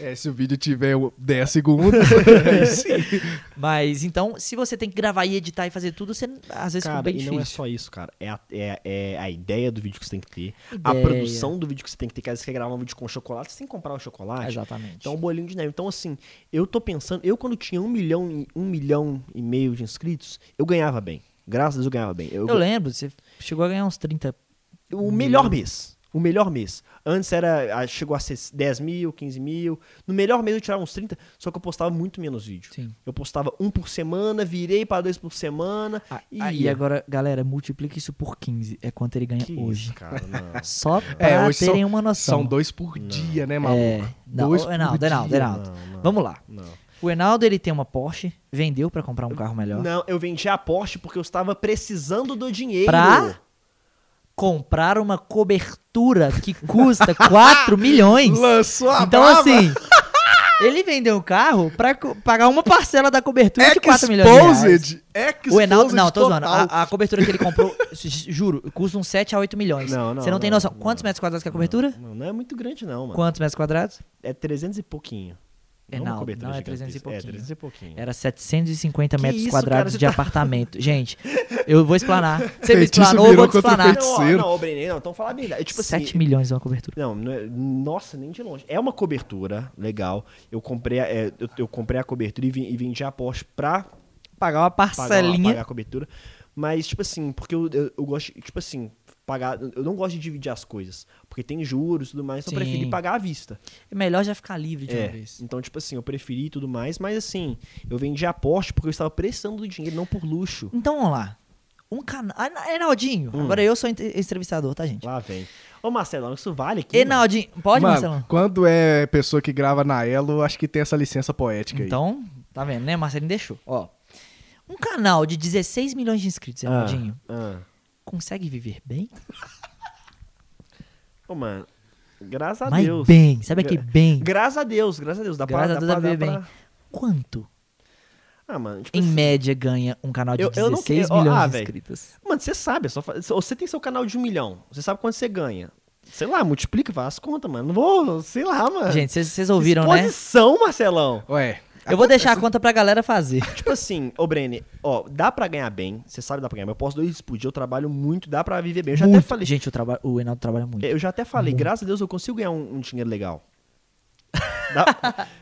Speaker 3: É, se o vídeo tiver 10 segundos, aí sim.
Speaker 2: Mas então, se você tem que gravar e editar e fazer tudo, você às vezes
Speaker 1: Cara,
Speaker 2: fica bem
Speaker 1: e
Speaker 2: difícil.
Speaker 1: não é só isso, cara. É a, é- é a ideia do vídeo que você tem que ter, a
Speaker 2: Ideia.
Speaker 1: produção do vídeo que você tem que ter. Que às vezes você quer gravar um vídeo com chocolate, você tem que comprar o chocolate.
Speaker 2: Exatamente.
Speaker 1: Então, um bolinho de neve. Então, assim, eu tô pensando... Eu, quando tinha um milhão, e- um milhão e meio de inscritos, eu ganhava bem. Graças a Deus, eu ganhava bem.
Speaker 2: eu lembro, você chegou a ganhar uns 30.
Speaker 1: O melhor mês. O melhor mês. Antes era. ah, Chegou a ser 10 mil, 15 mil. No melhor mês eu tirava uns 30, só que eu postava muito menos vídeo.
Speaker 2: Sim.
Speaker 1: Eu postava um por semana, virei para dois por semana. e
Speaker 2: Ah, e
Speaker 1: ia.
Speaker 2: agora, galera, multiplica isso por 15. É quanto ele ganha
Speaker 1: Que
Speaker 2: hoje.
Speaker 1: isso, cara, não.
Speaker 2: Só pra
Speaker 3: É, hoje são-
Speaker 2: terem uma noção.
Speaker 3: São dois por dia, né, maluco?
Speaker 2: É, não,
Speaker 3: dois
Speaker 2: o Enaldo,
Speaker 3: por
Speaker 2: Enaldo,
Speaker 3: dia.
Speaker 2: Enaldo. Vamos lá. O Enaldo, ele tem uma Porsche, vendeu pra comprar um carro melhor.
Speaker 1: Não, eu vendi a Porsche porque eu estava precisando do dinheiro.
Speaker 2: Pra? Comprar uma cobertura que custa 4 milhões.
Speaker 3: Lançou a
Speaker 2: Então,
Speaker 3: braba.
Speaker 2: assim, ele vendeu o carro pra co- pagar uma parcela da cobertura de 4 milhões de reais.
Speaker 3: Exposed. Exposed
Speaker 2: O Enaldo, não, tô zoando. Ah,
Speaker 3: total.
Speaker 2: A, a cobertura que ele comprou, ju- juro, custa uns 7 a 8 milhões.
Speaker 1: Não, não,
Speaker 2: Você não, tem
Speaker 1: não,
Speaker 2: noção.
Speaker 1: não.
Speaker 2: Quantos metros quadrados que é a cobertura?
Speaker 1: Não, não é muito grande, não, mano.
Speaker 2: Quantos metros quadrados?
Speaker 1: É 300 e pouquinho.
Speaker 2: É,
Speaker 1: uma
Speaker 2: não,
Speaker 1: cobertura
Speaker 2: não, é
Speaker 1: gigantesca. É
Speaker 2: 300 e pouquinho.
Speaker 1: 300 e pouquinho.
Speaker 2: Era 750
Speaker 1: Que
Speaker 2: metros
Speaker 1: isso,
Speaker 2: quadrados
Speaker 1: cara, você
Speaker 2: de
Speaker 1: tá-
Speaker 2: apartamento. Gente, eu vou explanar. Você me
Speaker 3: Feitiço
Speaker 2: explanou, eu vou
Speaker 3: virou
Speaker 2: te
Speaker 3: contra
Speaker 2: explanar.
Speaker 3: feitiço.
Speaker 1: Não, ó,
Speaker 3: Terceiro.
Speaker 1: não, ô, Brené, não, então fala a verdade. É Tipo assim,
Speaker 2: 7 milhões é uma cobertura.
Speaker 1: Não, não é- nossa, nem de longe. É uma cobertura legal. Eu comprei, a- é, eu, eu comprei a cobertura e, vim- e vendi a Porsche pra
Speaker 2: Pagar uma
Speaker 1: pagar,
Speaker 2: parcelinha.
Speaker 1: pagar a cobertura. Mas, tipo assim, porque eu, eu, eu gosto, de, tipo assim, pagar. Eu não gosto de dividir as coisas. Porque tem juros e tudo mais, então eu
Speaker 2: Sim.
Speaker 1: preferi pagar à vista.
Speaker 2: É melhor já ficar livre de
Speaker 1: É,
Speaker 2: uma vez.
Speaker 1: Então, tipo assim, eu preferi e tudo mais, mas assim, eu vendi a Porsche porque eu estava precisando do dinheiro, não por luxo.
Speaker 2: Então vamos lá. Um canal. Enaldinho. Agora eu sou entre- entrevistador, tá, gente?
Speaker 1: Lá vem. Ô, Marcelo, isso vale aqui. mano.
Speaker 2: Enaldinho. Pode,
Speaker 3: Mano,
Speaker 2: Marcelão?
Speaker 3: quando é pessoa que grava na Elo, acho que tem essa licença poética
Speaker 2: Então, tá vendo, né? Marcelinho deixou. Ó. Um canal de 16 milhões de inscritos,
Speaker 1: Ah,
Speaker 2: Enaldinho,
Speaker 1: ah.
Speaker 2: consegue viver bem?
Speaker 1: Ô, mano, graças a
Speaker 2: Mas
Speaker 1: Deus.
Speaker 2: bem, sabe aquele bem?
Speaker 1: Graças a Deus, graças a Deus. Dá
Speaker 2: Graças
Speaker 1: pra,
Speaker 2: a Deus
Speaker 1: dá
Speaker 2: a
Speaker 1: pra, dá
Speaker 2: viver bem.
Speaker 1: pra-
Speaker 2: Quanto?
Speaker 1: Ah, mano, tipo
Speaker 2: Em
Speaker 1: assim,
Speaker 2: média ganha um canal de
Speaker 1: Eu- eu não
Speaker 2: 16
Speaker 1: quero- ó,
Speaker 2: milhões
Speaker 1: ah,
Speaker 2: de
Speaker 1: velho.
Speaker 2: inscritos.
Speaker 1: Mano, você sabe, é só fa- você tem seu canal de um milhão. Você sabe quanto você ganha. Sei lá, multiplica, faz as contas, mano. Não vou, sei lá, mano.
Speaker 2: Gente, vocês- vocês ouviram, né?
Speaker 1: Ah, Exposição, Marcelão.
Speaker 3: aí. Ué.
Speaker 2: Eu vou deixar a conta pra galera fazer.
Speaker 1: Tipo assim, ô Brene, ó, dá pra ganhar bem. Você sabe que dá pra ganhar bem. Eu posso dois por dia, eu trabalho muito, dá pra viver bem. Eu já
Speaker 2: Muito.
Speaker 1: até falei.
Speaker 2: Gente, eu traba... o Enaldo trabalha muito.
Speaker 1: Eu já até falei, graças a Deus eu consigo ganhar um, um dinheiro legal.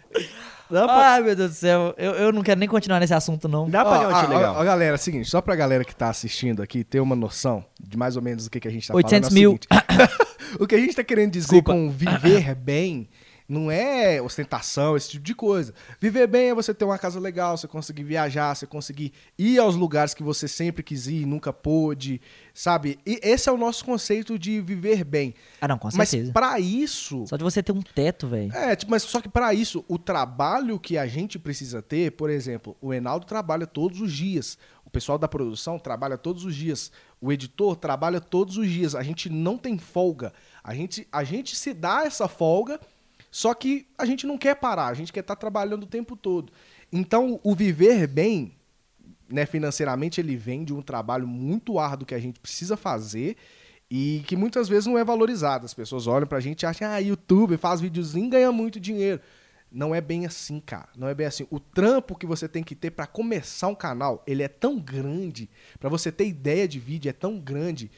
Speaker 1: Dá, dá pra,
Speaker 2: Ai, meu Deus do céu. Eu, eu não quero nem continuar nesse assunto, não.
Speaker 1: dá pra
Speaker 3: Ó,
Speaker 1: ganhar um dinheiro
Speaker 3: ó,
Speaker 1: legal.
Speaker 3: ó, galera, é seguinte, só pra galera que tá assistindo aqui ter uma noção de mais ou menos do que, que a gente tá
Speaker 2: 800
Speaker 3: falando. é o
Speaker 2: mil.
Speaker 3: seguinte. o que a gente tá querendo dizer
Speaker 2: Desculpa.
Speaker 3: com viver bem não é ostentação, esse tipo de coisa. Viver bem é você ter uma casa legal, você conseguir viajar, você conseguir ir aos lugares que você sempre quis ir, nunca pôde, sabe? E esse é o nosso conceito de viver bem.
Speaker 2: Ah, não, com
Speaker 3: Mas
Speaker 2: certeza.
Speaker 3: pra isso,
Speaker 2: Só de você ter um teto, velho.
Speaker 3: é, tipo, mas só que para isso, o trabalho que a gente precisa ter, por exemplo, o Enaldo trabalha todos os dias, o pessoal da produção trabalha todos os dias, o editor trabalha todos os dias, a gente não tem folga. A gente, a gente se dá essa folga, só que a gente não quer parar, a gente quer estar trabalhando o tempo todo. Então, o viver bem, né, financeiramente, ele vem de um trabalho muito árduo que a gente precisa fazer e que muitas vezes não é valorizado. As pessoas olham pra gente e acham, ah, YouTube faz videozinho e ganha muito dinheiro. Não é bem assim, cara. Não é bem assim. O trampo que você tem que ter pra começar um canal, ele é tão grande. Pra você ter ideia de vídeo, é tão grande.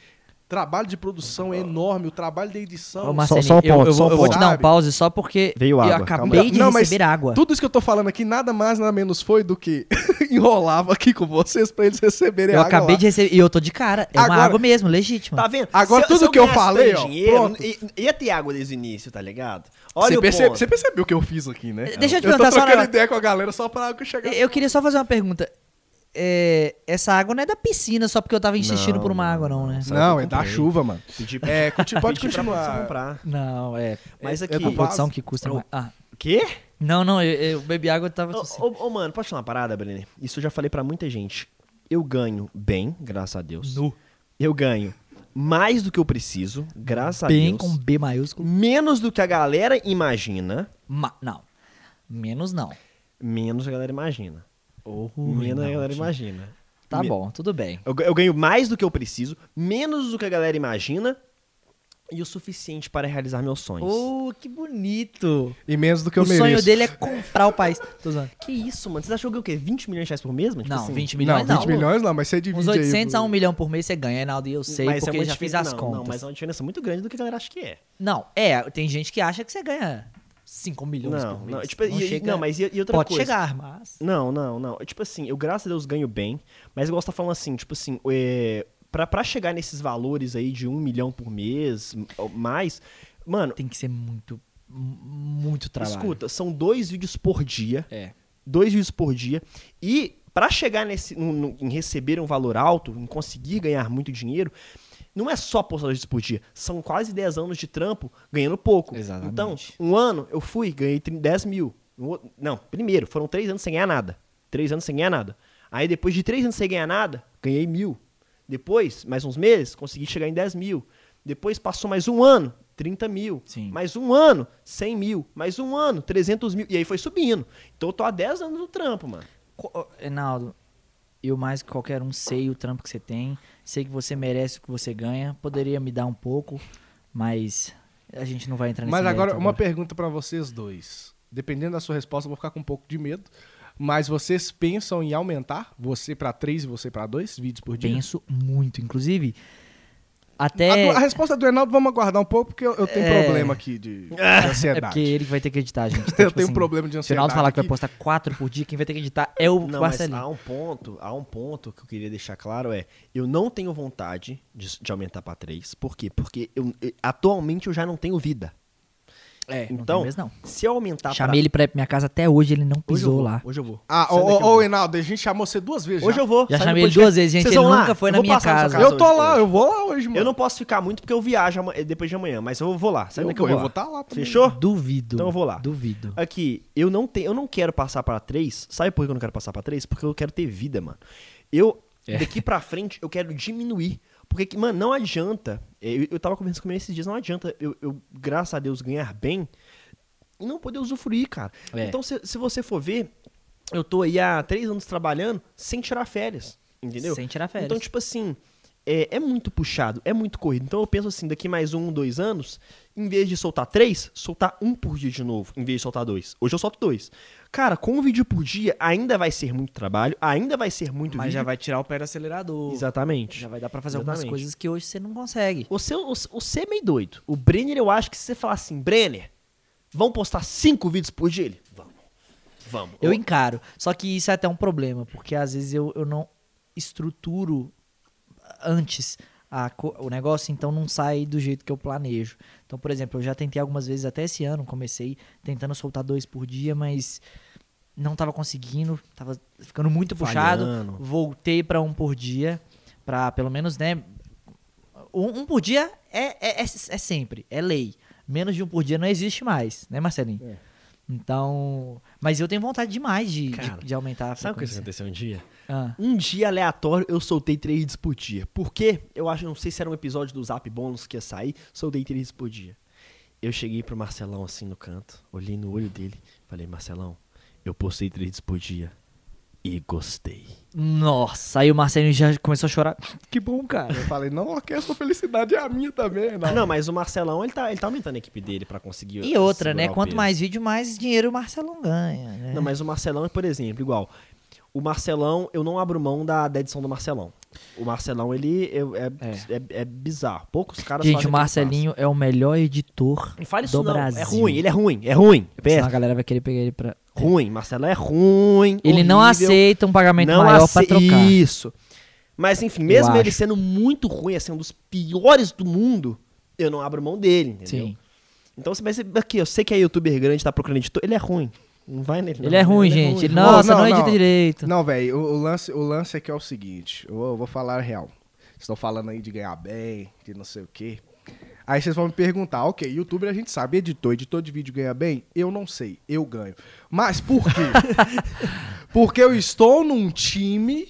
Speaker 3: Trabalho de produção é enorme, o trabalho da edição.
Speaker 2: Ô, Marcelinho,
Speaker 1: só um
Speaker 2: eu- eu,
Speaker 1: ponto,
Speaker 2: vou-
Speaker 1: só um
Speaker 2: eu vou te
Speaker 3: ponto.
Speaker 2: dar um
Speaker 3: Sabe?
Speaker 2: pause só porque
Speaker 1: Veio
Speaker 2: eu
Speaker 1: água,
Speaker 2: acabei
Speaker 1: calma.
Speaker 2: de
Speaker 3: Não, mas
Speaker 2: receber água.
Speaker 3: Tudo isso que eu tô falando aqui, nada mais, nada menos foi do que enrolava aqui com vocês pra eles receberem
Speaker 2: Eu
Speaker 3: água
Speaker 2: acabei
Speaker 3: lá.
Speaker 2: de receber. E eu tô de cara. É uma
Speaker 3: Agora-
Speaker 2: água mesmo, legítima.
Speaker 1: Tá vendo?
Speaker 3: Agora tudo que eu
Speaker 1: ganhasse
Speaker 3: falei,
Speaker 1: tanto
Speaker 3: ó, pronto.
Speaker 1: i- ia ter água desde o início, tá ligado?
Speaker 3: Você,
Speaker 1: Olha o
Speaker 3: perce-
Speaker 1: ponto.
Speaker 3: você percebeu o que eu fiz aqui, né?
Speaker 2: Deixa eu te
Speaker 3: eu
Speaker 2: perguntar
Speaker 3: tô
Speaker 2: só um
Speaker 3: trocando
Speaker 2: negócio.
Speaker 3: ideia com a galera só pra água chegar.
Speaker 2: Eu queria só fazer uma pergunta. é, essa água não é da piscina só porque eu tava insistindo
Speaker 1: Não,
Speaker 2: por uma
Speaker 1: não,
Speaker 2: água, não, né?
Speaker 1: Sabe
Speaker 3: Não,
Speaker 1: que eu
Speaker 3: é da
Speaker 1: comprei.
Speaker 3: chuva, mano.
Speaker 1: Pedi,
Speaker 3: É, conti- pode
Speaker 1: pedi pra produção
Speaker 3: continuar.
Speaker 1: comprar.
Speaker 2: Não, é.
Speaker 1: Mas
Speaker 3: É- é
Speaker 1: aqui.
Speaker 2: A
Speaker 3: do
Speaker 2: produção que custa
Speaker 1: Eu-
Speaker 2: mais. Ah,
Speaker 1: Quê?
Speaker 2: não, não, eu, eu bebi água e tava. assim,
Speaker 1: Ô,
Speaker 2: tossindo.
Speaker 1: ô, ô, mano, pode falar uma parada, Brenner? Isso eu já falei pra muita gente. Eu ganho bem, graças a Deus.
Speaker 2: assim, Nu.
Speaker 1: Eu ganho mais do que eu preciso, graças
Speaker 2: Bem
Speaker 1: a tá Deus.
Speaker 2: com B maiúsculo.
Speaker 1: Menos do que a galera imagina.
Speaker 2: Ma- não. Menos não.
Speaker 1: Menos a galera imagina.
Speaker 2: Ui,
Speaker 1: menos a
Speaker 2: não,
Speaker 1: galera
Speaker 2: gente.
Speaker 1: imagina.
Speaker 2: Tá
Speaker 1: Me-
Speaker 2: bom, tudo bem.
Speaker 1: Eu, ga- eu ganho mais do que eu preciso, menos do que a galera imagina e o suficiente para realizar meus sonhos.
Speaker 2: Oh, que bonito.
Speaker 3: E menos do que eu
Speaker 2: o
Speaker 3: mereço.
Speaker 2: sonho dele é comprar o país. Tô zoando.
Speaker 1: Que isso, mano? Vocês acham que o quê? 20 milhões de reais por mês? mano? Tipo
Speaker 2: Não,
Speaker 1: assim,
Speaker 2: 20
Speaker 3: Não,
Speaker 2: é milhões
Speaker 3: 20
Speaker 2: não.
Speaker 3: milhões não, mas você divide
Speaker 2: Uns 800
Speaker 3: aí.
Speaker 2: a 1 milhão por mês você ganha, Reinaldo, e eu sei,
Speaker 1: mas é
Speaker 2: porque
Speaker 1: uma
Speaker 2: eu já fiz
Speaker 1: diferença-
Speaker 2: as
Speaker 1: não,
Speaker 2: contas.
Speaker 1: Não, mas é uma diferença muito grande do que a galera acha que é.
Speaker 2: Não, é, tem gente que acha que você ganha 5 milhões
Speaker 1: Não,
Speaker 2: por mês.
Speaker 1: não, tipo, e- e- não, mas e- e outra
Speaker 2: Pode
Speaker 1: coisa?
Speaker 2: chegar, mas...
Speaker 1: Não, não, não. Tipo assim, eu graças a Deus ganho bem, mas eu gosto de falar assim, tipo assim, é, pra, pra chegar nesses valores aí de um milhão por mês, m- ou mais, mano,
Speaker 2: Tem que ser muito, muito trabalho.
Speaker 1: escuta, são dois vídeos por dia,
Speaker 2: É.
Speaker 1: dois vídeos por dia, e pra chegar nesse, no- no- em receber um valor alto, em conseguir ganhar muito dinheiro, não é só postar dois vídeos por dia, são quase 10 anos de trampo ganhando pouco.
Speaker 2: Exatamente.
Speaker 1: Então, um ano eu fui, ganhei 30 10 mil. No outro- Não, primeiro, foram três anos sem ganhar nada. Três anos sem ganhar nada. Aí depois de três anos sem ganhar nada, ganhei mil. Depois, mais uns meses, consegui chegar em 10 mil. Depois passou mais um ano, 30 mil.
Speaker 2: Sim.
Speaker 1: Mais um ano, 100 mil. Mais um ano, 300 mil. E aí foi subindo. Então eu tô há 10 anos no trampo, mano.
Speaker 2: Co- Reinaldo, eu mais que qualquer um sei o trampo que você tem, sei que você merece o que você ganha, poderia me dar um pouco, mas a gente não vai entrar nesse
Speaker 3: Mas
Speaker 2: mérito
Speaker 3: agora, uma pergunta pra vocês dois. Dependendo da sua resposta, eu vou ficar com um pouco de medo. Mas vocês pensam em aumentar? Você pra três e você pra dois vídeos por dia?
Speaker 2: Penso muito, inclusive,
Speaker 3: A,
Speaker 2: até...
Speaker 3: do- a resposta do Reinaldo vamos aguardar um pouco, porque eu, eu tenho
Speaker 2: É.
Speaker 3: problema aqui de, de
Speaker 2: É porque
Speaker 3: ansiedade.
Speaker 2: ele que vai ter que editar, gente. Então, tipo assim,
Speaker 3: Eu tenho um problema de
Speaker 2: Se o Reinaldo
Speaker 3: ansiedade
Speaker 2: falar que vai
Speaker 3: aqui.
Speaker 2: postar quatro por dia, quem vai ter que editar é o
Speaker 1: Não, mas há
Speaker 2: Marcelinho.
Speaker 1: um ponto, há um ponto que eu queria deixar claro é, eu não tenho vontade de, de aumentar pra três. Por quê? Porque eu- eu- atualmente eu já não tenho vida.
Speaker 2: É, não
Speaker 1: então,
Speaker 2: tem vez, não.
Speaker 1: se eu aumentar
Speaker 2: Chamei ele pra ir pra minha casa até hoje, ele
Speaker 1: Hoje
Speaker 2: não
Speaker 1: eu
Speaker 2: pisou
Speaker 1: vou,
Speaker 2: lá.
Speaker 1: Hoje eu vou.
Speaker 3: Ah,
Speaker 1: Sai
Speaker 3: ô,
Speaker 1: daqui, eu
Speaker 3: ô,
Speaker 1: vou.
Speaker 3: ô, Reinaldo, a gente chamou você duas vezes
Speaker 1: Hoje
Speaker 3: já.
Speaker 1: eu vou. sai
Speaker 2: Já
Speaker 1: do
Speaker 2: chamei ele
Speaker 1: podcast.
Speaker 2: duas vezes, gente,
Speaker 1: Vocês
Speaker 2: ele
Speaker 1: vão lá?
Speaker 2: nunca foi
Speaker 1: Eu
Speaker 2: na
Speaker 1: vou
Speaker 2: minha
Speaker 1: passar na sua
Speaker 2: casa.
Speaker 3: Eu
Speaker 1: hoje,
Speaker 3: tô lá,
Speaker 1: hoje.
Speaker 3: eu vou lá hoje, mano.
Speaker 1: Eu não posso ficar muito porque eu viajo ama- depois de amanhã, mas eu vou lá. Sabe
Speaker 3: Eu
Speaker 1: onde é que
Speaker 3: vou,
Speaker 1: eu
Speaker 3: eu
Speaker 1: vou
Speaker 3: vou
Speaker 1: lá?
Speaker 3: tá lá também.
Speaker 1: Fechou?
Speaker 2: Duvido.
Speaker 1: Então eu vou lá.
Speaker 2: Duvido.
Speaker 1: Aqui, eu não tenho, eu não quero passar pra três. Sabe por que eu não quero passar pra três? Porque eu quero ter vida, mano. Eu daqui pra frente eu quero diminuir, porque que- mano, não adianta. Eu, eu tava conversando comigo esses dias, não adianta eu, eu, graças a Deus ganhar bem e não poder usufruir, cara.
Speaker 2: É.
Speaker 1: Então se, se você for ver, eu tô aí há três anos trabalhando sem tirar férias, entendeu?
Speaker 2: Sem tirar férias.
Speaker 1: Então, tipo assim, é, é muito puxado, é muito corrido. Então eu penso assim, daqui mais um, dois anos, em vez de soltar três, soltar um por dia de novo, em vez de soltar dois. Hoje eu solto dois. Cara, com um vídeo por dia, ainda vai ser muito trabalho, ainda vai ser muito
Speaker 2: Mas
Speaker 1: vídeo.
Speaker 2: já vai tirar o pé do acelerador.
Speaker 1: Exatamente.
Speaker 2: Já vai dar pra fazer algumas
Speaker 1: Exatamente.
Speaker 2: coisas que hoje você não consegue.
Speaker 1: Você, você- você é meio doido. O Brenner, eu acho que se você falar assim, Brenner, vamos postar cinco vídeos por dia? Ele, vamos. Vamos.
Speaker 2: Eu encaro. Só que isso é até um problema, porque às vezes eu, eu não estruturo antes a co- o negócio, então não sai do jeito que eu planejo. Então, por exemplo, eu já tentei algumas vezes até esse ano, comecei tentando soltar dois por dia, mas não tava conseguindo, tava ficando muito puxado.
Speaker 1: Falhando.
Speaker 2: Voltei pra um por dia, pra pelo menos, né? Um, um por dia é, é, é, é sempre, é lei. Menos de um por dia não existe mais, né, Marcelinho?
Speaker 1: É.
Speaker 2: Então. Mas eu tenho vontade demais de, de-
Speaker 1: Cara,
Speaker 2: de aumentar a
Speaker 1: Sabe o que isso
Speaker 2: frequência.
Speaker 1: aconteceu um dia?
Speaker 2: Ah,
Speaker 1: Um dia aleatório eu soltei três vídeos por dia. Por quê? Eu acho, não sei se era um episódio do Zap Bônus que ia sair, soltei três vídeos por dia. Eu cheguei pro Marcelão assim no canto, olhei no olho dele, falei, Marcelão, eu postei três vídeos por dia e gostei.
Speaker 2: Nossa, aí o Marcelinho já começou a chorar. Que bom, cara.
Speaker 3: Eu falei, não, ok, a sua felicidade é a minha também,
Speaker 1: Não,
Speaker 3: Reinaldo.
Speaker 1: não mas o Marcelão, ele tá, ele tá aumentando a equipe dele pra conseguir
Speaker 2: E outra, né?
Speaker 1: segurar o
Speaker 2: Quanto
Speaker 1: peso.
Speaker 2: mais vídeo, mais dinheiro o Marcelão ganha. Né?
Speaker 1: Não, mas o Marcelão, é, por exemplo, igual. O Marcelão, eu não abro mão da, da edição do Marcelão. O Marcelão, ele eu- é, é. é- é bizarro. Poucos caras
Speaker 2: Gente,
Speaker 1: fazem
Speaker 2: o
Speaker 1: que ele
Speaker 2: Marcelinho é o melhor editor
Speaker 1: Não fala isso
Speaker 2: do
Speaker 1: não.
Speaker 2: Brasil.
Speaker 1: É ruim, ele é ruim, é ruim.
Speaker 2: Senão a
Speaker 1: Péssimo.
Speaker 2: galera vai querer pegar ele pra.
Speaker 1: Ruim, Marcelo é ruim.
Speaker 2: Ele não
Speaker 1: horrível.
Speaker 2: aceita um pagamento
Speaker 1: Não
Speaker 2: maior
Speaker 1: ace-
Speaker 2: pra trocar.
Speaker 1: Isso. Mas enfim, mesmo
Speaker 2: Eu
Speaker 1: ele
Speaker 2: acho.
Speaker 1: sendo muito ruim, assim, um dos piores do mundo, eu não abro mão dele, entendeu?
Speaker 2: Sim.
Speaker 1: Então você vai aqui, eu sei que é youtuber grande, tá procurando editor, ele é ruim. Não vai nele. não.
Speaker 2: Ele é ruim, gente. Ele,
Speaker 3: ruim.
Speaker 2: nossa,
Speaker 3: Não,
Speaker 2: não,
Speaker 3: não,
Speaker 2: edita
Speaker 3: não.
Speaker 2: direito.
Speaker 3: Não, velho, o, o lance, o lance é que é o seguinte, eu, eu vou falar a real. Vocês estão falando aí de ganhar bem, de não sei o quê. Aí vocês vão me perguntar, ok, youtuber a gente sabe, editor, editor de vídeo ganha bem? Eu não sei, eu ganho. Mas por quê? Porque eu estou num time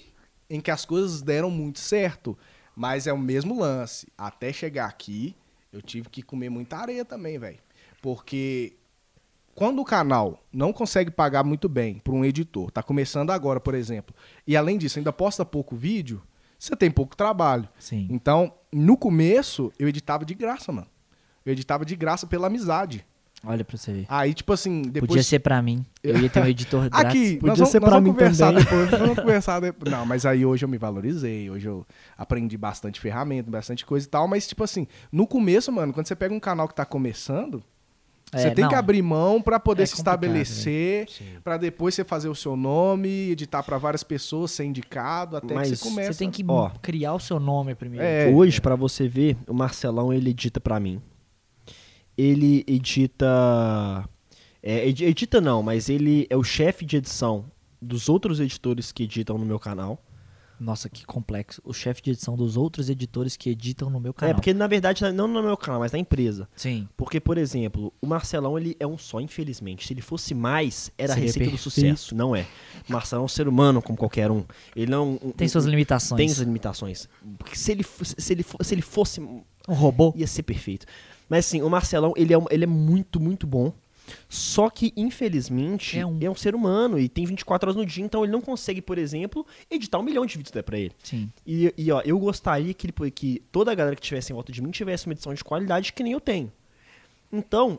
Speaker 3: em que as coisas deram muito certo, mas é o mesmo lance. Até chegar aqui, eu tive que comer muita areia também, velho. Porque quando o canal não consegue pagar muito bem para um editor, tá começando agora, por exemplo, e além disso ainda posta pouco vídeo, você tem pouco trabalho.
Speaker 2: Sim.
Speaker 3: Então, no começo, eu editava de graça, mano. Eu editava de graça pela amizade.
Speaker 2: Olha pra você ver.
Speaker 3: Aí, tipo assim, depois.
Speaker 2: Podia ser pra mim. Eu ia ter um editor grátis.
Speaker 3: Aqui,
Speaker 1: Podia
Speaker 3: nós vamos,
Speaker 1: ser
Speaker 3: nós
Speaker 1: pra
Speaker 3: vamos
Speaker 1: mim
Speaker 3: conversar
Speaker 1: também.
Speaker 3: depois. nós vamos conversar depois. Não, mas aí hoje eu me valorizei, hoje eu aprendi bastante ferramenta, bastante coisa e tal. Mas, tipo assim, no começo, mano, quando você pega um canal que tá começando,
Speaker 2: É,
Speaker 3: você tem
Speaker 2: não.
Speaker 3: que abrir mão pra poder
Speaker 2: É
Speaker 3: se
Speaker 2: complicado, né?
Speaker 3: estabelecer, pra depois você fazer o seu nome, editar pra várias pessoas, ser indicado, até
Speaker 1: Mas
Speaker 3: que você começa.
Speaker 2: Você tem que
Speaker 1: ó.
Speaker 2: criar o seu nome primeiro.
Speaker 3: É,
Speaker 1: Hoje, pra você ver, o Marcelão ele edita pra mim. Ele edita. é, edi- edita não, mas ele é o chefe de edição dos outros editores que editam no meu canal. É,
Speaker 2: Nossa, que complexo. O chefe de edição dos outros editores que editam no meu canal.
Speaker 1: É, porque na verdade, não no meu canal, mas na empresa.
Speaker 2: Sim.
Speaker 1: Porque, por exemplo, o Marcelão ele é um só, infelizmente. Se ele fosse mais, era a
Speaker 2: Seria
Speaker 1: receita
Speaker 2: perfeito.
Speaker 1: do sucesso. Não é. O Marcelão é um ser humano como qualquer um. Ele não. um-
Speaker 2: Tem
Speaker 1: um-
Speaker 2: suas
Speaker 1: um-
Speaker 2: limitações.
Speaker 1: Tem suas limitações. Porque se ele, fosse- se ele, fo- se ele fosse
Speaker 2: Um robô?
Speaker 1: ia ser perfeito. Mas assim, o Marcelão, ele é, um- ele é muito, muito bom. Só que, infelizmente,
Speaker 2: É
Speaker 1: é
Speaker 2: um.
Speaker 1: um. ser humano e tem 24 horas no dia, então ele não consegue, por exemplo, editar um milhão de vídeos né, pra ele.
Speaker 2: Sim.
Speaker 1: E, e, ó, eu gostaria que, ele, pô- que toda a galera que tivesse em volta de mim tivesse uma edição de qualidade que nem eu tenho. Então,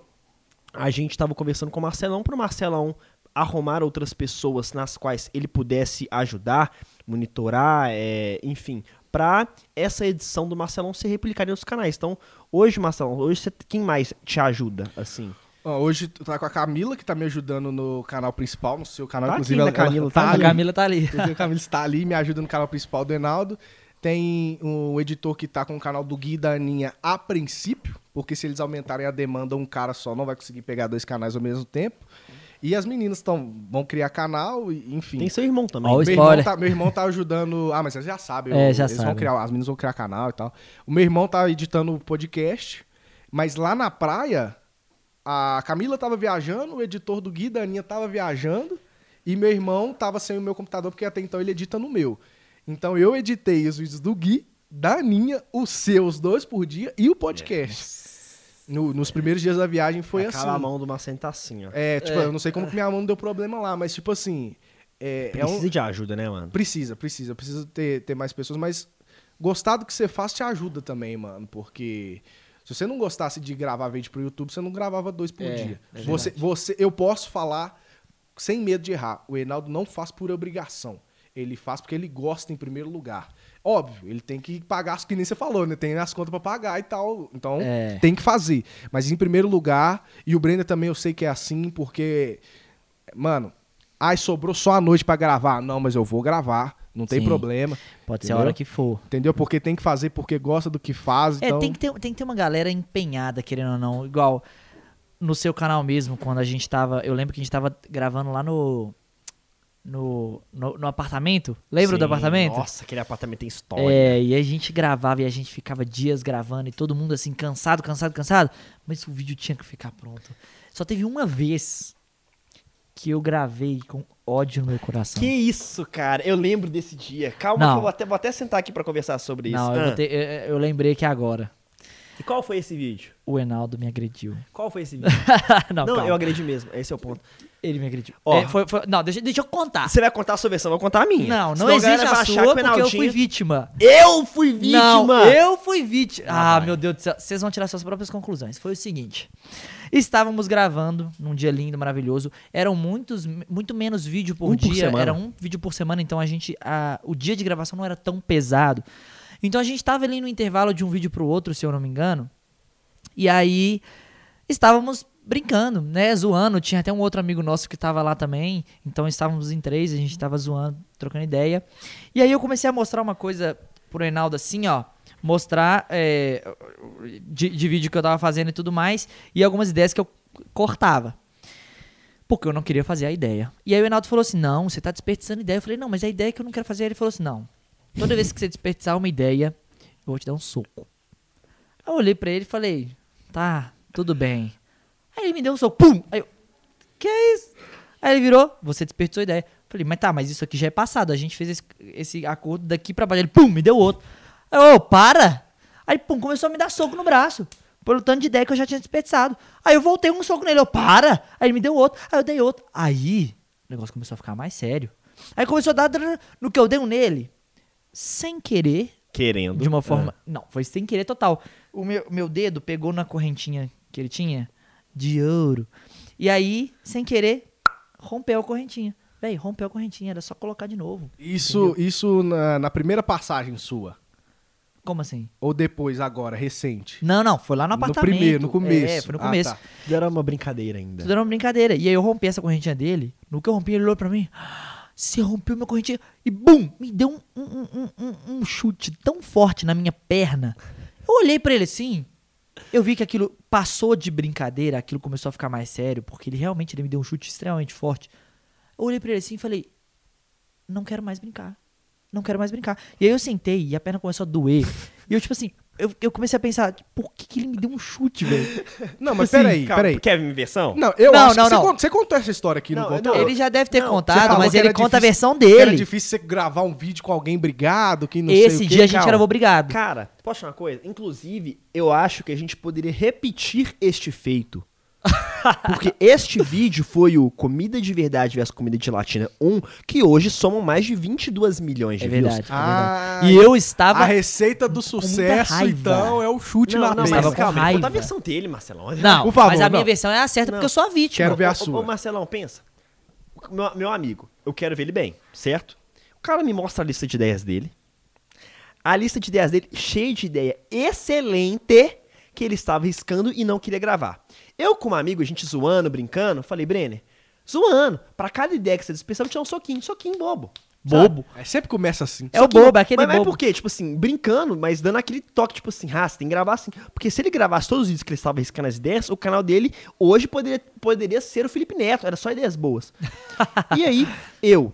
Speaker 1: a gente tava conversando com o Marcelão pro Marcelão arrumar outras pessoas nas quais ele pudesse ajudar, monitorar, é, enfim, pra essa edição do Marcelão ser replicada em outros canais. Então, hoje, Marcelão, hoje você- quem mais te ajuda, assim?
Speaker 3: Ó, hoje tu tá com a Camila, que tá me ajudando no canal principal, no seu canal,
Speaker 1: Tá
Speaker 3: inclusive.
Speaker 1: aqui, né,
Speaker 3: ela, ela
Speaker 1: Camila?
Speaker 3: tá
Speaker 1: Tá
Speaker 2: a
Speaker 1: ali.
Speaker 2: Camila tá ali.
Speaker 3: Inclusive, o Camilo está ali, me ajuda no canal principal do Enaldo. Tem o editor que está com o canal do Gui e da Aninha a princípio, porque se eles aumentarem a demanda, um cara só não vai conseguir pegar dois canais ao mesmo tempo. E as meninas tão, vão criar canal, e, enfim.
Speaker 1: Tem seu irmão também.
Speaker 2: Ó, o
Speaker 3: meu, irmão
Speaker 2: spoiler.
Speaker 3: tá, meu irmão tá ajudando. Ah, mas eles já sabem.
Speaker 2: É,
Speaker 3: o-
Speaker 2: já
Speaker 3: eles vão
Speaker 2: sabem.
Speaker 3: criar, as meninas vão criar canal e tal. O meu irmão tá editando o podcast, mas lá na praia, a Camila tava viajando, o editor do Gui, Daninha, tava viajando, e meu irmão tava sem o meu computador, porque até então ele edita no meu. Então eu editei os vídeos do Gui, da Aninha, os seus dois por dia e o podcast. No- nos primeiros dias da viagem foi
Speaker 1: Aquela
Speaker 3: assim.
Speaker 1: mão do Marcelo tá assim, ó.
Speaker 3: É, tipo, eu não sei como que minha mão não deu problema lá, mas tipo assim. É, é um-
Speaker 1: Precisa de ajuda, né, mano?
Speaker 3: Precisa, precisa. Precisa ter, ter mais pessoas, mas gostar do que você faz te ajuda também, mano. Porque se você não gostasse de gravar vídeo pro YouTube, você não gravava dois por
Speaker 2: É,
Speaker 3: dia.
Speaker 2: é
Speaker 3: você, você, eu posso falar sem medo de errar. O Reinaldo não faz por obrigação. Ele faz porque ele gosta em primeiro lugar. Óbvio, ele tem que pagar as que nem você falou, né? Tem as contas pra pagar e tal. Então,
Speaker 2: É.
Speaker 3: tem que fazer. Mas em primeiro lugar, e o Brenda também eu sei que é assim, porque Mano, ai, sobrou só a noite pra gravar. Não, mas eu vou gravar, não tem
Speaker 2: Sim.
Speaker 3: problema.
Speaker 2: Pode ser a
Speaker 3: Entendeu?
Speaker 2: hora que for.
Speaker 3: Entendeu? Porque tem que fazer porque gosta do que faz.
Speaker 2: É,
Speaker 3: então...
Speaker 2: tem que, ter, tem que ter uma galera empenhada, querendo ou não. Igual no seu canal mesmo, quando a gente tava. Eu lembro que a gente tava gravando lá no. No, no, no apartamento? Lembra do
Speaker 1: Sim,
Speaker 2: apartamento?
Speaker 1: Nossa, aquele apartamento tem história.
Speaker 2: É, e a gente gravava e a gente ficava dias gravando e todo mundo assim, cansado, cansado, cansado. Mas o vídeo tinha que ficar pronto. Só teve uma vez que eu gravei com ódio no meu coração.
Speaker 1: Que isso, cara? Eu lembro desse dia. Calma,
Speaker 2: Não.
Speaker 1: que eu vou até, vou até sentar aqui pra conversar sobre isso.
Speaker 2: Não, eu,
Speaker 1: Ah,
Speaker 2: vou ter- eu- eu lembrei que agora
Speaker 1: E qual foi esse vídeo?
Speaker 2: o Enaldo me agrediu.
Speaker 1: Qual foi esse vídeo?
Speaker 2: não,
Speaker 1: não,
Speaker 2: calma.
Speaker 1: eu agredi mesmo. Esse é o ponto.
Speaker 2: ele me agrediu.
Speaker 1: Ó.
Speaker 2: É, foi- foi- não, deixa, deixa eu contar.
Speaker 1: Você vai contar a sua versão, eu vou contar a minha.
Speaker 2: Ah. Não, não
Speaker 1: Senão galera
Speaker 2: existe
Speaker 1: vai
Speaker 2: a
Speaker 1: achar
Speaker 2: sua
Speaker 1: que o
Speaker 2: porque eu
Speaker 1: Enaldinho-
Speaker 2: fui vítima.
Speaker 1: Eu fui vítima!
Speaker 2: Não, eu fui vítima.
Speaker 1: Ah,
Speaker 2: Ah,
Speaker 1: vai.
Speaker 2: meu Deus do céu. Vocês vão tirar suas próprias conclusões. Foi o seguinte: estávamos gravando num dia lindo, maravilhoso. Eram muitos, muito menos vídeo por
Speaker 1: Um por
Speaker 2: dia.
Speaker 1: semana.
Speaker 2: Era um vídeo por semana, então a gente. a- o dia de gravação não era tão pesado. Então a gente estava ali no intervalo de um vídeo pro outro, se eu não me engano. E aí estávamos brincando, né? Zoando. Tinha até um outro amigo nosso que estava lá também. Então estávamos em três, a gente estava zoando, trocando ideia. E aí eu comecei a mostrar uma coisa pro Reinaldo assim, ó. Mostrar é, de, de vídeo que eu tava fazendo e tudo mais. E algumas ideias que eu cortava. Porque eu não queria fazer a ideia. E aí o Reinaldo falou assim: não, você tá desperdiçando ideia. Eu falei: não, mas a ideia que eu não quero fazer. Ele falou assim: não, toda vez que você desperdiçar uma ideia, eu vou te dar um soco. Aí eu olhei pra ele e falei: tá, tudo bem. Aí ele me deu um soco, pum! Aí eu: que é isso? Aí ele virou: você desperdiçou a ideia. Eu Falei: mas tá, mas isso aqui já é passado. A gente fez esse, esse acordo daqui pra baixo. Ele, pum, me deu outro. Aí eu: ô, para! Aí, pum, começou a me dar soco no braço. Pelo tanto de ideia que eu já tinha desperdiçado. Aí eu voltei um soco nele, eu, para! Aí ele me deu outro, aí eu dei outro. Aí, o negócio começou a ficar mais sério. Aí começou a dar dr- no que eu dei um nele. Sem querer,
Speaker 1: Querendo.
Speaker 3: É.
Speaker 2: de uma forma. Não, foi sem querer total. O meu, meu dedo pegou na correntinha que ele tinha de ouro. E aí, sem querer, rompeu a correntinha. Véi, rompeu a correntinha, era só colocar de novo.
Speaker 3: Isso, isso na, na primeira passagem sua.
Speaker 2: Como assim?
Speaker 3: Ou depois, agora, recente.
Speaker 2: Não, não, foi lá no
Speaker 3: No
Speaker 2: apartamento.
Speaker 3: primeiro, no começo.
Speaker 2: É, foi no
Speaker 3: Ah,
Speaker 2: começo.
Speaker 3: tá.
Speaker 1: Tudo era uma brincadeira ainda.
Speaker 2: Tudo era uma brincadeira. E aí eu rompi essa correntinha dele. No que eu rompi, ele olhou pra mim. "Ah, Você rompeu minha correntinha. E bum! Me deu um, um- um- um- um chute tão forte na minha perna. Eu olhei pra ele assim. Eu vi que aquilo passou de brincadeira. Aquilo começou a ficar mais sério. Porque ele realmente ele me deu um chute extremamente forte. Eu olhei pra ele assim e falei: Não quero mais brincar. Não quero mais brincar. E aí eu sentei e a perna começou a doer. E eu, tipo assim, eu, eu comecei a pensar: tipo, Por que, que ele me deu um chute, velho?
Speaker 3: Não, mas
Speaker 2: Tipo assim,
Speaker 3: peraí, peraí.
Speaker 1: Kevin versão?
Speaker 3: Não, eu
Speaker 2: Não,
Speaker 3: acho
Speaker 2: não,
Speaker 3: que você
Speaker 2: não.
Speaker 3: con- você contou essa história aqui, não,
Speaker 1: Não,
Speaker 3: contou?
Speaker 1: não,
Speaker 2: Ele já deve ter
Speaker 1: Não, você
Speaker 2: contado,
Speaker 3: falou
Speaker 2: mas
Speaker 3: que
Speaker 2: ele
Speaker 3: era
Speaker 2: conta a
Speaker 3: difícil-
Speaker 2: versão
Speaker 3: que Era
Speaker 2: dele.
Speaker 3: difícil você gravar um vídeo com alguém brigado, que não sei o
Speaker 2: Esse
Speaker 3: quê,
Speaker 2: dia a gente
Speaker 3: calma.
Speaker 2: era obrigado.
Speaker 1: Cara, posso falar uma coisa? Inclusive, eu acho que a gente poderia repetir este feito. Porque este vídeo foi o Comida de Verdade versus Comida de Latina 1, que hoje somam mais de 22 milhões de
Speaker 2: É
Speaker 1: views.
Speaker 2: verdade.
Speaker 3: Ah,
Speaker 2: é verdade. E eu estava.
Speaker 3: A receita do sucesso,
Speaker 2: raiva.
Speaker 3: então, é o chute
Speaker 1: Não,
Speaker 3: na
Speaker 1: não,
Speaker 3: mesa.
Speaker 1: mas
Speaker 2: Estava com
Speaker 1: calma, conta a
Speaker 2: raiva.
Speaker 1: versão dele, Marcelão.
Speaker 2: Não,
Speaker 3: Por favor,
Speaker 2: mas a minha
Speaker 3: não.
Speaker 2: versão é a certa porque
Speaker 1: Não.
Speaker 2: eu sou a vítima.
Speaker 3: Quero ver a
Speaker 1: Ô, ô,
Speaker 3: sua.
Speaker 1: Ô, Marcelão, pensa. Meu, meu amigo, eu quero ver ele bem, certo? O cara me mostra a lista de ideias dele. A lista de ideias dele, cheia de ideia excelente, que ele estava riscando e não queria gravar. Eu, com um amigo, a gente zoando, brincando, falei, Brenner, zoando, pra cada ideia que você desperdiçar, eu vou tirar um soquinho, soquinho bobo. sabe?
Speaker 2: Bobo.
Speaker 3: É, sempre começa assim.
Speaker 2: É o
Speaker 1: Soquinho.
Speaker 2: bobo, é aquele
Speaker 1: mas, Mas
Speaker 2: bobo.
Speaker 1: por quê? Tipo assim, brincando, mas dando aquele toque, tipo assim, ah, você tem que gravar assim. Porque se ele gravasse todos os vídeos que ele estava riscando as ideias, o canal dele hoje poderia, poderia ser o Felipe Neto, era só ideias boas. e aí, eu,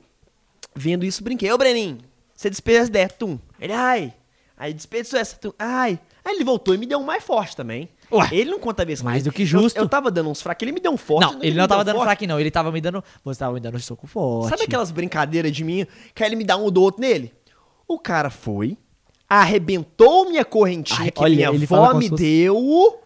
Speaker 1: vendo isso, brinquei. Ô, Breninho, você desperdiçou essa ideia, tum. Ele, ai. Aí desperdiçou essa, tum. Ai. Aí ele voltou e me deu um mais forte também.
Speaker 2: Ué,
Speaker 1: ele não conta a vez
Speaker 2: mais
Speaker 1: comigo.
Speaker 2: do que justo.
Speaker 1: Eu, eu tava dando uns fracos, ele me deu um forte.
Speaker 2: Não, ele não
Speaker 1: me
Speaker 2: tava
Speaker 1: deu
Speaker 2: dando
Speaker 1: forte.
Speaker 2: fraco, não. Ele tava me dando. Você tava me dando um soco forte.
Speaker 1: Sabe aquelas brincadeiras de mim que aí ele me dá um do outro nele? O cara foi, arrebentou minha correntinha
Speaker 2: Ai,
Speaker 1: que
Speaker 2: olha,
Speaker 1: minha
Speaker 2: ele fala
Speaker 1: avó
Speaker 2: como
Speaker 1: me
Speaker 2: se fosse-
Speaker 1: deu.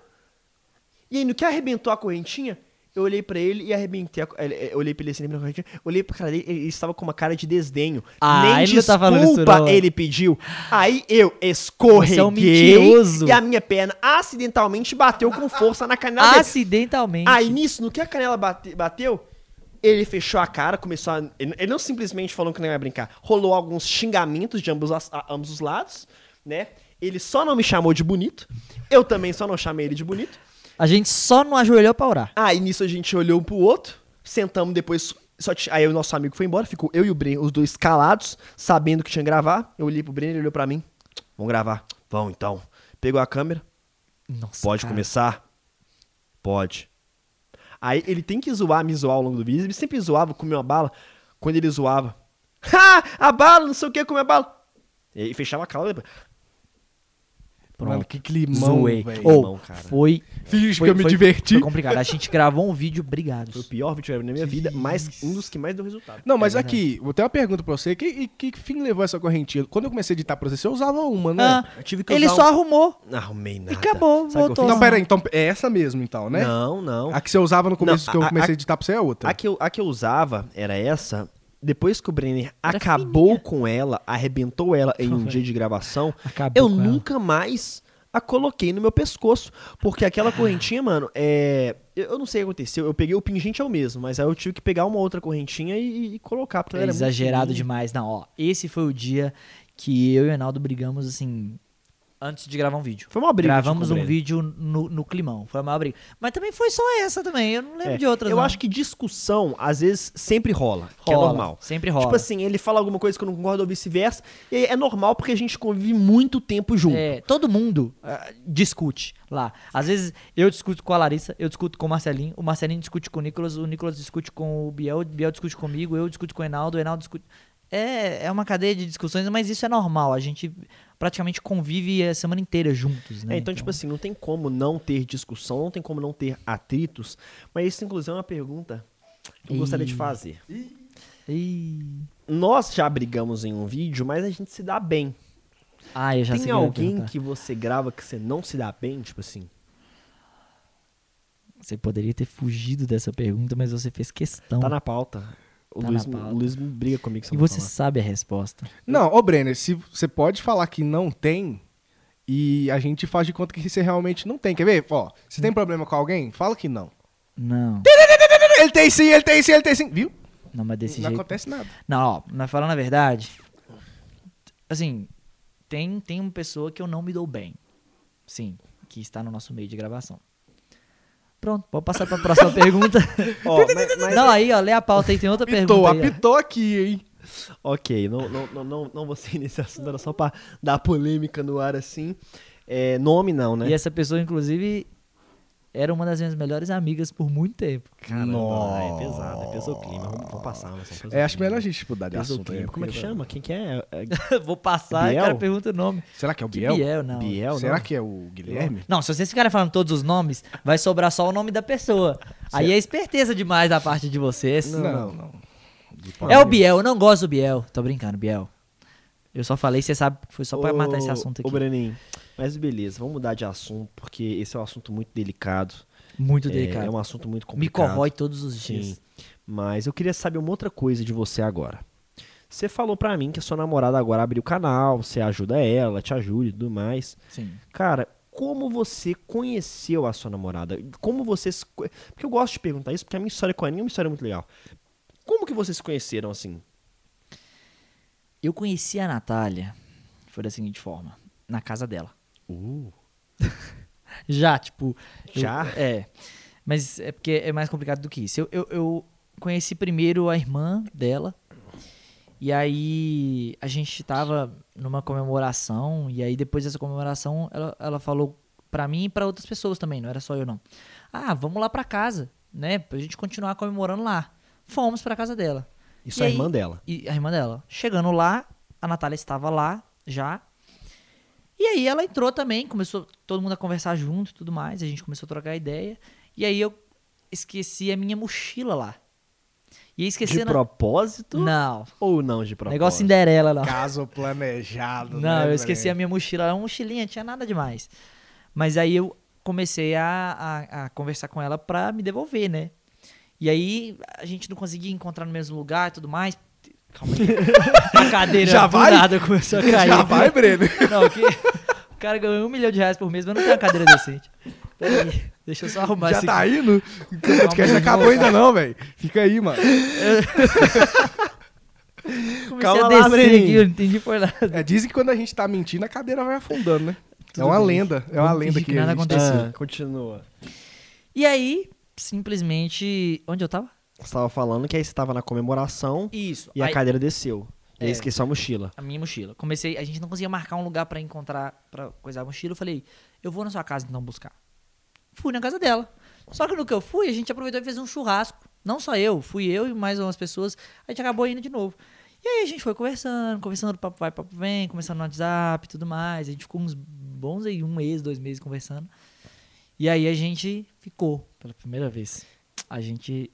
Speaker 1: E aí, no que arrebentou a correntinha, eu olhei pra ele e arrebentei a co- ele- ele- Eu olhei pra ele assim, arrebentei a correntinha. Olhei pra cara dele, ele ele estava com uma cara de desdenho.
Speaker 2: Ah,
Speaker 1: Nem
Speaker 2: ele não tá falando isso,
Speaker 1: desculpa
Speaker 2: não.
Speaker 1: ele pediu. Aí eu
Speaker 2: Você é um
Speaker 1: escorreguei
Speaker 2: mentiroso.
Speaker 1: e a minha perna acidentalmente bateu com força na canela dele.
Speaker 2: Acidentalmente.
Speaker 1: Aí nisso, no que a canela bate- bateu, ele fechou a cara, começou a. Ele ele não simplesmente falou que não ia brincar. Rolou alguns xingamentos de ambos, as- a- ambos os lados, né? Ele só não me chamou de bonito. Eu também só não chamei ele de bonito.
Speaker 2: A gente só não ajoelhou pra orar.
Speaker 1: Aí nisso a gente olhou um pro outro, sentamos depois. Só ti- Aí o nosso amigo foi embora, ficou eu e o Breno, os dois calados, sabendo que tinha que gravar. Eu olhei pro Breno, ele olhou pra mim. Vamos gravar. Vamos então. Pegou a câmera,
Speaker 2: Nossa.
Speaker 1: Pode
Speaker 2: cara.
Speaker 1: começar? Pode. Aí ele tem que zoar, me zoar ao longo do vídeo. Ele sempre zoava, comeu uma bala. Quando ele zoava, ha! A bala, não sei o que, comeu a bala. E fechava a cala depois.
Speaker 3: Mano,
Speaker 2: Pronto.
Speaker 3: que climão,
Speaker 2: Zoei.
Speaker 3: velho.
Speaker 2: Ou,
Speaker 1: Irmão, cara.
Speaker 2: foi.
Speaker 3: Finge
Speaker 2: foi-
Speaker 3: que eu me
Speaker 2: foi-
Speaker 3: diverti.
Speaker 2: Foi complicado. A gente gravou um vídeo, obrigado.
Speaker 1: Foi o pior vídeo que eu já vi na minha vida, mas um dos que mais deu resultado.
Speaker 3: Não, mas aqui, eu tenho uma pergunta pra você. Que, e que fim levou essa correntinha? Quando eu comecei a editar pra você, você usava uma, né?
Speaker 2: Ah,
Speaker 1: Eu tive que
Speaker 2: ele
Speaker 1: usar
Speaker 2: só
Speaker 1: um-
Speaker 2: arrumou.
Speaker 1: Não arrumei nada. Sabe o
Speaker 2: acabou,
Speaker 1: que eu
Speaker 2: voltou.
Speaker 3: então,
Speaker 1: fiz?
Speaker 3: peraí, então é essa mesmo, então, né?
Speaker 1: Não, não.
Speaker 3: A que você usava no começo
Speaker 1: Não,
Speaker 3: que eu
Speaker 1: a-
Speaker 3: comecei
Speaker 1: a-
Speaker 3: a, editar pra você é outra.
Speaker 1: A que, eu, a que eu usava era essa. Depois que o Brenner acabou com ela, arrebentou ela em um dia de gravação,
Speaker 2: Acabou
Speaker 1: eu
Speaker 2: com é ela.
Speaker 1: nunca mais a coloquei no meu pescoço. Porque
Speaker 2: Ah.
Speaker 1: aquela correntinha, mano, é. Eu, eu não sei o que aconteceu. Eu peguei o pingente é o mesmo, mas aí eu tive que pegar uma outra correntinha e, e colocar. Porque ela
Speaker 2: É
Speaker 1: era muito
Speaker 2: exagerado
Speaker 1: fininha.
Speaker 2: demais. Não, ó, esse foi o dia que eu e o Reinaldo brigamos, assim, antes de gravar um vídeo.
Speaker 1: Foi uma briga. de
Speaker 2: Gravamos um
Speaker 1: Cumbrelli.
Speaker 2: vídeo no, no climão. Foi a maior briga. Mas também foi só essa também. Eu não lembro
Speaker 1: É,
Speaker 2: de outras.
Speaker 1: Eu
Speaker 2: não.
Speaker 1: acho que discussão, às vezes, sempre rola, que é
Speaker 2: Rola,
Speaker 1: normal.
Speaker 2: Sempre rola.
Speaker 1: Tipo assim, ele fala alguma coisa que eu não concordo ou vice-versa, e aí é normal porque a gente convive muito tempo junto.
Speaker 2: É, todo mundo ah, discute lá. Às vezes eu discuto com a Larissa, eu discuto com o Marcelinho, o Marcelinho discute com o Nicolas, o Nicolas discute com o Biel, o Biel discute comigo, eu discuto com o Enaldo, o Enaldo discute. É, é uma cadeia de discussões, mas isso é normal. A gente praticamente convive a semana inteira juntos, né?
Speaker 1: É, então, tipo assim, não tem como não ter discussão, não tem como não ter atritos, mas isso, inclusive, é uma pergunta que eu
Speaker 2: Ih.
Speaker 1: gostaria de fazer. assim,
Speaker 2: Ih.
Speaker 1: Nós já brigamos em um vídeo, mas a gente se dá bem.
Speaker 2: Ah, eu já sei
Speaker 1: tem
Speaker 2: o que eu ia
Speaker 1: alguém
Speaker 2: perguntar.
Speaker 1: que você grava que você não se dá bem? Tipo assim,
Speaker 2: Você poderia ter fugido dessa pergunta, mas você fez questão.
Speaker 1: tá na pauta. O,
Speaker 2: Tá
Speaker 1: Luiz,
Speaker 2: na pauta.
Speaker 1: o Luiz briga comigo. se eu
Speaker 2: E
Speaker 1: não
Speaker 2: você
Speaker 1: falar.
Speaker 2: sabe a resposta.
Speaker 3: Não, ô Brenner, se você pode falar que não tem e a gente faz de conta que você realmente não tem. Quer ver? Ó, você tem problema com alguém? Fala que não.
Speaker 2: Não.
Speaker 3: Ele tem sim, ele tem sim, ele tem sim. Viu?
Speaker 2: Não, mas desse
Speaker 3: não
Speaker 2: jeito.
Speaker 3: acontece nada.
Speaker 2: Não, ó, mas falando a verdade, assim, tem, tem uma pessoa que eu não me dou bem. Sim, que está no nosso meio de gravação. Pronto, pode passar para a próxima pergunta.
Speaker 1: Ó, mas- mas-
Speaker 2: não, aí, ó, lê a pauta aí, tem outra
Speaker 3: Apitou,
Speaker 2: pergunta. Aí, ó.
Speaker 3: apitou aqui, hein?
Speaker 1: Ok, não, não, não, não, não vou ser nesse assunto, era só pra dar polêmica no ar assim. É, nome não, né?
Speaker 2: E essa pessoa, inclusive, era uma das minhas melhores amigas por muito tempo.
Speaker 1: Caramba, é pesado, é pesou o clima. Vamos, vamos passar, mas assim, só pesou
Speaker 3: É,
Speaker 1: o
Speaker 3: acho
Speaker 1: clima.
Speaker 3: melhor a gente mudar de
Speaker 1: Pesou o
Speaker 3: assunto.
Speaker 1: clima.
Speaker 3: né?
Speaker 1: Como é que
Speaker 3: Porque-
Speaker 1: chama? Quem que é? É
Speaker 2: Vou passar e o
Speaker 1: Biel?
Speaker 2: cara pergunta o nome.
Speaker 3: Será que é o Biel?
Speaker 2: Biel, não.
Speaker 1: Biel, né?
Speaker 3: Será
Speaker 1: não?
Speaker 3: que é o Guilherme?
Speaker 2: Não, se vocês ficarem falando todos os nomes, vai sobrar só o nome da pessoa. Aí é esperteza demais da parte de vocês.
Speaker 3: não. De
Speaker 2: É o
Speaker 3: forma
Speaker 2: Biel, eu não gosto do Biel. Tô brincando, Biel. Eu só falei, você sabe que foi só pra
Speaker 1: Ô,
Speaker 2: matar esse assunto
Speaker 1: Ô,
Speaker 2: aqui.
Speaker 1: Breninho, mas beleza, vamos mudar de assunto, porque esse é um assunto muito delicado.
Speaker 2: Muito
Speaker 1: é,
Speaker 2: delicado.
Speaker 1: É um assunto muito
Speaker 2: Me
Speaker 1: complicado.
Speaker 2: corrói todos os dias.
Speaker 1: Sim. Mas eu queria saber uma outra coisa de você agora. Você falou pra mim que a sua namorada agora abriu o canal, você ajuda ela, te ajuda e tudo mais.
Speaker 2: Sim.
Speaker 1: Cara, como você conheceu a sua namorada? Como vocês. co- Porque eu gosto de perguntar isso, porque a minha história com a Aninha é uma história muito legal. Como que vocês se conheceram assim?
Speaker 2: Eu conheci a Natália, foi da seguinte forma, na casa dela. Já, tipo. eu-
Speaker 1: Já?
Speaker 2: é. Mas é porque é mais complicado do que isso. Eu, eu, eu conheci primeiro a irmã dela. E aí a gente tava numa comemoração. E aí depois dessa comemoração, ela, ela falou pra mim e pra outras pessoas também, não era só eu não. Ah, vamos lá pra casa, né? Pra gente continuar comemorando lá. Fomos pra casa dela.
Speaker 1: Isso
Speaker 2: E
Speaker 1: é a
Speaker 2: aí-
Speaker 1: irmã dela.
Speaker 2: E a irmã dela. Chegando lá, a Natália estava lá já. E aí ela entrou também, começou todo mundo a conversar junto e tudo mais. A gente começou a trocar ideia. E aí eu esqueci a minha mochila lá. E aí esqueci
Speaker 1: De
Speaker 2: a na-
Speaker 1: propósito?
Speaker 2: Não,
Speaker 1: Ou não de propósito?
Speaker 2: negócio Cinderela não.
Speaker 3: Caso planejado. né,
Speaker 2: Não, eu esqueci a minha mochila. Era uma mochilinha, tinha nada demais. Mas aí eu comecei a, a, a conversar com ela pra me devolver, né? E aí a gente não conseguia encontrar no mesmo lugar e tudo mais. Calma aí. A cadeira
Speaker 3: Já
Speaker 2: do
Speaker 3: vai?
Speaker 2: nada começou a cair.
Speaker 3: Já vai, Breno.
Speaker 2: Não, que... O cara ganhou um milhão de reais por mês, mas não tem uma cadeira decente. Peraí, deixa eu só arrumar
Speaker 3: Já
Speaker 2: isso
Speaker 3: tá
Speaker 2: aqui.
Speaker 3: indo? O podcast não acabou ainda não, velho. Fica aí, mano.
Speaker 2: Comecei
Speaker 1: Calma
Speaker 2: a
Speaker 1: lá,
Speaker 2: descer
Speaker 1: Breninho.
Speaker 2: aqui, eu não entendi por nada.
Speaker 3: É, dizem que quando a gente tá mentindo, a cadeira vai afundando, né? é
Speaker 2: Tudo
Speaker 3: uma
Speaker 2: bem.
Speaker 3: lenda. É uma
Speaker 2: Vamos
Speaker 3: lenda
Speaker 2: fingir
Speaker 3: que,
Speaker 2: que nada
Speaker 3: a gente tá-
Speaker 2: aconteceu.
Speaker 1: Ah, continua.
Speaker 2: E aí, simplesmente... Onde eu tava?
Speaker 1: Você tava falando que aí você tava na comemoração
Speaker 2: Isso.
Speaker 1: e a cadeira desceu. E aí
Speaker 2: É.
Speaker 1: esqueceu a mochila.
Speaker 2: a minha mochila. Comecei, a gente não conseguia marcar um lugar pra encontrar, pra coisar a mochila. Eu falei, eu vou na sua casa então buscar. Fui na casa dela. Só que no que eu fui, a gente aproveitou e fez um churrasco. Não só eu, fui eu e mais umas pessoas. A gente acabou indo de novo. E aí a gente foi conversando, conversando, papo vai, papo vem, conversando no WhatsApp e tudo mais. A gente ficou uns bons aí, um mês, dois meses conversando. E aí a gente ficou pela primeira vez. A gente.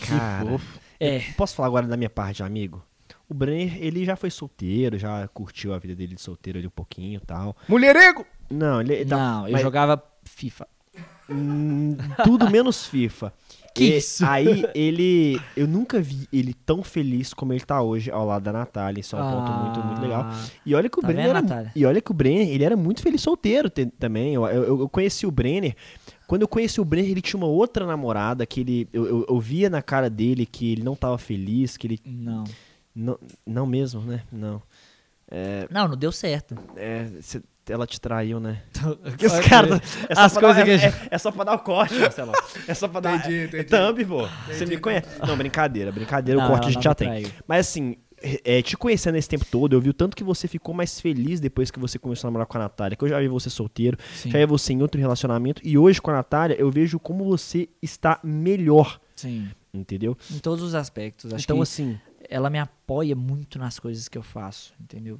Speaker 1: Cara,
Speaker 2: É.
Speaker 1: Posso falar agora da minha parte, amigo? O Brenner, ele já foi solteiro, já curtiu a vida dele de solteiro ali um pouquinho e tal.
Speaker 3: Mulherego!
Speaker 1: Não, ele... ele tá-
Speaker 2: não, eu
Speaker 1: mas-
Speaker 2: jogava FIFA.
Speaker 1: Hum, tudo menos FIFA.
Speaker 2: Que
Speaker 1: E
Speaker 2: isso?
Speaker 1: Aí ele. Eu nunca vi ele tão feliz como ele tá hoje ao lado da Natália. Isso é um ponto
Speaker 2: Ah.
Speaker 1: muito, muito legal. E olha que o
Speaker 2: Tá
Speaker 1: Brenner.
Speaker 2: vendo,
Speaker 1: era-
Speaker 2: Natália?
Speaker 1: e olha que o Brenner, ele era muito feliz solteiro te- também. Eu, eu, eu conheci o Brenner. Quando eu conheci o Brenner, ele tinha uma outra namorada que ele. Eu, eu, eu via na cara dele que ele não tava feliz, que ele.
Speaker 2: Não.
Speaker 1: Não, não mesmo, né? Não.
Speaker 2: Não, não deu certo.
Speaker 1: É, cê- ela te traiu, né?
Speaker 2: Os caras.
Speaker 1: É só
Speaker 2: As
Speaker 1: pra
Speaker 2: coisas
Speaker 1: dar-
Speaker 2: que a gente.
Speaker 1: é, é só pra dar o corte, Marcelo. É só pra dar.
Speaker 3: Entendi,
Speaker 1: é- é
Speaker 3: entendi.
Speaker 1: Thumb, pô. Você me conhece. Não, brincadeira, brincadeira.
Speaker 2: Não,
Speaker 1: o corte
Speaker 2: não,
Speaker 1: a gente
Speaker 2: não
Speaker 1: já
Speaker 2: me
Speaker 1: tem.
Speaker 2: traiu.
Speaker 1: Mas assim, é, te conhecendo esse tempo todo, eu vi o tanto que você ficou mais feliz depois que você começou a namorar com a Natália. Que eu já vi você solteiro,
Speaker 2: Sim.
Speaker 1: já vi você em outro relacionamento. E hoje com a Natália, eu vejo como você está melhor.
Speaker 2: Sim.
Speaker 1: Entendeu?
Speaker 2: Em todos os aspectos. Acho
Speaker 1: então,
Speaker 2: que
Speaker 1: assim.
Speaker 2: ela me apoia muito nas coisas que eu faço, entendeu?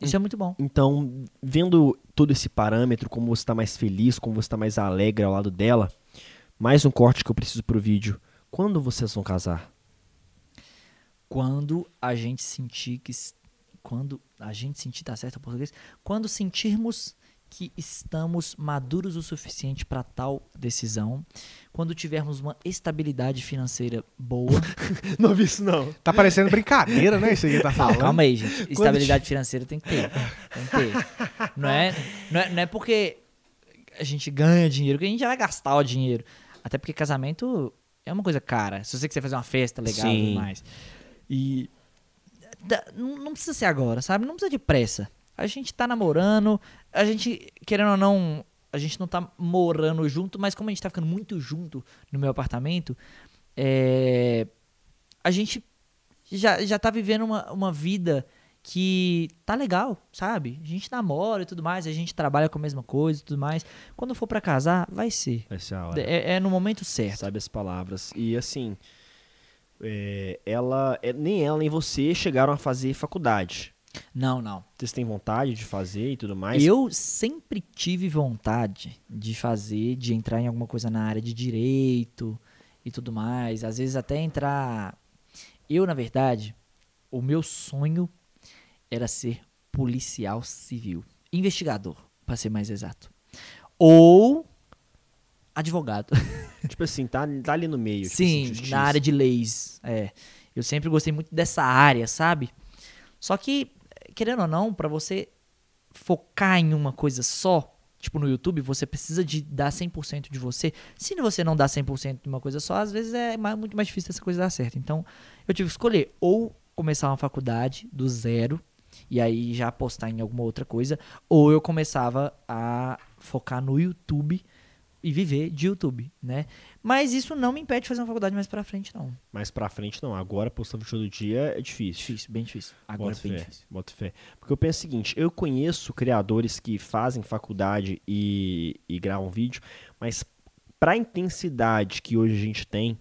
Speaker 2: Isso é muito bom.
Speaker 1: Então, vendo todo esse parâmetro, como você tá mais feliz, como você tá mais alegre ao lado dela, mais um corte que eu preciso pro vídeo. Quando vocês vão casar?
Speaker 2: Quando a gente sentir que. s- Quando a gente sentir, tá certo o português? Quando sentirmos que estamos maduros o suficiente para tal decisão, quando tivermos uma estabilidade financeira boa.
Speaker 1: Não vi isso, não.
Speaker 3: Tá parecendo brincadeira, né? Isso aí que tá falando.
Speaker 2: Calma aí, gente. Estabilidade financeira tem que ter. Tem que ter. Não é, não é, não é porque a gente ganha dinheiro que a gente já vai gastar o dinheiro. Até porque casamento é uma coisa cara. Se você quiser fazer uma festa legal e
Speaker 1: Sim.
Speaker 2: tudo mais. E da- não não precisa ser agora, sabe? Não precisa de pressa. A gente tá namorando, a gente, querendo ou não, a gente não tá morando junto, mas como a gente tá ficando muito junto no meu apartamento, é, a gente já, já tá vivendo uma, uma vida que tá legal, sabe? A gente namora e tudo mais, a gente trabalha com a mesma coisa e tudo mais. Quando for pra casar, vai ser.
Speaker 1: Essa é a hora.
Speaker 2: É, é no momento certo.
Speaker 1: Sabe as palavras. E assim, é, ela, é, nem ela nem você chegaram a fazer faculdade.
Speaker 2: Não, não.
Speaker 1: Vocês têm vontade de fazer e tudo mais?
Speaker 2: Eu sempre tive vontade de fazer, de entrar em alguma coisa na área de direito e tudo mais. Às vezes até entrar. Eu, na verdade, o meu sonho era ser policial civil, investigador, para ser mais exato, ou advogado.
Speaker 1: Tipo assim, tá, tá ali no meio. tipo assim,
Speaker 2: Sim,
Speaker 1: justiça.
Speaker 2: na área de leis. É. Eu sempre gostei muito dessa área, sabe? Só que, querendo ou não, pra você focar em uma coisa só, tipo no YouTube, você precisa de dar 100% de você. Se você não dá 100% de uma coisa só, às vezes é ma- muito mais difícil essa coisa dar certo. Então, eu tive que escolher ou começar uma faculdade do zero e aí já apostar em alguma outra coisa, ou eu começava a focar no YouTube e viver de YouTube, né? Mas isso não me impede de fazer uma faculdade mais pra frente, não.
Speaker 1: Mais pra frente, não. Agora, postando o show do dia, é difícil.
Speaker 2: Difícil, bem difícil. Agora
Speaker 1: Boto
Speaker 2: bem
Speaker 1: fé,
Speaker 2: difícil.
Speaker 1: boto fé. Porque eu penso o seguinte, eu conheço criadores que fazem faculdade e, e gravam vídeo, mas pra intensidade que hoje a gente tem,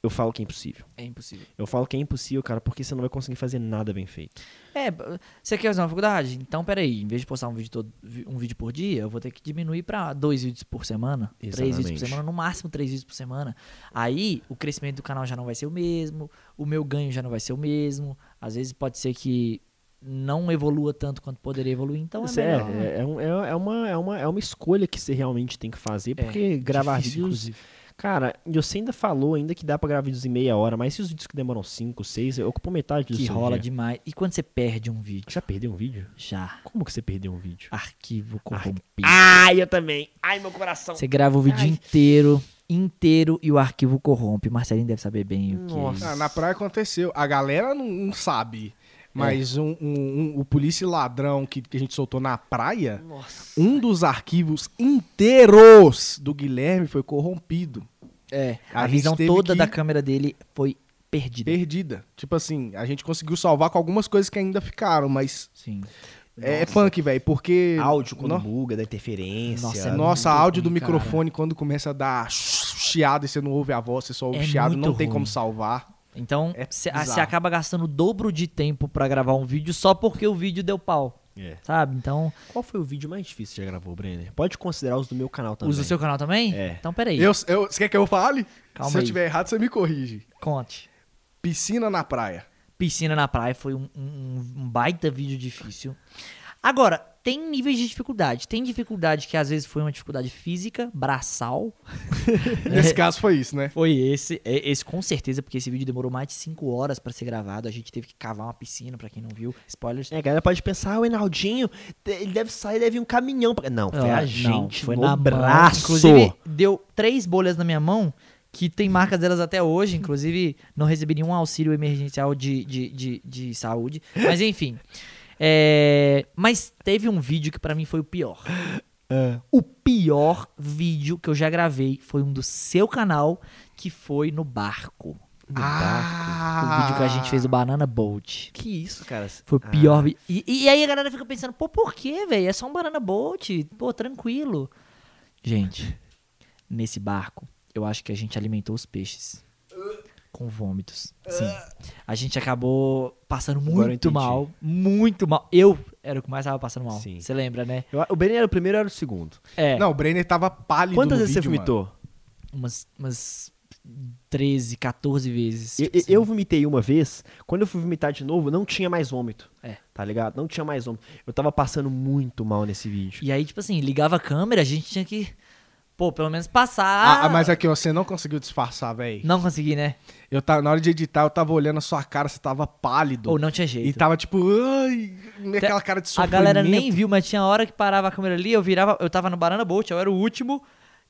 Speaker 1: eu falo que é impossível.
Speaker 2: É impossível.
Speaker 1: Eu falo que é impossível, cara, porque você não vai conseguir fazer nada bem feito.
Speaker 2: É, b- você quer fazer uma faculdade? Então, peraí, em vez de postar um vídeo, todo, vi- um vídeo por dia, eu vou ter que diminuir pra dois vídeos por semana, três vídeos por
Speaker 1: Exatamente.
Speaker 2: semana, no máximo três vídeos por semana. Aí, o crescimento do canal já não vai ser o mesmo, o meu ganho já não vai ser o mesmo. Às vezes pode ser que não evolua tanto quanto poderia evoluir, então é
Speaker 1: Isso é,
Speaker 2: melhor.
Speaker 1: é, é um- é- é uma, é, uma, é uma escolha que você realmente tem que fazer,
Speaker 2: É,
Speaker 1: porque gravar
Speaker 2: difícil,
Speaker 1: vídeos...
Speaker 2: inclusive.
Speaker 1: Cara, e você ainda falou ainda que dá pra gravar vídeos em meia hora, mas se os vídeos que demoram 5, 6, ocupam metade do
Speaker 2: Que
Speaker 1: seu
Speaker 2: rola
Speaker 1: dia.
Speaker 2: demais. E quando você perde um vídeo?
Speaker 1: Já perdeu um vídeo?
Speaker 2: Já.
Speaker 1: Como que você perdeu um vídeo?
Speaker 2: Arquivo corrompido.
Speaker 1: Ai, eu também. Ai, meu coração.
Speaker 2: Você grava o vídeo
Speaker 1: Ai.
Speaker 2: inteiro, inteiro, e o arquivo corrompe. Marcelinho deve saber bem o que é
Speaker 1: Nossa.
Speaker 2: isso.
Speaker 3: Ah, na praia aconteceu. A galera não, não sabe. Mas
Speaker 2: É.
Speaker 3: um, um- um- o polícia e ladrão que, que a gente soltou na praia,
Speaker 1: Nossa.
Speaker 3: um dos arquivos inteiros do Guilherme foi corrompido.
Speaker 2: É,
Speaker 3: A
Speaker 2: a,
Speaker 3: gente
Speaker 2: visão
Speaker 3: teve
Speaker 2: toda
Speaker 3: que-
Speaker 2: da câmera dele foi perdida.
Speaker 3: Perdida. Tipo assim, a gente conseguiu salvar com algumas coisas que ainda ficaram, mas
Speaker 2: Sim.
Speaker 3: é, é punk, velho, porque.
Speaker 1: Áudio quando
Speaker 3: No-
Speaker 1: buga, da interferência.
Speaker 2: Nossa, é
Speaker 3: Nossa,
Speaker 2: muito
Speaker 3: áudio
Speaker 2: ruim,
Speaker 3: do
Speaker 2: cara.
Speaker 3: microfone quando começa a dar chiado e você não ouve a voz, você só ouve
Speaker 2: É
Speaker 3: chiado, não
Speaker 2: muito
Speaker 3: tem
Speaker 2: ruim.
Speaker 3: como salvar.
Speaker 2: Então,
Speaker 3: É
Speaker 2: você
Speaker 3: bizarro.
Speaker 2: acaba gastando o dobro de tempo pra gravar um vídeo só porque o vídeo deu pau,
Speaker 1: É.
Speaker 2: sabe? Então,
Speaker 1: Qual foi o vídeo mais difícil que você já gravou, Brenner? Pode considerar os do meu canal também.
Speaker 2: usa o seu canal também?
Speaker 1: É.
Speaker 2: Então, peraí,
Speaker 3: Eu, eu, você quer que eu fale?
Speaker 2: Calma
Speaker 3: Se eu
Speaker 2: aí.
Speaker 3: tiver errado, você me corrige.
Speaker 2: conte.
Speaker 3: Piscina na praia.
Speaker 2: Piscina na praia foi um, um- um baita vídeo difícil. Agora, tem níveis de dificuldade. Tem dificuldade que às vezes foi uma dificuldade física, braçal,
Speaker 3: Nesse caso foi isso, né?
Speaker 2: Foi esse, é- esse com certeza, porque esse vídeo demorou mais de 5 horas pra ser gravado. A gente teve que cavar uma piscina, pra quem não viu. Spoilers.
Speaker 1: É, a galera pode pensar, ah, o Enaldinho, te- ele deve sair, deve ir um caminhão. Pra... Não, foi a
Speaker 2: Ah,
Speaker 1: gente
Speaker 2: foi
Speaker 1: no
Speaker 2: na mão.
Speaker 1: braço.
Speaker 2: Inclusive, deu três bolhas na minha mão, que tem marcas delas até hoje. Inclusive, não recebi nenhum auxílio emergencial de, de, de, de saúde. Mas enfim. É, mas teve um vídeo que pra mim foi o pior. O pior vídeo que eu já gravei foi um do seu canal, que foi no barco. No barco. Tá. O vídeo que a
Speaker 1: Ah.
Speaker 2: gente fez do Banana Boat.
Speaker 1: Que isso, cara? Ah.
Speaker 2: Foi o pior vídeo. E, e aí a galera fica pensando, pô, por quê, velho? É só um Banana Boat. Pô, tranquilo. Gente, nesse barco, eu acho que a gente alimentou os peixes. Com vômitos. Sim. A gente acabou passando
Speaker 1: Agora eu
Speaker 2: muito
Speaker 1: entendi.
Speaker 2: mal. Muito mal. Eu era o que mais tava passando mal.
Speaker 1: Sim.
Speaker 2: Você lembra, né?
Speaker 1: Eu- o Brenner era o primeiro, era o segundo.
Speaker 2: É.
Speaker 3: Não, o Brenner tava pálido
Speaker 1: Quantas
Speaker 3: no
Speaker 1: vezes você
Speaker 3: vídeo, mano.
Speaker 1: vomitou?
Speaker 2: umas, umas 13, 14 vezes.
Speaker 1: Eu,
Speaker 2: tipo assim.
Speaker 1: eu vomitei uma vez, quando eu fui vomitar de novo, não tinha mais vômito.
Speaker 2: É.
Speaker 1: Tá ligado? Não tinha mais vômito. Eu tava passando muito mal nesse vídeo.
Speaker 2: E aí, tipo assim, ligava a câmera, a gente tinha que. Pô, pelo menos passar.
Speaker 3: Ah, ah, mas aqui, ó, você não conseguiu disfarçar, velho.
Speaker 2: Não consegui, né?
Speaker 3: Eu tava, na hora de editar, eu tava olhando a sua cara, você tava pálido.
Speaker 2: Ou não tinha jeito.
Speaker 3: E tava tipo, ai, aquela cara de
Speaker 2: a
Speaker 3: sofrimento.
Speaker 2: galera nem viu, mas tinha hora que parava a câmera ali, eu virava. Eu tava no Banana Boat, eu era o último.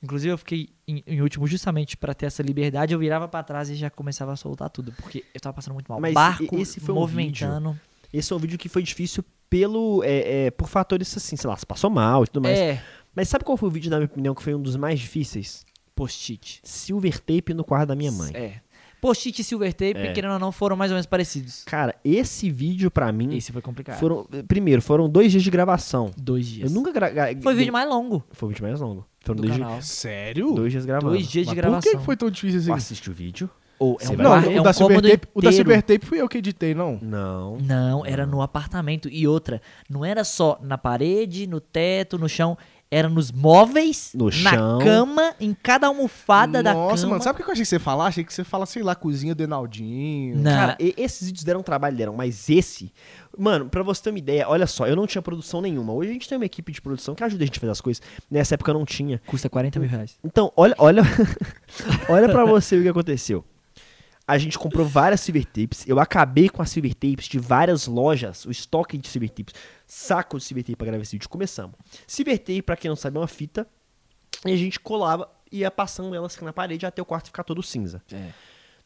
Speaker 2: Inclusive, eu fiquei em, em último justamente pra ter essa liberdade. Eu virava pra trás e já começava a soltar tudo, porque eu tava passando muito mal.
Speaker 1: Mas
Speaker 2: Barco
Speaker 1: e- esse foi um
Speaker 2: movimentando.
Speaker 1: Esse é um vídeo que foi difícil pelo é, é, por fatores assim, sei lá, se passou mal e tudo mais.
Speaker 2: É,
Speaker 1: Mas sabe qual foi o vídeo, na minha opinião, que foi um dos mais difíceis?
Speaker 2: post-it.
Speaker 1: Silver Tape no quarto da minha mãe.
Speaker 2: É. Post-it e silver tape,
Speaker 1: É.
Speaker 2: querendo ou não, foram mais ou menos parecidos.
Speaker 1: Cara, esse vídeo pra mim
Speaker 2: Esse foi complicado.
Speaker 1: Hum. foram primeiro foram dois dias de gravação.
Speaker 2: Dois dias.
Speaker 1: Eu nunca gra...
Speaker 2: Foi o vídeo mais longo
Speaker 1: Foi o vídeo mais longo. Foram
Speaker 2: do
Speaker 1: dois, di-
Speaker 2: canal.
Speaker 3: Sério?
Speaker 1: dois dias gravando.
Speaker 2: Dois dias de
Speaker 3: Mas
Speaker 2: gravação.
Speaker 3: Por que que foi tão difícil assim?
Speaker 1: Eu assisti o vídeo.
Speaker 2: Ou é
Speaker 1: Você
Speaker 2: um
Speaker 1: vai-
Speaker 3: não,
Speaker 2: bar-
Speaker 1: Não,
Speaker 2: é
Speaker 3: o,
Speaker 2: um cômodo
Speaker 3: da Silver Tape, o da
Speaker 2: inteiro.
Speaker 3: Silver Tape fui eu que editei, não.
Speaker 1: Não.
Speaker 2: Não,
Speaker 1: Ah.
Speaker 2: era no apartamento. E outra, não era só na parede, no teto, no chão. Era nos móveis,
Speaker 1: No
Speaker 2: na
Speaker 1: chão.
Speaker 2: cama, em cada almofada da cama.
Speaker 3: Nossa, mano, sabe o que eu achei que você ia falar? Achei que você fala, sei lá, cozinha do Enaldinho.
Speaker 2: Não.
Speaker 1: Cara, e- esses vídeos deram trabalho, deram, mas esse. Mano, pra você ter uma ideia, olha só, eu não tinha produção nenhuma. Hoje a gente tem uma equipe de produção que ajuda a gente a fazer as coisas. Nessa época eu não tinha.
Speaker 2: Custa 40 mil reais.
Speaker 1: Então, olha, olha, olha pra você o que aconteceu. A gente comprou várias silver tapes. Eu acabei com as silver tapes de várias lojas, o estoque de silver tapes, saco de silver tape pra gravar esse vídeo. Começamos. Silver tape, pra quem não sabe, é uma fita. E a gente colava e ia passando elas aqui na parede até o quarto ficar todo cinza.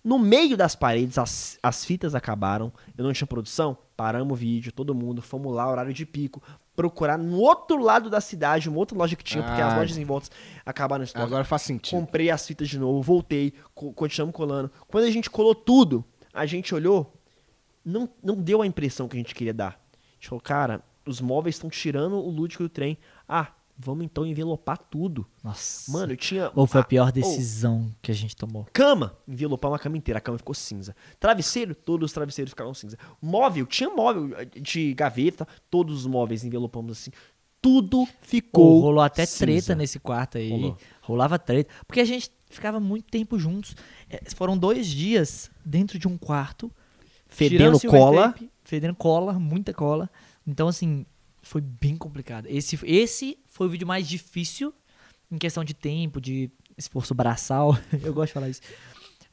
Speaker 1: No meio das paredes, as, as fitas acabaram. Eu não tinha produção. Paramos o vídeo, todo mundo. Fomos lá, horário de pico. Procurar no outro lado da cidade, uma outra loja que tinha, porque as
Speaker 3: Ah.
Speaker 1: lojas em volta acabaram de estoque.
Speaker 3: Agora faz sentido.
Speaker 1: Comprei as fitas de novo, voltei, co- continuamos colando. Quando a gente colou tudo, a gente olhou, não, não deu a impressão que a gente queria dar. A gente falou, cara, os móveis estão tirando o lúdico do trem. Ah, vamos então envelopar tudo.
Speaker 2: Nossa.
Speaker 1: Mano, eu tinha.
Speaker 2: Ou foi a
Speaker 1: ah,
Speaker 2: pior
Speaker 1: ou-
Speaker 2: decisão que a gente tomou.
Speaker 1: Cama, envelopar uma cama inteira, a cama ficou cinza. Travesseiro, todos os travesseiros ficaram cinza. Móvel, tinha móvel eh, de gaveta, todos os móveis envelopamos assim. Tudo ficou.
Speaker 2: Ou rolou até
Speaker 1: cinza.
Speaker 2: treta nesse quarto aí.
Speaker 1: Rolou.
Speaker 2: Rolava treta. Porque a gente ficava muito tempo juntos. É, Foram dois dias dentro de um quarto.
Speaker 1: Fedendo
Speaker 2: tirando silver
Speaker 1: cola.
Speaker 2: tape, fedendo cola, muita cola. Então, assim, foi bem complicado. Esse, esse foi o vídeo mais difícil em questão de tempo, de esforço braçal. Eu gosto de falar isso.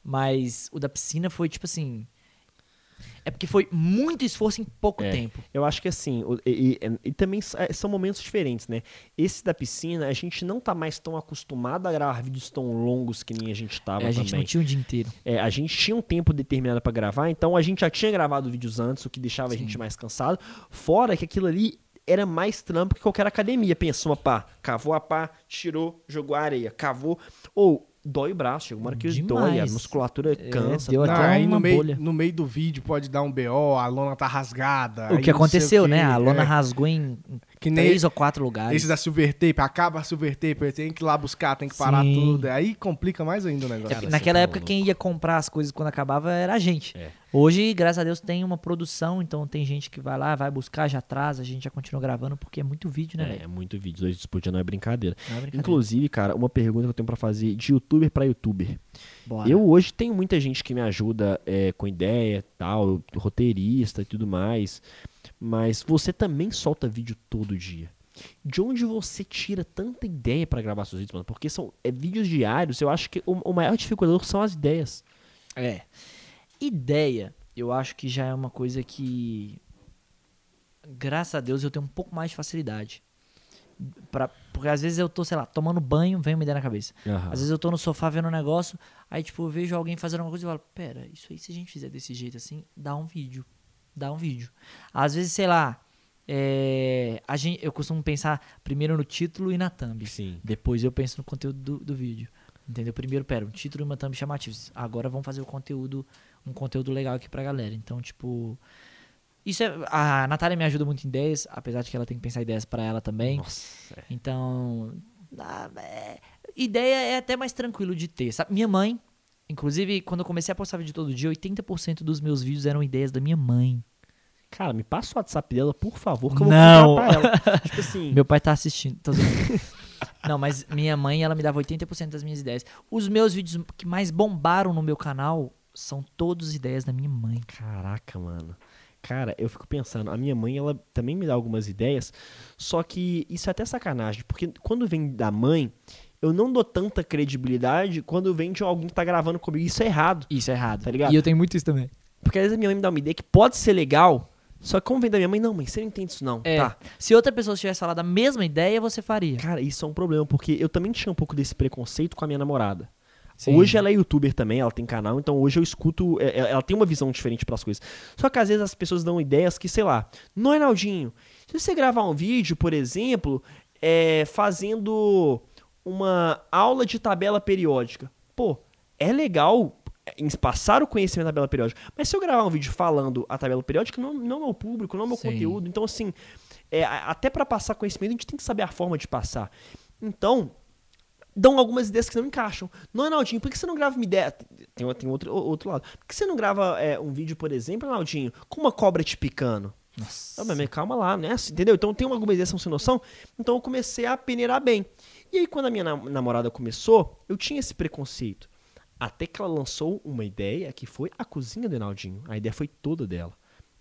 Speaker 2: Mas o da piscina foi tipo assim. É porque foi muito esforço em pouco
Speaker 1: É.
Speaker 2: tempo.
Speaker 1: Eu acho que assim, o- e, e- e também s- eh, são momentos diferentes, né? Esse da piscina, a gente não tá mais tão acostumado a gravar vídeos tão longos que nem a gente tava
Speaker 2: É, a
Speaker 1: também.
Speaker 2: gente não tinha o dia inteiro.
Speaker 1: É, a gente tinha um tempo determinado pra gravar, então a gente já tinha gravado vídeos antes, o que deixava a gente mais cansado. Fora que aquilo ali era mais trampo que qualquer academia. Pensa, uma pá, cavou a pá, tirou, jogou a areia, cavou. Ou dói o braço, chega uma hora que dói, a
Speaker 2: Demais. É,
Speaker 1: musculatura cansa.
Speaker 2: deu
Speaker 1: tá?
Speaker 2: até
Speaker 3: Ah, aí
Speaker 2: uma
Speaker 3: no meio,
Speaker 2: bolha.
Speaker 3: no meio do vídeo pode dar um BO, a lona tá rasgada. aí
Speaker 2: O
Speaker 3: não
Speaker 2: que
Speaker 3: sei
Speaker 2: aconteceu,
Speaker 3: quê.
Speaker 2: né? A lona
Speaker 3: É,
Speaker 2: rasgou em em
Speaker 3: Que nem
Speaker 2: três ou quatro lugares.
Speaker 3: Esse da Silver Tape, acaba a Silver Tape, aí tem que ir lá buscar, tem que parar
Speaker 2: Sim.
Speaker 3: tudo. É, Aí complica mais ainda o
Speaker 2: É,
Speaker 3: negócio.
Speaker 1: Cara,
Speaker 2: naquela
Speaker 1: você tá
Speaker 2: época, quem ia comprar as coisas quando acabava era a gente.
Speaker 1: É.
Speaker 2: Hoje, graças a Deus, tem uma produção, então tem gente que vai lá, vai buscar, já traz, a gente já continua gravando, porque é muito vídeo, né,
Speaker 1: É,
Speaker 2: velho?
Speaker 1: é muito vídeo, dois vídeos por dia não é brincadeira.
Speaker 2: Não é brincadeira.
Speaker 1: Inclusive, cara, uma pergunta que eu tenho pra fazer de youtuber pra youtuber.
Speaker 2: Bora.
Speaker 1: Eu hoje tenho muita gente que me ajuda é, com ideia, tal, roteirista e tudo mais. Mas você também solta vídeo todo dia. De onde você tira tanta ideia pra gravar seus vídeos, mano? Porque são é, vídeos diários. Eu acho que o, o maior dificultador são as ideias.
Speaker 2: É. Ideia, eu acho que já é uma coisa que. Graças a Deus eu tenho um pouco mais de facilidade. Pra, porque às vezes eu tô, sei lá, tomando banho, vem uma ideia na cabeça.
Speaker 1: Tá.
Speaker 2: Às vezes eu tô no sofá vendo um negócio, aí tipo, eu vejo alguém fazendo alguma coisa e falo, pera, isso aí se a gente fizer desse jeito assim, dá um vídeo. Dá um vídeo. Às vezes, sei lá, é, a gente, eu costumo pensar primeiro no título e na thumb.
Speaker 1: Sim.
Speaker 2: Depois eu penso no conteúdo do, do vídeo. Entendeu? Primeiro, pera, um título e uma thumb chamativos. Agora vamos fazer o conteúdo, um conteúdo legal aqui pra galera. Então, tipo. Isso é, a Natália me ajuda muito em ideias, apesar de que ela tem que pensar ideias pra ela também.
Speaker 1: Nossa. é.
Speaker 2: Então, ah, é- ideia é até mais tranquilo de ter. sabe? Minha mãe, inclusive, quando eu comecei a postar vídeo todo dia, 80% dos meus vídeos eram ideias da minha mãe.
Speaker 1: Cara, me passa o WhatsApp dela, por favor, que eu vou
Speaker 2: Não.
Speaker 1: comprar pra ela. tipo assim.
Speaker 2: Meu pai tá assistindo. tô zoando. Não, mas minha mãe, ela me dava 80% das minhas ideias. Os meus vídeos que mais bombaram no meu canal são todos ideias da minha mãe.
Speaker 1: Caraca, mano. Cara, eu fico pensando, a minha mãe, ela também me dá algumas ideias, só que isso é até sacanagem, porque quando vem da mãe, eu não dou tanta credibilidade quando vem de alguém que tá gravando comigo. Isso é errado,
Speaker 2: Isso é errado.
Speaker 1: tá ligado?
Speaker 2: E eu tenho muito isso também.
Speaker 1: Porque às vezes a minha mãe me dá uma ideia que pode ser legal, só que como vem da minha mãe, não, mãe, você não entende isso não.
Speaker 2: É,
Speaker 1: Tá.
Speaker 2: Se outra pessoa tivesse falado a mesma ideia, você faria.
Speaker 1: Cara, isso é um problema, porque eu também tinha um pouco desse preconceito com a minha namorada.
Speaker 2: Sim.
Speaker 1: Hoje ela é youtuber também, ela tem canal, então hoje eu escuto. é, é, Ela tem uma visão diferente pras coisas. Só que às vezes as pessoas dão ideias que, sei lá, não, Reinaldinho, se você gravar um vídeo, por exemplo, é, fazendo uma aula de tabela periódica, pô, é legal em passar o conhecimento da tabela periódica, mas se eu gravar um vídeo falando a tabela periódica, não, não é o público, não é o meu
Speaker 2: Sim.
Speaker 1: conteúdo. Então, assim, é, a- até pra passar conhecimento, a gente tem que saber a forma de passar. Então, dão algumas ideias que não encaixam. Não, Naldinho, por que você não grava uma ideia? Tem, o- tem outro, o- outro lado. Por que você não grava é, um vídeo, por exemplo, Naldinho, com uma cobra te picando? Nossa. mas calma lá, né? Assim, Entendeu? Então tem algumas ideias que são sem noção. Então eu comecei a peneirar bem. E aí, quando a minha nam- namorada começou, eu tinha esse preconceito. Até que ela lançou uma ideia que foi a cozinha do Naldinho. A ideia foi toda dela.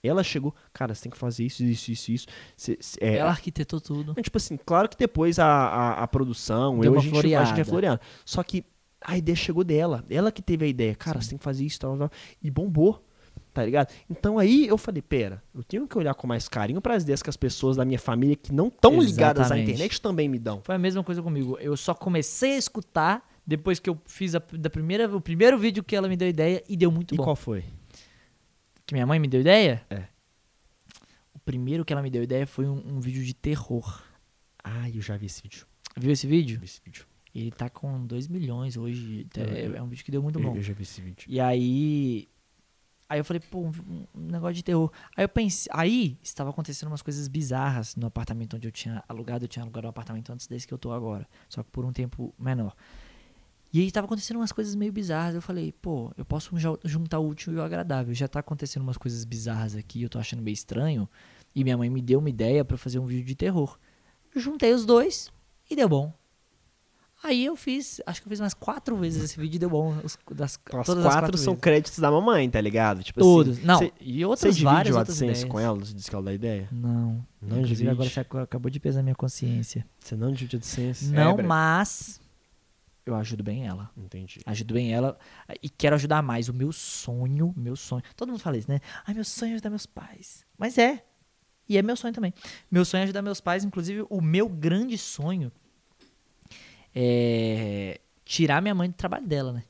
Speaker 1: Ela chegou, cara, você tem que fazer isso, isso, isso, isso. Cê- cê- é,
Speaker 2: Ela arquitetou tudo.
Speaker 1: mas, tipo assim, claro que depois a, a, a produção,
Speaker 2: Deu
Speaker 1: eu,
Speaker 2: uma
Speaker 1: a, gente, a gente
Speaker 2: floreada.
Speaker 1: é floreado. Só que a ideia chegou dela. Ela que teve a ideia. Cara, você tem que fazer isso, tal, tal. E bombou. Tá ligado? Então aí eu falei, pera, eu tenho que olhar com mais carinho para as ideias que as pessoas da minha família que não estão ligadas à
Speaker 2: Exatamente.
Speaker 1: internet também me dão.
Speaker 2: Foi a mesma coisa comigo. Eu só comecei a escutar depois que eu fiz a- da primeira, o primeiro vídeo que ela me deu ideia e deu muito
Speaker 1: e
Speaker 2: bom.
Speaker 1: qual foi?
Speaker 2: Que minha mãe me deu ideia?
Speaker 1: É.
Speaker 2: O primeiro que ela me deu ideia foi um, um vídeo de terror.
Speaker 1: Ah, eu já vi esse vídeo.
Speaker 2: Viu esse vídeo?
Speaker 1: Vi esse vídeo.
Speaker 2: Ele tá com 2 milhões hoje. tá- É,
Speaker 1: Eu-
Speaker 2: é um vídeo que deu muito
Speaker 1: Eu,
Speaker 2: bom.
Speaker 1: eu já vi esse vídeo.
Speaker 2: E aí. Aí eu falei, pô, um vi- um negócio de terror. Aí eu pensei. Aí estava acontecendo umas coisas bizarras no apartamento onde eu tinha alugado. Eu tinha alugado um apartamento antes desse que eu tô agora. Só que por um tempo menor. E aí estava acontecendo umas coisas meio bizarras. Eu falei, pô, eu posso já juntar o útil e o agradável. Já tá acontecendo umas coisas bizarras aqui, eu tô achando meio estranho. E minha mãe me deu uma ideia pra fazer um vídeo de terror. Juntei os dois e deu bom. Aí eu fiz, acho que eu fiz umas quatro vezes esse vídeo e deu bom. Os- das,
Speaker 1: Então, as
Speaker 2: todas
Speaker 1: quatro,
Speaker 2: as quatro
Speaker 1: são
Speaker 2: vezes.
Speaker 1: créditos da mamãe, tá ligado? Tipo
Speaker 2: Todos.
Speaker 1: Assim,
Speaker 2: não,
Speaker 1: Você,
Speaker 2: e
Speaker 1: você
Speaker 2: outras
Speaker 1: divide
Speaker 2: várias
Speaker 1: o
Speaker 2: outras
Speaker 1: AdSense
Speaker 2: ideias.
Speaker 1: com ela? Você diz que ela dá ideia?
Speaker 2: Não.
Speaker 1: Não
Speaker 2: Inclusive,
Speaker 1: divide?
Speaker 2: agora você ac- acabou de pesar minha consciência.
Speaker 1: Você não divide o AdSense?
Speaker 2: não,
Speaker 3: Breno.
Speaker 2: mas eu ajudo bem ela.
Speaker 1: Entendi.
Speaker 2: Ajudo bem ela ah, e quero ajudar mais. O meu sonho, meu sonho. Todo mundo fala isso, né? Ai, meu sonho é ajudar meus pais. Mas é. E é meu sonho também. Meu sonho é ajudar meus pais. Inclusive, o meu grande sonho é tirar minha mãe do trabalho dela, né?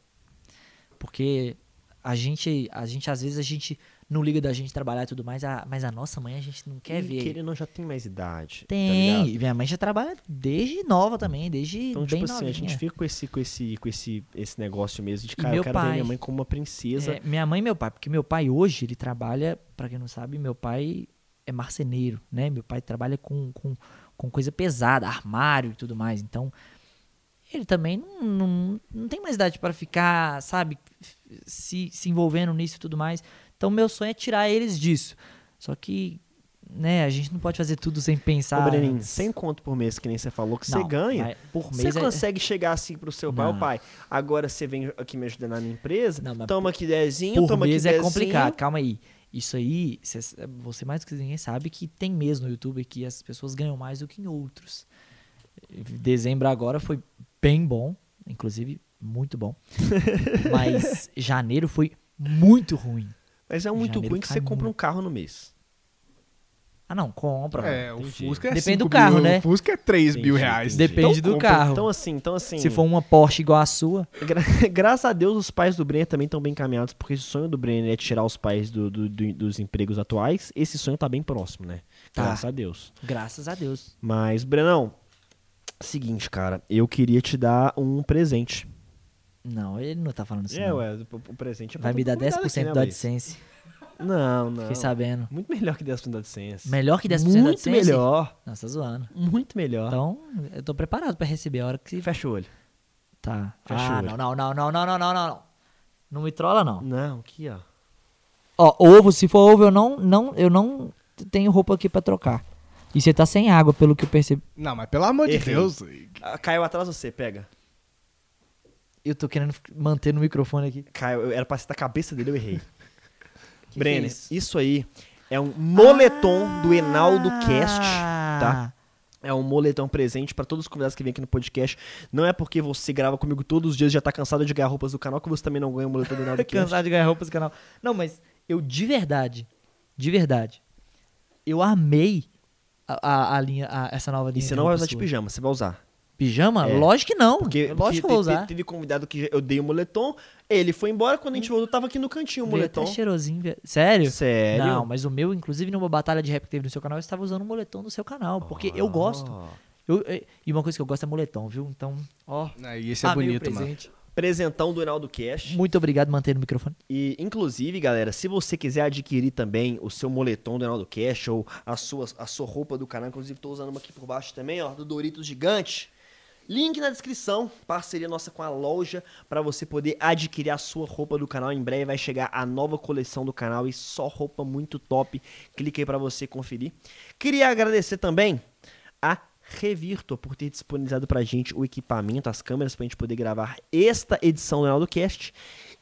Speaker 2: Porque a gente, a gente às vezes, a gente não liga da gente trabalhar e tudo mais, a- mas a nossa mãe a gente não quer
Speaker 1: E
Speaker 2: ver.
Speaker 1: Que ele não já tem mais idade. tá
Speaker 2: Tem.
Speaker 1: ligado?
Speaker 2: E minha mãe já trabalha desde nova também, desde
Speaker 1: então,
Speaker 2: bem
Speaker 1: tipo assim, a
Speaker 2: novinha.
Speaker 1: gente fica com esse, com esse, com esse, esse negócio mesmo de,
Speaker 2: E
Speaker 1: cara, eu
Speaker 2: meu
Speaker 1: quero ver
Speaker 2: pai.
Speaker 1: minha mãe como uma princesa.
Speaker 2: É, minha mãe e meu pai, porque meu pai hoje ele trabalha, pra quem não sabe, meu pai é marceneiro, né? Meu pai trabalha com, com, com coisa pesada, armário e tudo mais. Então, ele também não, não, não tem mais idade pra ficar, sabe, se, se envolvendo nisso e tudo mais. Então, meu sonho é tirar eles disso. Só que, né, a gente não pode fazer tudo sem pensar.
Speaker 1: Ô, Breninho,
Speaker 2: antes.
Speaker 1: 100 conto por mês, que nem você falou, que
Speaker 2: É, Não,
Speaker 1: você ganha.
Speaker 2: mas Por
Speaker 1: Você
Speaker 2: mês é-
Speaker 1: consegue chegar assim pro seu pai, ô
Speaker 2: Não.
Speaker 1: pai, agora você vem aqui me ajudar na minha empresa,
Speaker 2: Não, mas
Speaker 1: toma aqui dezinho,
Speaker 2: por
Speaker 1: toma
Speaker 2: mês
Speaker 1: aqui
Speaker 2: é
Speaker 1: dezinho.
Speaker 2: complicado. Calma aí. Isso aí, cê- você mais do que ninguém sabe que tem mês no YouTube que as pessoas ganham mais do que em outros. Dezembro agora foi bem bom, inclusive muito bom. Mas janeiro foi muito ruim.
Speaker 1: Mas é muito
Speaker 2: Janeiro
Speaker 1: ruim que
Speaker 2: cai
Speaker 1: você compra um
Speaker 2: muito.
Speaker 1: carro no mês.
Speaker 2: Ah, não, compra.
Speaker 3: É, o
Speaker 1: Entendi.
Speaker 3: Fusca é
Speaker 2: Depende do
Speaker 3: cinco
Speaker 2: carro,
Speaker 3: mil,
Speaker 2: né?
Speaker 3: O Fusca é 3 mil
Speaker 1: Entendi,
Speaker 3: reais.
Speaker 1: entendi.
Speaker 2: Depende do
Speaker 3: compra.
Speaker 2: carro.
Speaker 1: Então, assim, então assim.
Speaker 2: Se for uma Porsche igual a sua,
Speaker 1: gra- graças a Deus, os pais do Brenner também estão bem encaminhados, porque esse sonho do Brenner é tirar os pais do- do- do- dos empregos atuais. Esse sonho tá bem próximo, né?
Speaker 2: Tá.
Speaker 1: Graças a Deus.
Speaker 2: graças a Deus.
Speaker 1: Mas, Brenão, seguinte, cara, eu queria te dar um presente.
Speaker 2: Não, ele não tá falando assim.
Speaker 1: É,
Speaker 2: não.
Speaker 1: ué, o- o presente é pra
Speaker 2: Vai me
Speaker 1: todo
Speaker 2: dar
Speaker 1: convidado aqui,
Speaker 2: 10%
Speaker 1: né,
Speaker 2: da
Speaker 1: Luiz?
Speaker 2: AdSense.
Speaker 1: Não, não.
Speaker 2: Fiquei sabendo.
Speaker 1: Muito melhor que 10% da AdSense.
Speaker 2: Melhor que 10% da
Speaker 1: Muito
Speaker 2: AdSense?
Speaker 1: melhor.
Speaker 2: Não, você tá zoando.
Speaker 1: Muito melhor.
Speaker 2: Então, eu tô preparado pra receber a hora que...
Speaker 1: Fecha o olho.
Speaker 2: Tá.
Speaker 1: Fecha
Speaker 2: ah,
Speaker 1: o olho.
Speaker 2: não, não, não, não, não, não, não, não. Não me trola, não.
Speaker 1: Não, aqui, ó.
Speaker 2: Ó, ovo, se for ovo, eu não, não, eu não tenho roupa aqui pra trocar. E você tá sem água, pelo que eu percebi.
Speaker 3: Não, mas pelo amor de
Speaker 1: Errei.
Speaker 3: Deus.
Speaker 1: Ah, Caiu atrás de você, pega.
Speaker 2: Eu tô querendo f- manter no microfone aqui.
Speaker 1: Caiu, eu- era pra ser da cabeça dele, eu errei.
Speaker 2: Que que
Speaker 1: Brenner,
Speaker 2: é
Speaker 1: isso? aí é um moletom do Enaldo Cast, tá?
Speaker 2: Ah,
Speaker 1: É um moletom presente pra todos os convidados que vêm aqui no podcast. Não é porque você grava comigo todos os dias e já tá cansado de ganhar roupas do canal que você também não ganha o moletom do Enaldo Cast.
Speaker 2: Cansado de ganhar roupa esse canal. Não, mas eu de verdade, de verdade, eu amei a, a- a linha, a- essa nova
Speaker 1: E
Speaker 2: linha.
Speaker 1: você não vai
Speaker 2: roupa
Speaker 1: usar de
Speaker 2: sua.
Speaker 1: pijama, você vai usar.
Speaker 2: Pijama?
Speaker 1: É,
Speaker 2: Lógico que não.
Speaker 1: Porque,
Speaker 2: Hum, Lógico que
Speaker 1: porque
Speaker 2: eu vou
Speaker 1: te- te-
Speaker 2: usar.
Speaker 1: teve convidado que já- eu dei o moletom, ele foi embora, quando a gente voltou tava aqui no cantinho o
Speaker 2: Veio até
Speaker 1: moletom.
Speaker 2: é cheirosinho. veio- Sério?
Speaker 1: Sério?
Speaker 2: Não, mas o meu, inclusive, numa batalha de rap que teve no seu canal, eu estava usando o moletom do seu canal. Porque
Speaker 1: Ah.
Speaker 2: eu gosto.
Speaker 1: Ó.
Speaker 2: Eu- eu- e uma coisa que eu gosto é moletom, viu? Então, ó.
Speaker 3: Ah, e esse é
Speaker 2: amei o
Speaker 3: bonito, mano.
Speaker 2: presente.
Speaker 1: Presentão do Enaldo Cash.
Speaker 2: Muito obrigado, manter o microfone.
Speaker 1: E, inclusive, galera, se você quiser adquirir também o seu moletom do Ronaldo Cash ou a sua, a sua roupa do canal, inclusive tô usando uma aqui por baixo também, ó, do Doritos Gigante. Link na descrição, parceria nossa com a loja, pra você poder adquirir a sua roupa do canal. Em breve vai chegar a nova coleção do canal e só roupa muito top. Clique aí pra você conferir. Queria agradecer também a Revirto por ter disponibilizado pra gente o equipamento, as câmeras pra gente poder gravar esta edição do Ronaldo Cast.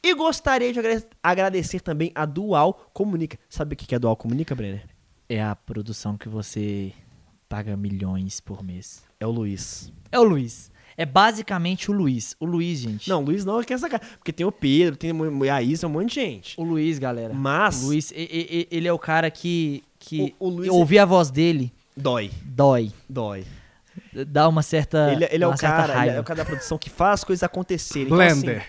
Speaker 1: E gostaria de agrade- agradecer também a Dual Comunica. Sabe o que que é Dual Comunica, Brenner?
Speaker 2: É a produção que você paga milhões por mês.
Speaker 1: É o Luiz.
Speaker 2: É o Luiz. É basicamente o Luiz. O Luiz, gente.
Speaker 1: Não, Luiz não, que é essa cara. Porque tem o Pedro, tem a Isa, um monte de gente.
Speaker 2: O Luiz, galera.
Speaker 1: Mas-
Speaker 2: O Luiz, e- e- e- ele é o cara que. que
Speaker 1: O- o Luiz é
Speaker 2: ouvir a voz dele
Speaker 1: Dói,
Speaker 2: dói.
Speaker 1: dói.
Speaker 2: Dá uma certa.
Speaker 1: ele ele é
Speaker 2: uma
Speaker 1: o
Speaker 2: certa
Speaker 1: cara, ele
Speaker 2: tá raiva.
Speaker 1: é o cara da produção que faz coisas acontecerem. Então, assim,
Speaker 3: Blender.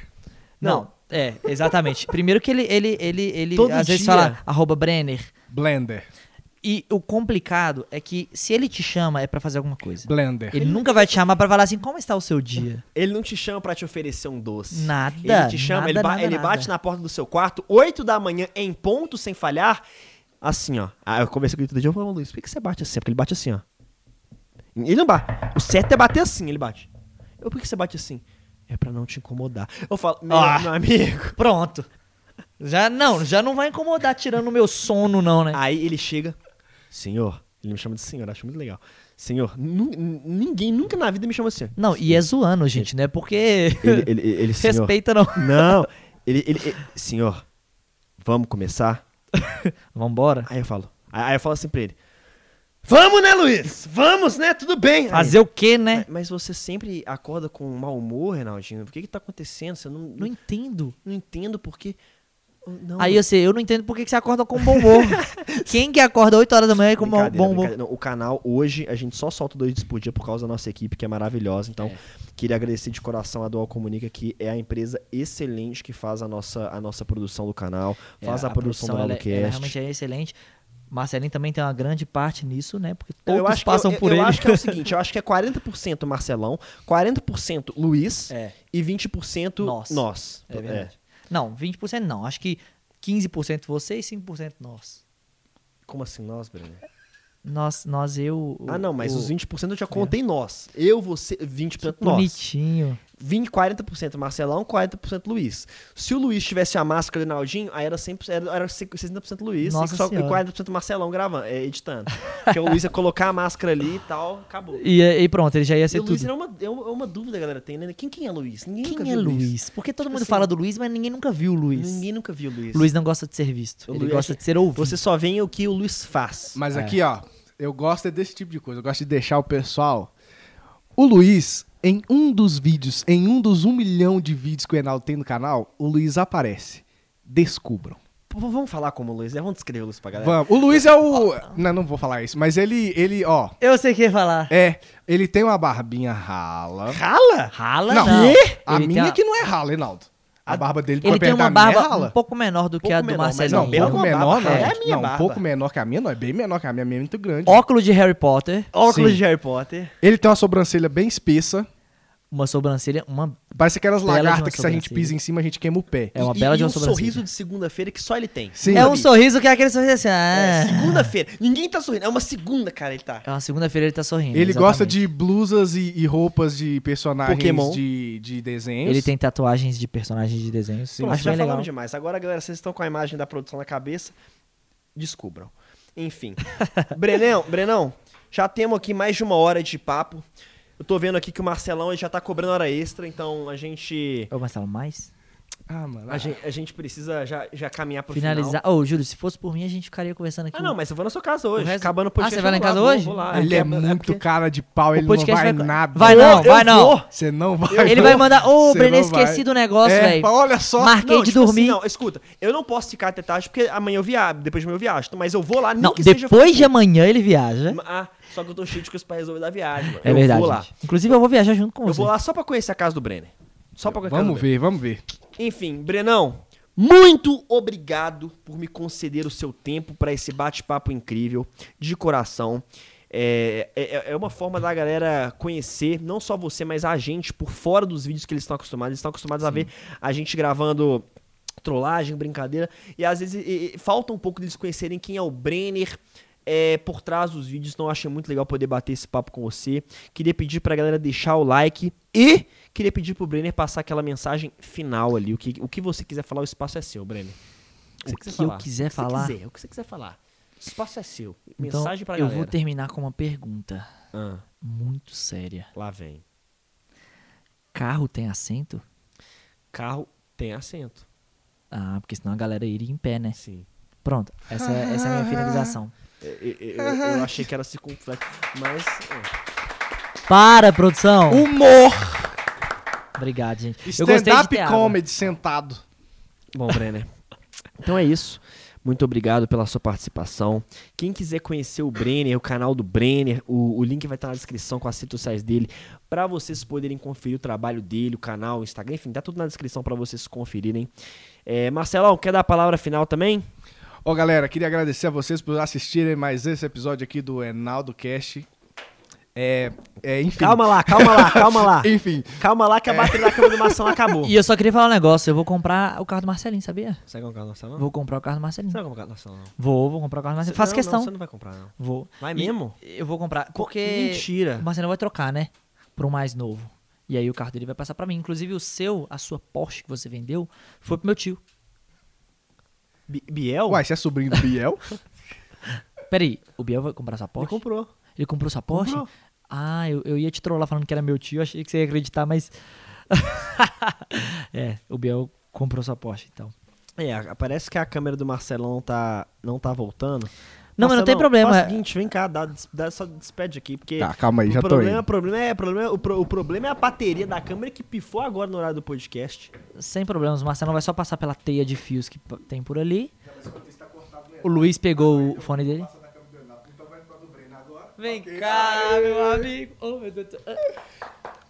Speaker 2: Não, é, exatamente. Primeiro que ele, ele, ele, ele
Speaker 1: Todo
Speaker 2: às vezes
Speaker 1: dia.
Speaker 2: fala arroba Brenner.
Speaker 3: Blender.
Speaker 2: E o complicado é que se ele te chama é pra fazer alguma coisa.
Speaker 3: Blender.
Speaker 2: Ele nunca vai te chamar pra falar assim, como está o seu dia?
Speaker 1: ele não te chama pra te oferecer um doce.
Speaker 2: Nada,
Speaker 1: Ele te chama,
Speaker 2: nada,
Speaker 1: ele, ba-
Speaker 2: nada,
Speaker 1: ele bate
Speaker 2: nada.
Speaker 1: na porta do seu quarto, 8 da manhã, em ponto, sem falhar. Assim, ó. Ah, eu conversei com ele todo dia. Eu falei, Luiz, por que, que você bate assim? Porque ele bate assim, ó. Ele não bate. O certo é bater assim, ele bate. Eu, por que você bate assim? É pra não te incomodar. Eu falo, meu,
Speaker 2: Ah.
Speaker 1: meu amigo.
Speaker 2: Pronto. Já não, já não vai incomodar tirando o meu sono não, né?
Speaker 1: Aí ele chega, senhor. Ele me chama de senhor, acho muito legal. Senhor, nu- n- ninguém nunca na vida me chama assim.
Speaker 2: Não, e é zoando, gente, né? Porque
Speaker 1: Ele, assim, ele, ele, ele, senhor.
Speaker 2: respeita não.
Speaker 1: Não, ele, ele, ele- Senhor, vamos começar?
Speaker 2: Vambora.
Speaker 1: Aí eu falo. Aí eu falo assim pra ele. Vamos, né, Luiz? Vamos, né? Tudo bem. Aí-
Speaker 2: Fazer o quê, né?
Speaker 1: Mas você sempre acorda com mau humor, Renaldinho? Por que que tá acontecendo? Você não,
Speaker 2: Não
Speaker 1: não,
Speaker 2: entendo.
Speaker 1: não entendo por que... Oh, Não,
Speaker 2: Aí eu sei, eu não entendo por que que você acorda com bom humor. Quem que acorda 8 horas da manhã e com bom
Speaker 1: Brincadeira,
Speaker 2: bom humor?
Speaker 1: brincadeira. Não, o canal hoje a gente só solta dois vídeos por dia por causa da nossa equipe que é maravilhosa. Então, queria agradecer de coração a Dual Comunica, que é a empresa excelente que faz a nossa, a nossa produção do canal,
Speaker 2: É,
Speaker 1: faz a, produção,
Speaker 2: ela,
Speaker 1: do
Speaker 2: é- ela
Speaker 1: Alocast.
Speaker 2: realmente é excelente. Marcelinho também tem uma grande parte nisso, né? Porque
Speaker 1: Não,
Speaker 2: todos passam
Speaker 1: eu, eu-
Speaker 2: por
Speaker 1: eu
Speaker 2: ele.
Speaker 1: acho que é o seguinte, eu acho que é 40% Marcelão, 40% Luiz
Speaker 2: É.
Speaker 1: e 20%
Speaker 2: Nós.
Speaker 1: nós.
Speaker 2: É verdade. Não, 20% não. Acho que 15% você e 5% nós.
Speaker 1: É. Como assim nós, Breno?
Speaker 2: Nós, nós eu. o-
Speaker 1: Ah, não, mas
Speaker 2: o, É.
Speaker 1: os 20% eu já contei nós. Eu, você, 20% nós.
Speaker 2: Bonitinho.
Speaker 1: 20, 40% Marcelão, 40% Luiz. Se o Luiz tivesse a máscara do Naldinho, aí era, 100%, era, era 60% Luiz
Speaker 2: Nossa
Speaker 1: e só
Speaker 2: Senhora.
Speaker 1: 40% Marcelão gravando, é, editando. Porque o Luiz ia colocar a máscara ali e tal, acabou.
Speaker 2: E, e pronto, ele já ia
Speaker 1: E
Speaker 2: ser
Speaker 1: o Luiz
Speaker 2: tudo.
Speaker 1: é uma, é uma é uma dúvida, que a galera, tem, né? Quem, quem é Luiz? Ninguém nunca
Speaker 2: Quem é
Speaker 1: viu
Speaker 2: Luiz? Porque todo
Speaker 1: Tipo
Speaker 2: mundo
Speaker 1: assim,
Speaker 2: fala do Luiz, mas ninguém nunca viu o Luiz.
Speaker 1: Ninguém nunca viu o Luiz.
Speaker 2: Luiz não gosta de ser visto.
Speaker 1: O
Speaker 2: ele
Speaker 1: Luiz- é
Speaker 2: gosta de ser ouvido.
Speaker 1: Você só vê o que o Luiz faz.
Speaker 3: Mas
Speaker 2: É.
Speaker 3: aqui, ó, eu gosto é desse tipo de coisa. Eu gosto de deixar o pessoal. O Luiz, em um dos vídeos, em um dos um milhão de vídeos que o Enaldo tem no canal, o Luiz aparece. Descubram.
Speaker 1: Pô, vamos falar como o Luiz é? Vamos descrevê-lo pra galera.
Speaker 3: Vamos. O Luiz é o. Não, não vou falar isso, mas ele, ele, ó.
Speaker 2: Eu sei o que ia falar.
Speaker 3: É, ele tem uma barbinha rala.
Speaker 1: Rala?
Speaker 2: Rala
Speaker 3: Não,
Speaker 2: não.
Speaker 3: a
Speaker 2: Ele tem
Speaker 3: minha
Speaker 2: uma-
Speaker 3: que não é rala, Reinaldo. A barba dele,
Speaker 2: Ele
Speaker 3: pra
Speaker 2: tem
Speaker 3: perto
Speaker 2: uma
Speaker 3: da minha, é
Speaker 2: barba um
Speaker 3: rala.
Speaker 2: pouco menor do que a
Speaker 1: Pouco
Speaker 2: do
Speaker 1: menor,
Speaker 2: Marcelo.
Speaker 1: mas
Speaker 3: Não, um
Speaker 1: Bela
Speaker 2: Pinheiro.
Speaker 3: pouco
Speaker 1: barba,
Speaker 3: menor,
Speaker 1: rala.
Speaker 3: não.
Speaker 1: É a minha
Speaker 3: não, um
Speaker 1: barba.
Speaker 3: pouco menor que a minha, não. É bem menor que a minha, a minha é muito grande.
Speaker 2: Óculos de Harry Potter,
Speaker 1: Óculos
Speaker 3: Sim.
Speaker 1: de Harry Potter.
Speaker 3: Ele tem uma sobrancelha bem espessa.
Speaker 2: uma sobrancelha, uma
Speaker 3: Parece aquelas
Speaker 2: Bela de uma
Speaker 3: lagartas que se a gente
Speaker 2: sobrancelha.
Speaker 3: pisa em cima, a gente queima o pé.
Speaker 2: É uma bela de uma
Speaker 1: um
Speaker 2: sobrancelha.
Speaker 1: sorriso de segunda-feira que só ele tem.
Speaker 3: Sim.
Speaker 2: É
Speaker 3: Nunca
Speaker 2: um
Speaker 1: vi.
Speaker 2: sorriso que é aquele sorriso assim.
Speaker 1: É,
Speaker 2: Ah.
Speaker 1: segunda-feira. Ninguém tá sorrindo. É uma segunda, cara, ele tá.
Speaker 2: É uma segunda-feira ele tá sorrindo.
Speaker 3: Ele gosta
Speaker 2: exatamente.
Speaker 3: de blusas e, e roupas de personagens
Speaker 1: Pokémon.
Speaker 3: de, de desenhos.
Speaker 2: Ele tem tatuagens de personagens de desenhos.
Speaker 1: Pronto,
Speaker 2: Acho
Speaker 1: já
Speaker 2: bem
Speaker 1: falamos
Speaker 2: é legal.
Speaker 1: demais. Agora, galera, vocês estão com a imagem da produção na cabeça. Descubram. Enfim. Brenão, Brenão, já temos aqui mais de uma hora de papo. Eu tô vendo aqui que o Marcelão ele já tá cobrando hora extra, então a gente.
Speaker 2: Ô, Marcelo, mais?
Speaker 3: Ah, mano.
Speaker 1: A gente, a gente precisa já, já caminhar pro
Speaker 2: Finalizar. Ô, Júlio, se fosse por mim, a gente ficaria conversando aqui.
Speaker 1: final. Ah, não, mas eu vou na sua casa
Speaker 2: O
Speaker 1: hoje.
Speaker 2: resto-
Speaker 1: Acabando o
Speaker 2: Ah,
Speaker 1: podcast.
Speaker 2: você vai lá em
Speaker 1: eu vou
Speaker 2: casa
Speaker 1: vou-
Speaker 2: hoje?
Speaker 1: vou lá.
Speaker 3: Ele é,
Speaker 1: É porque- é
Speaker 3: muito
Speaker 1: porque-
Speaker 3: cara de pau, ele não
Speaker 2: podcast
Speaker 3: vai,
Speaker 2: vai-
Speaker 3: nada.
Speaker 2: vai não, vai não.
Speaker 3: Você não vai.
Speaker 2: Ele vai mandar. Ô,
Speaker 3: Você
Speaker 2: Brené,
Speaker 3: não vai.
Speaker 2: esqueci do negócio,
Speaker 3: É,
Speaker 2: velho.
Speaker 3: fala, olha só.
Speaker 2: Marquei
Speaker 1: Não,
Speaker 2: de
Speaker 1: tipo assim,
Speaker 2: dormir.
Speaker 1: não, escuta, eu não posso ficar até tarde porque amanhã eu viajo, depois de amanhã eu viajo, mas eu vou lá, nem
Speaker 2: não,
Speaker 1: que seja-
Speaker 2: depois de amanhã ele viaja.
Speaker 1: Ah, só que eu tô cheio de coisa pra resolver da viagem, mano.
Speaker 2: É
Speaker 1: eu
Speaker 2: verdade.
Speaker 1: vou lá.
Speaker 2: gente. Inclusive, eu vou viajar junto com
Speaker 1: Eu
Speaker 2: você.
Speaker 1: vou lá só pra conhecer a casa do Brenner. Só pra conhecer a
Speaker 3: Vamos
Speaker 1: casa do
Speaker 3: ver, vamos ver.
Speaker 1: Brenner. Enfim, Brenão, muito obrigado por me conceder o seu tempo pra esse bate-papo incrível, de coração. É, é, é uma forma da galera conhecer, não só você, mas a gente, por fora dos vídeos que eles estão acostumados. Eles estão acostumados a ver a gente gravando trollagem, brincadeira. E às vezes e- e falta um pouco deles conhecerem quem é o Brenner é, por trás dos vídeos. Então eu achei muito legal poder bater esse papo com você. Queria pedir pra galera deixar o like e queria pedir pro Brenner passar aquela mensagem final ali. O que, o que você quiser falar, o espaço é seu, Brenner.
Speaker 2: O
Speaker 1: você
Speaker 2: que
Speaker 1: quiser
Speaker 2: eu
Speaker 1: falar.
Speaker 2: quiser
Speaker 1: O que você
Speaker 2: falar?
Speaker 1: quiser, o que você quiser falar. O espaço é seu.
Speaker 2: Então,
Speaker 1: Mensagem pra
Speaker 2: eu
Speaker 1: galera.
Speaker 2: vou terminar com uma pergunta
Speaker 1: Ah,
Speaker 2: muito séria.
Speaker 1: lá vem.
Speaker 2: Carro tem assento?
Speaker 1: Carro tem assento.
Speaker 2: Ah, porque senão a galera iria em pé, né?
Speaker 1: Sim.
Speaker 2: Pronto, essa, essa é a minha finalização.
Speaker 1: Eu, é, eu- eu- eu achei que era circunflexo, mas... é.
Speaker 2: Para, produção!
Speaker 1: Um
Speaker 3: Humor.
Speaker 2: Obrigado, gente. Eu gostei de
Speaker 3: Stand-up
Speaker 2: ter água.
Speaker 3: comedy sentado.
Speaker 1: Bom, Brenner. Então é isso. Muito obrigado pela sua participação. Quem quiser conhecer o Brenner, o canal do Brenner, o, o link vai estar na descrição com as redes sociais dele, para vocês poderem conferir o trabalho dele, o canal, o Instagram, enfim, tá tudo na descrição para vocês conferirem. É, Marcelão, quer dar a palavra final também?
Speaker 3: Ó, galera, queria agradecer a vocês por assistirem mais esse episódio aqui do Enaldo Cast. É, é enfim.
Speaker 1: Calma lá, calma lá, calma lá.
Speaker 3: Enfim,
Speaker 1: Calma lá que a bateria da câmera do Marcelão acabou.
Speaker 2: E eu só queria falar um negócio, eu vou comprar o carro do Marcelinho, sabia?
Speaker 1: Você vai comprar é o Marcelão?
Speaker 2: Vou comprar o carro do Marcelinho.
Speaker 1: Você vai comprar é o Marcelão?
Speaker 2: Vou, vou comprar o carro do Marcelinho. Faço
Speaker 1: Ah. Não,
Speaker 2: questão.
Speaker 1: Não, você não vai comprar, não.
Speaker 2: Vou.
Speaker 1: Vai
Speaker 2: E
Speaker 1: mesmo?
Speaker 2: Eu vou comprar. Porque.
Speaker 1: Mentira.
Speaker 2: O Marcelo vai trocar, né? Por um mais novo. E aí o carro dele vai passar pra mim. Inclusive o seu, a sua Porsche que você vendeu, foi pro meu tio.
Speaker 1: Bi- Biel?
Speaker 3: uai, você é sobrinho do Biel?
Speaker 2: Peraí, o Biel vai comprar sua
Speaker 1: Ele
Speaker 2: Porsche?
Speaker 1: comprou.
Speaker 2: Ele comprou sua Porsche?
Speaker 1: Comprou.
Speaker 2: Ah, eu, eu ia te trollar falando que era meu tio, achei que você ia acreditar, mas. é, o Biel comprou sua Porsche, então.
Speaker 1: É, a- parece que a câmera do Marcelão tá, não tá voltando.
Speaker 2: Não, mas não tem problema.
Speaker 1: Faz o seguinte, vem cá, dá, des- dá- só despede aqui, porque.
Speaker 3: Tá, calma aí, já
Speaker 1: o
Speaker 3: tô
Speaker 1: problema,
Speaker 3: indo.
Speaker 1: O problema, é, o problema, é- o, pro- o problema é a bateria da câmera que pifou agora no horário do podcast.
Speaker 2: Sem problemas, o Marcelo vai só passar pela teia de fios que p- tem por ali. O Luiz pegou o fone dele. Vem cá, meu amigo. Oh, meu Deus. do céu.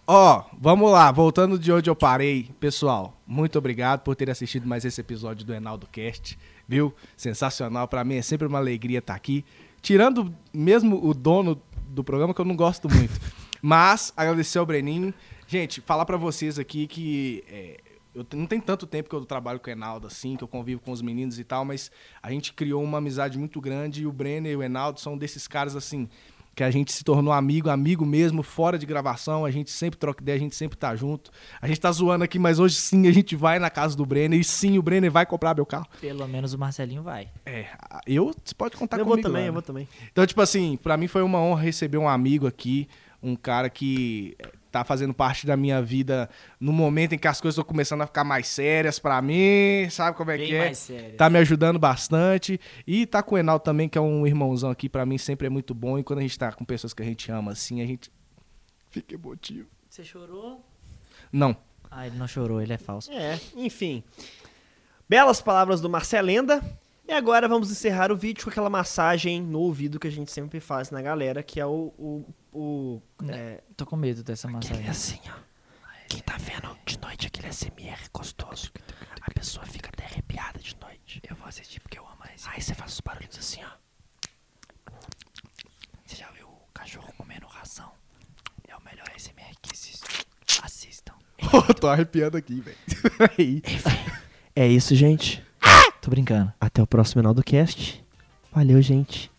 Speaker 3: Ó, vamos lá, voltando de onde eu parei, pessoal, muito obrigado por ter assistido mais esse episódio do Enaldo Cast, viu? Sensacional, pra mim é sempre uma alegria estar aqui, tirando mesmo o dono do programa que eu não gosto muito. Mas agradecer ao Breninho. Gente, falar pra vocês aqui que é, eu t- não tem tanto tempo que eu trabalho com o Enaldo assim, que eu convivo com os meninos e tal, mas a gente criou uma amizade muito grande e o Brenner e o Enaldo são desses caras assim que a gente se tornou amigo, amigo mesmo, fora de gravação, a gente sempre troca ideia, a gente sempre tá junto. A gente tá zoando aqui, mas hoje sim a gente vai na casa do Brenner e sim o Brenner vai comprar meu carro.
Speaker 2: Pelo menos o Marcelinho vai.
Speaker 3: É, eu você pode contar
Speaker 1: eu vou
Speaker 3: comigo.
Speaker 1: também,
Speaker 3: lá,
Speaker 1: eu vou
Speaker 3: né?
Speaker 1: também.
Speaker 3: Então, tipo assim, pra mim foi uma honra receber um amigo aqui, um cara que eh, tá fazendo parte da minha vida no momento em que as coisas estão começando a ficar mais sérias pra mim, sabe como é
Speaker 2: Bem
Speaker 3: que é?
Speaker 2: mais sérias.
Speaker 3: Tá me ajudando bastante e tá com o Enal também, que é um irmãozão aqui, pra mim sempre é muito bom e quando a gente tá com pessoas que a gente ama assim, a gente fica emotivo.
Speaker 2: Você chorou?
Speaker 3: Não.
Speaker 2: Ah, ele não chorou, ele é falso.
Speaker 1: É, enfim. Belas palavras do Marcelenda. E agora vamos encerrar o vídeo com aquela massagem no ouvido que a gente sempre faz na galera, que é o. o, o é,
Speaker 2: Tô com medo dessa massagem.
Speaker 1: assim, ó. Quem tá vendo de noite aquele SMR gostoso, a pessoa fica até arrepiada de noite. Eu vou assistir porque eu amo mais. Aí você faz os barulhos assim, ó.
Speaker 2: Você já viu o cachorro comendo ração? É o melhor SMR que existe. Assistam.
Speaker 3: Eu tô arrepiando aqui, velho. Peraí.
Speaker 1: É isso, gente.
Speaker 2: Tô brincando.
Speaker 1: Até o próximo final do cast. Valeu, gente.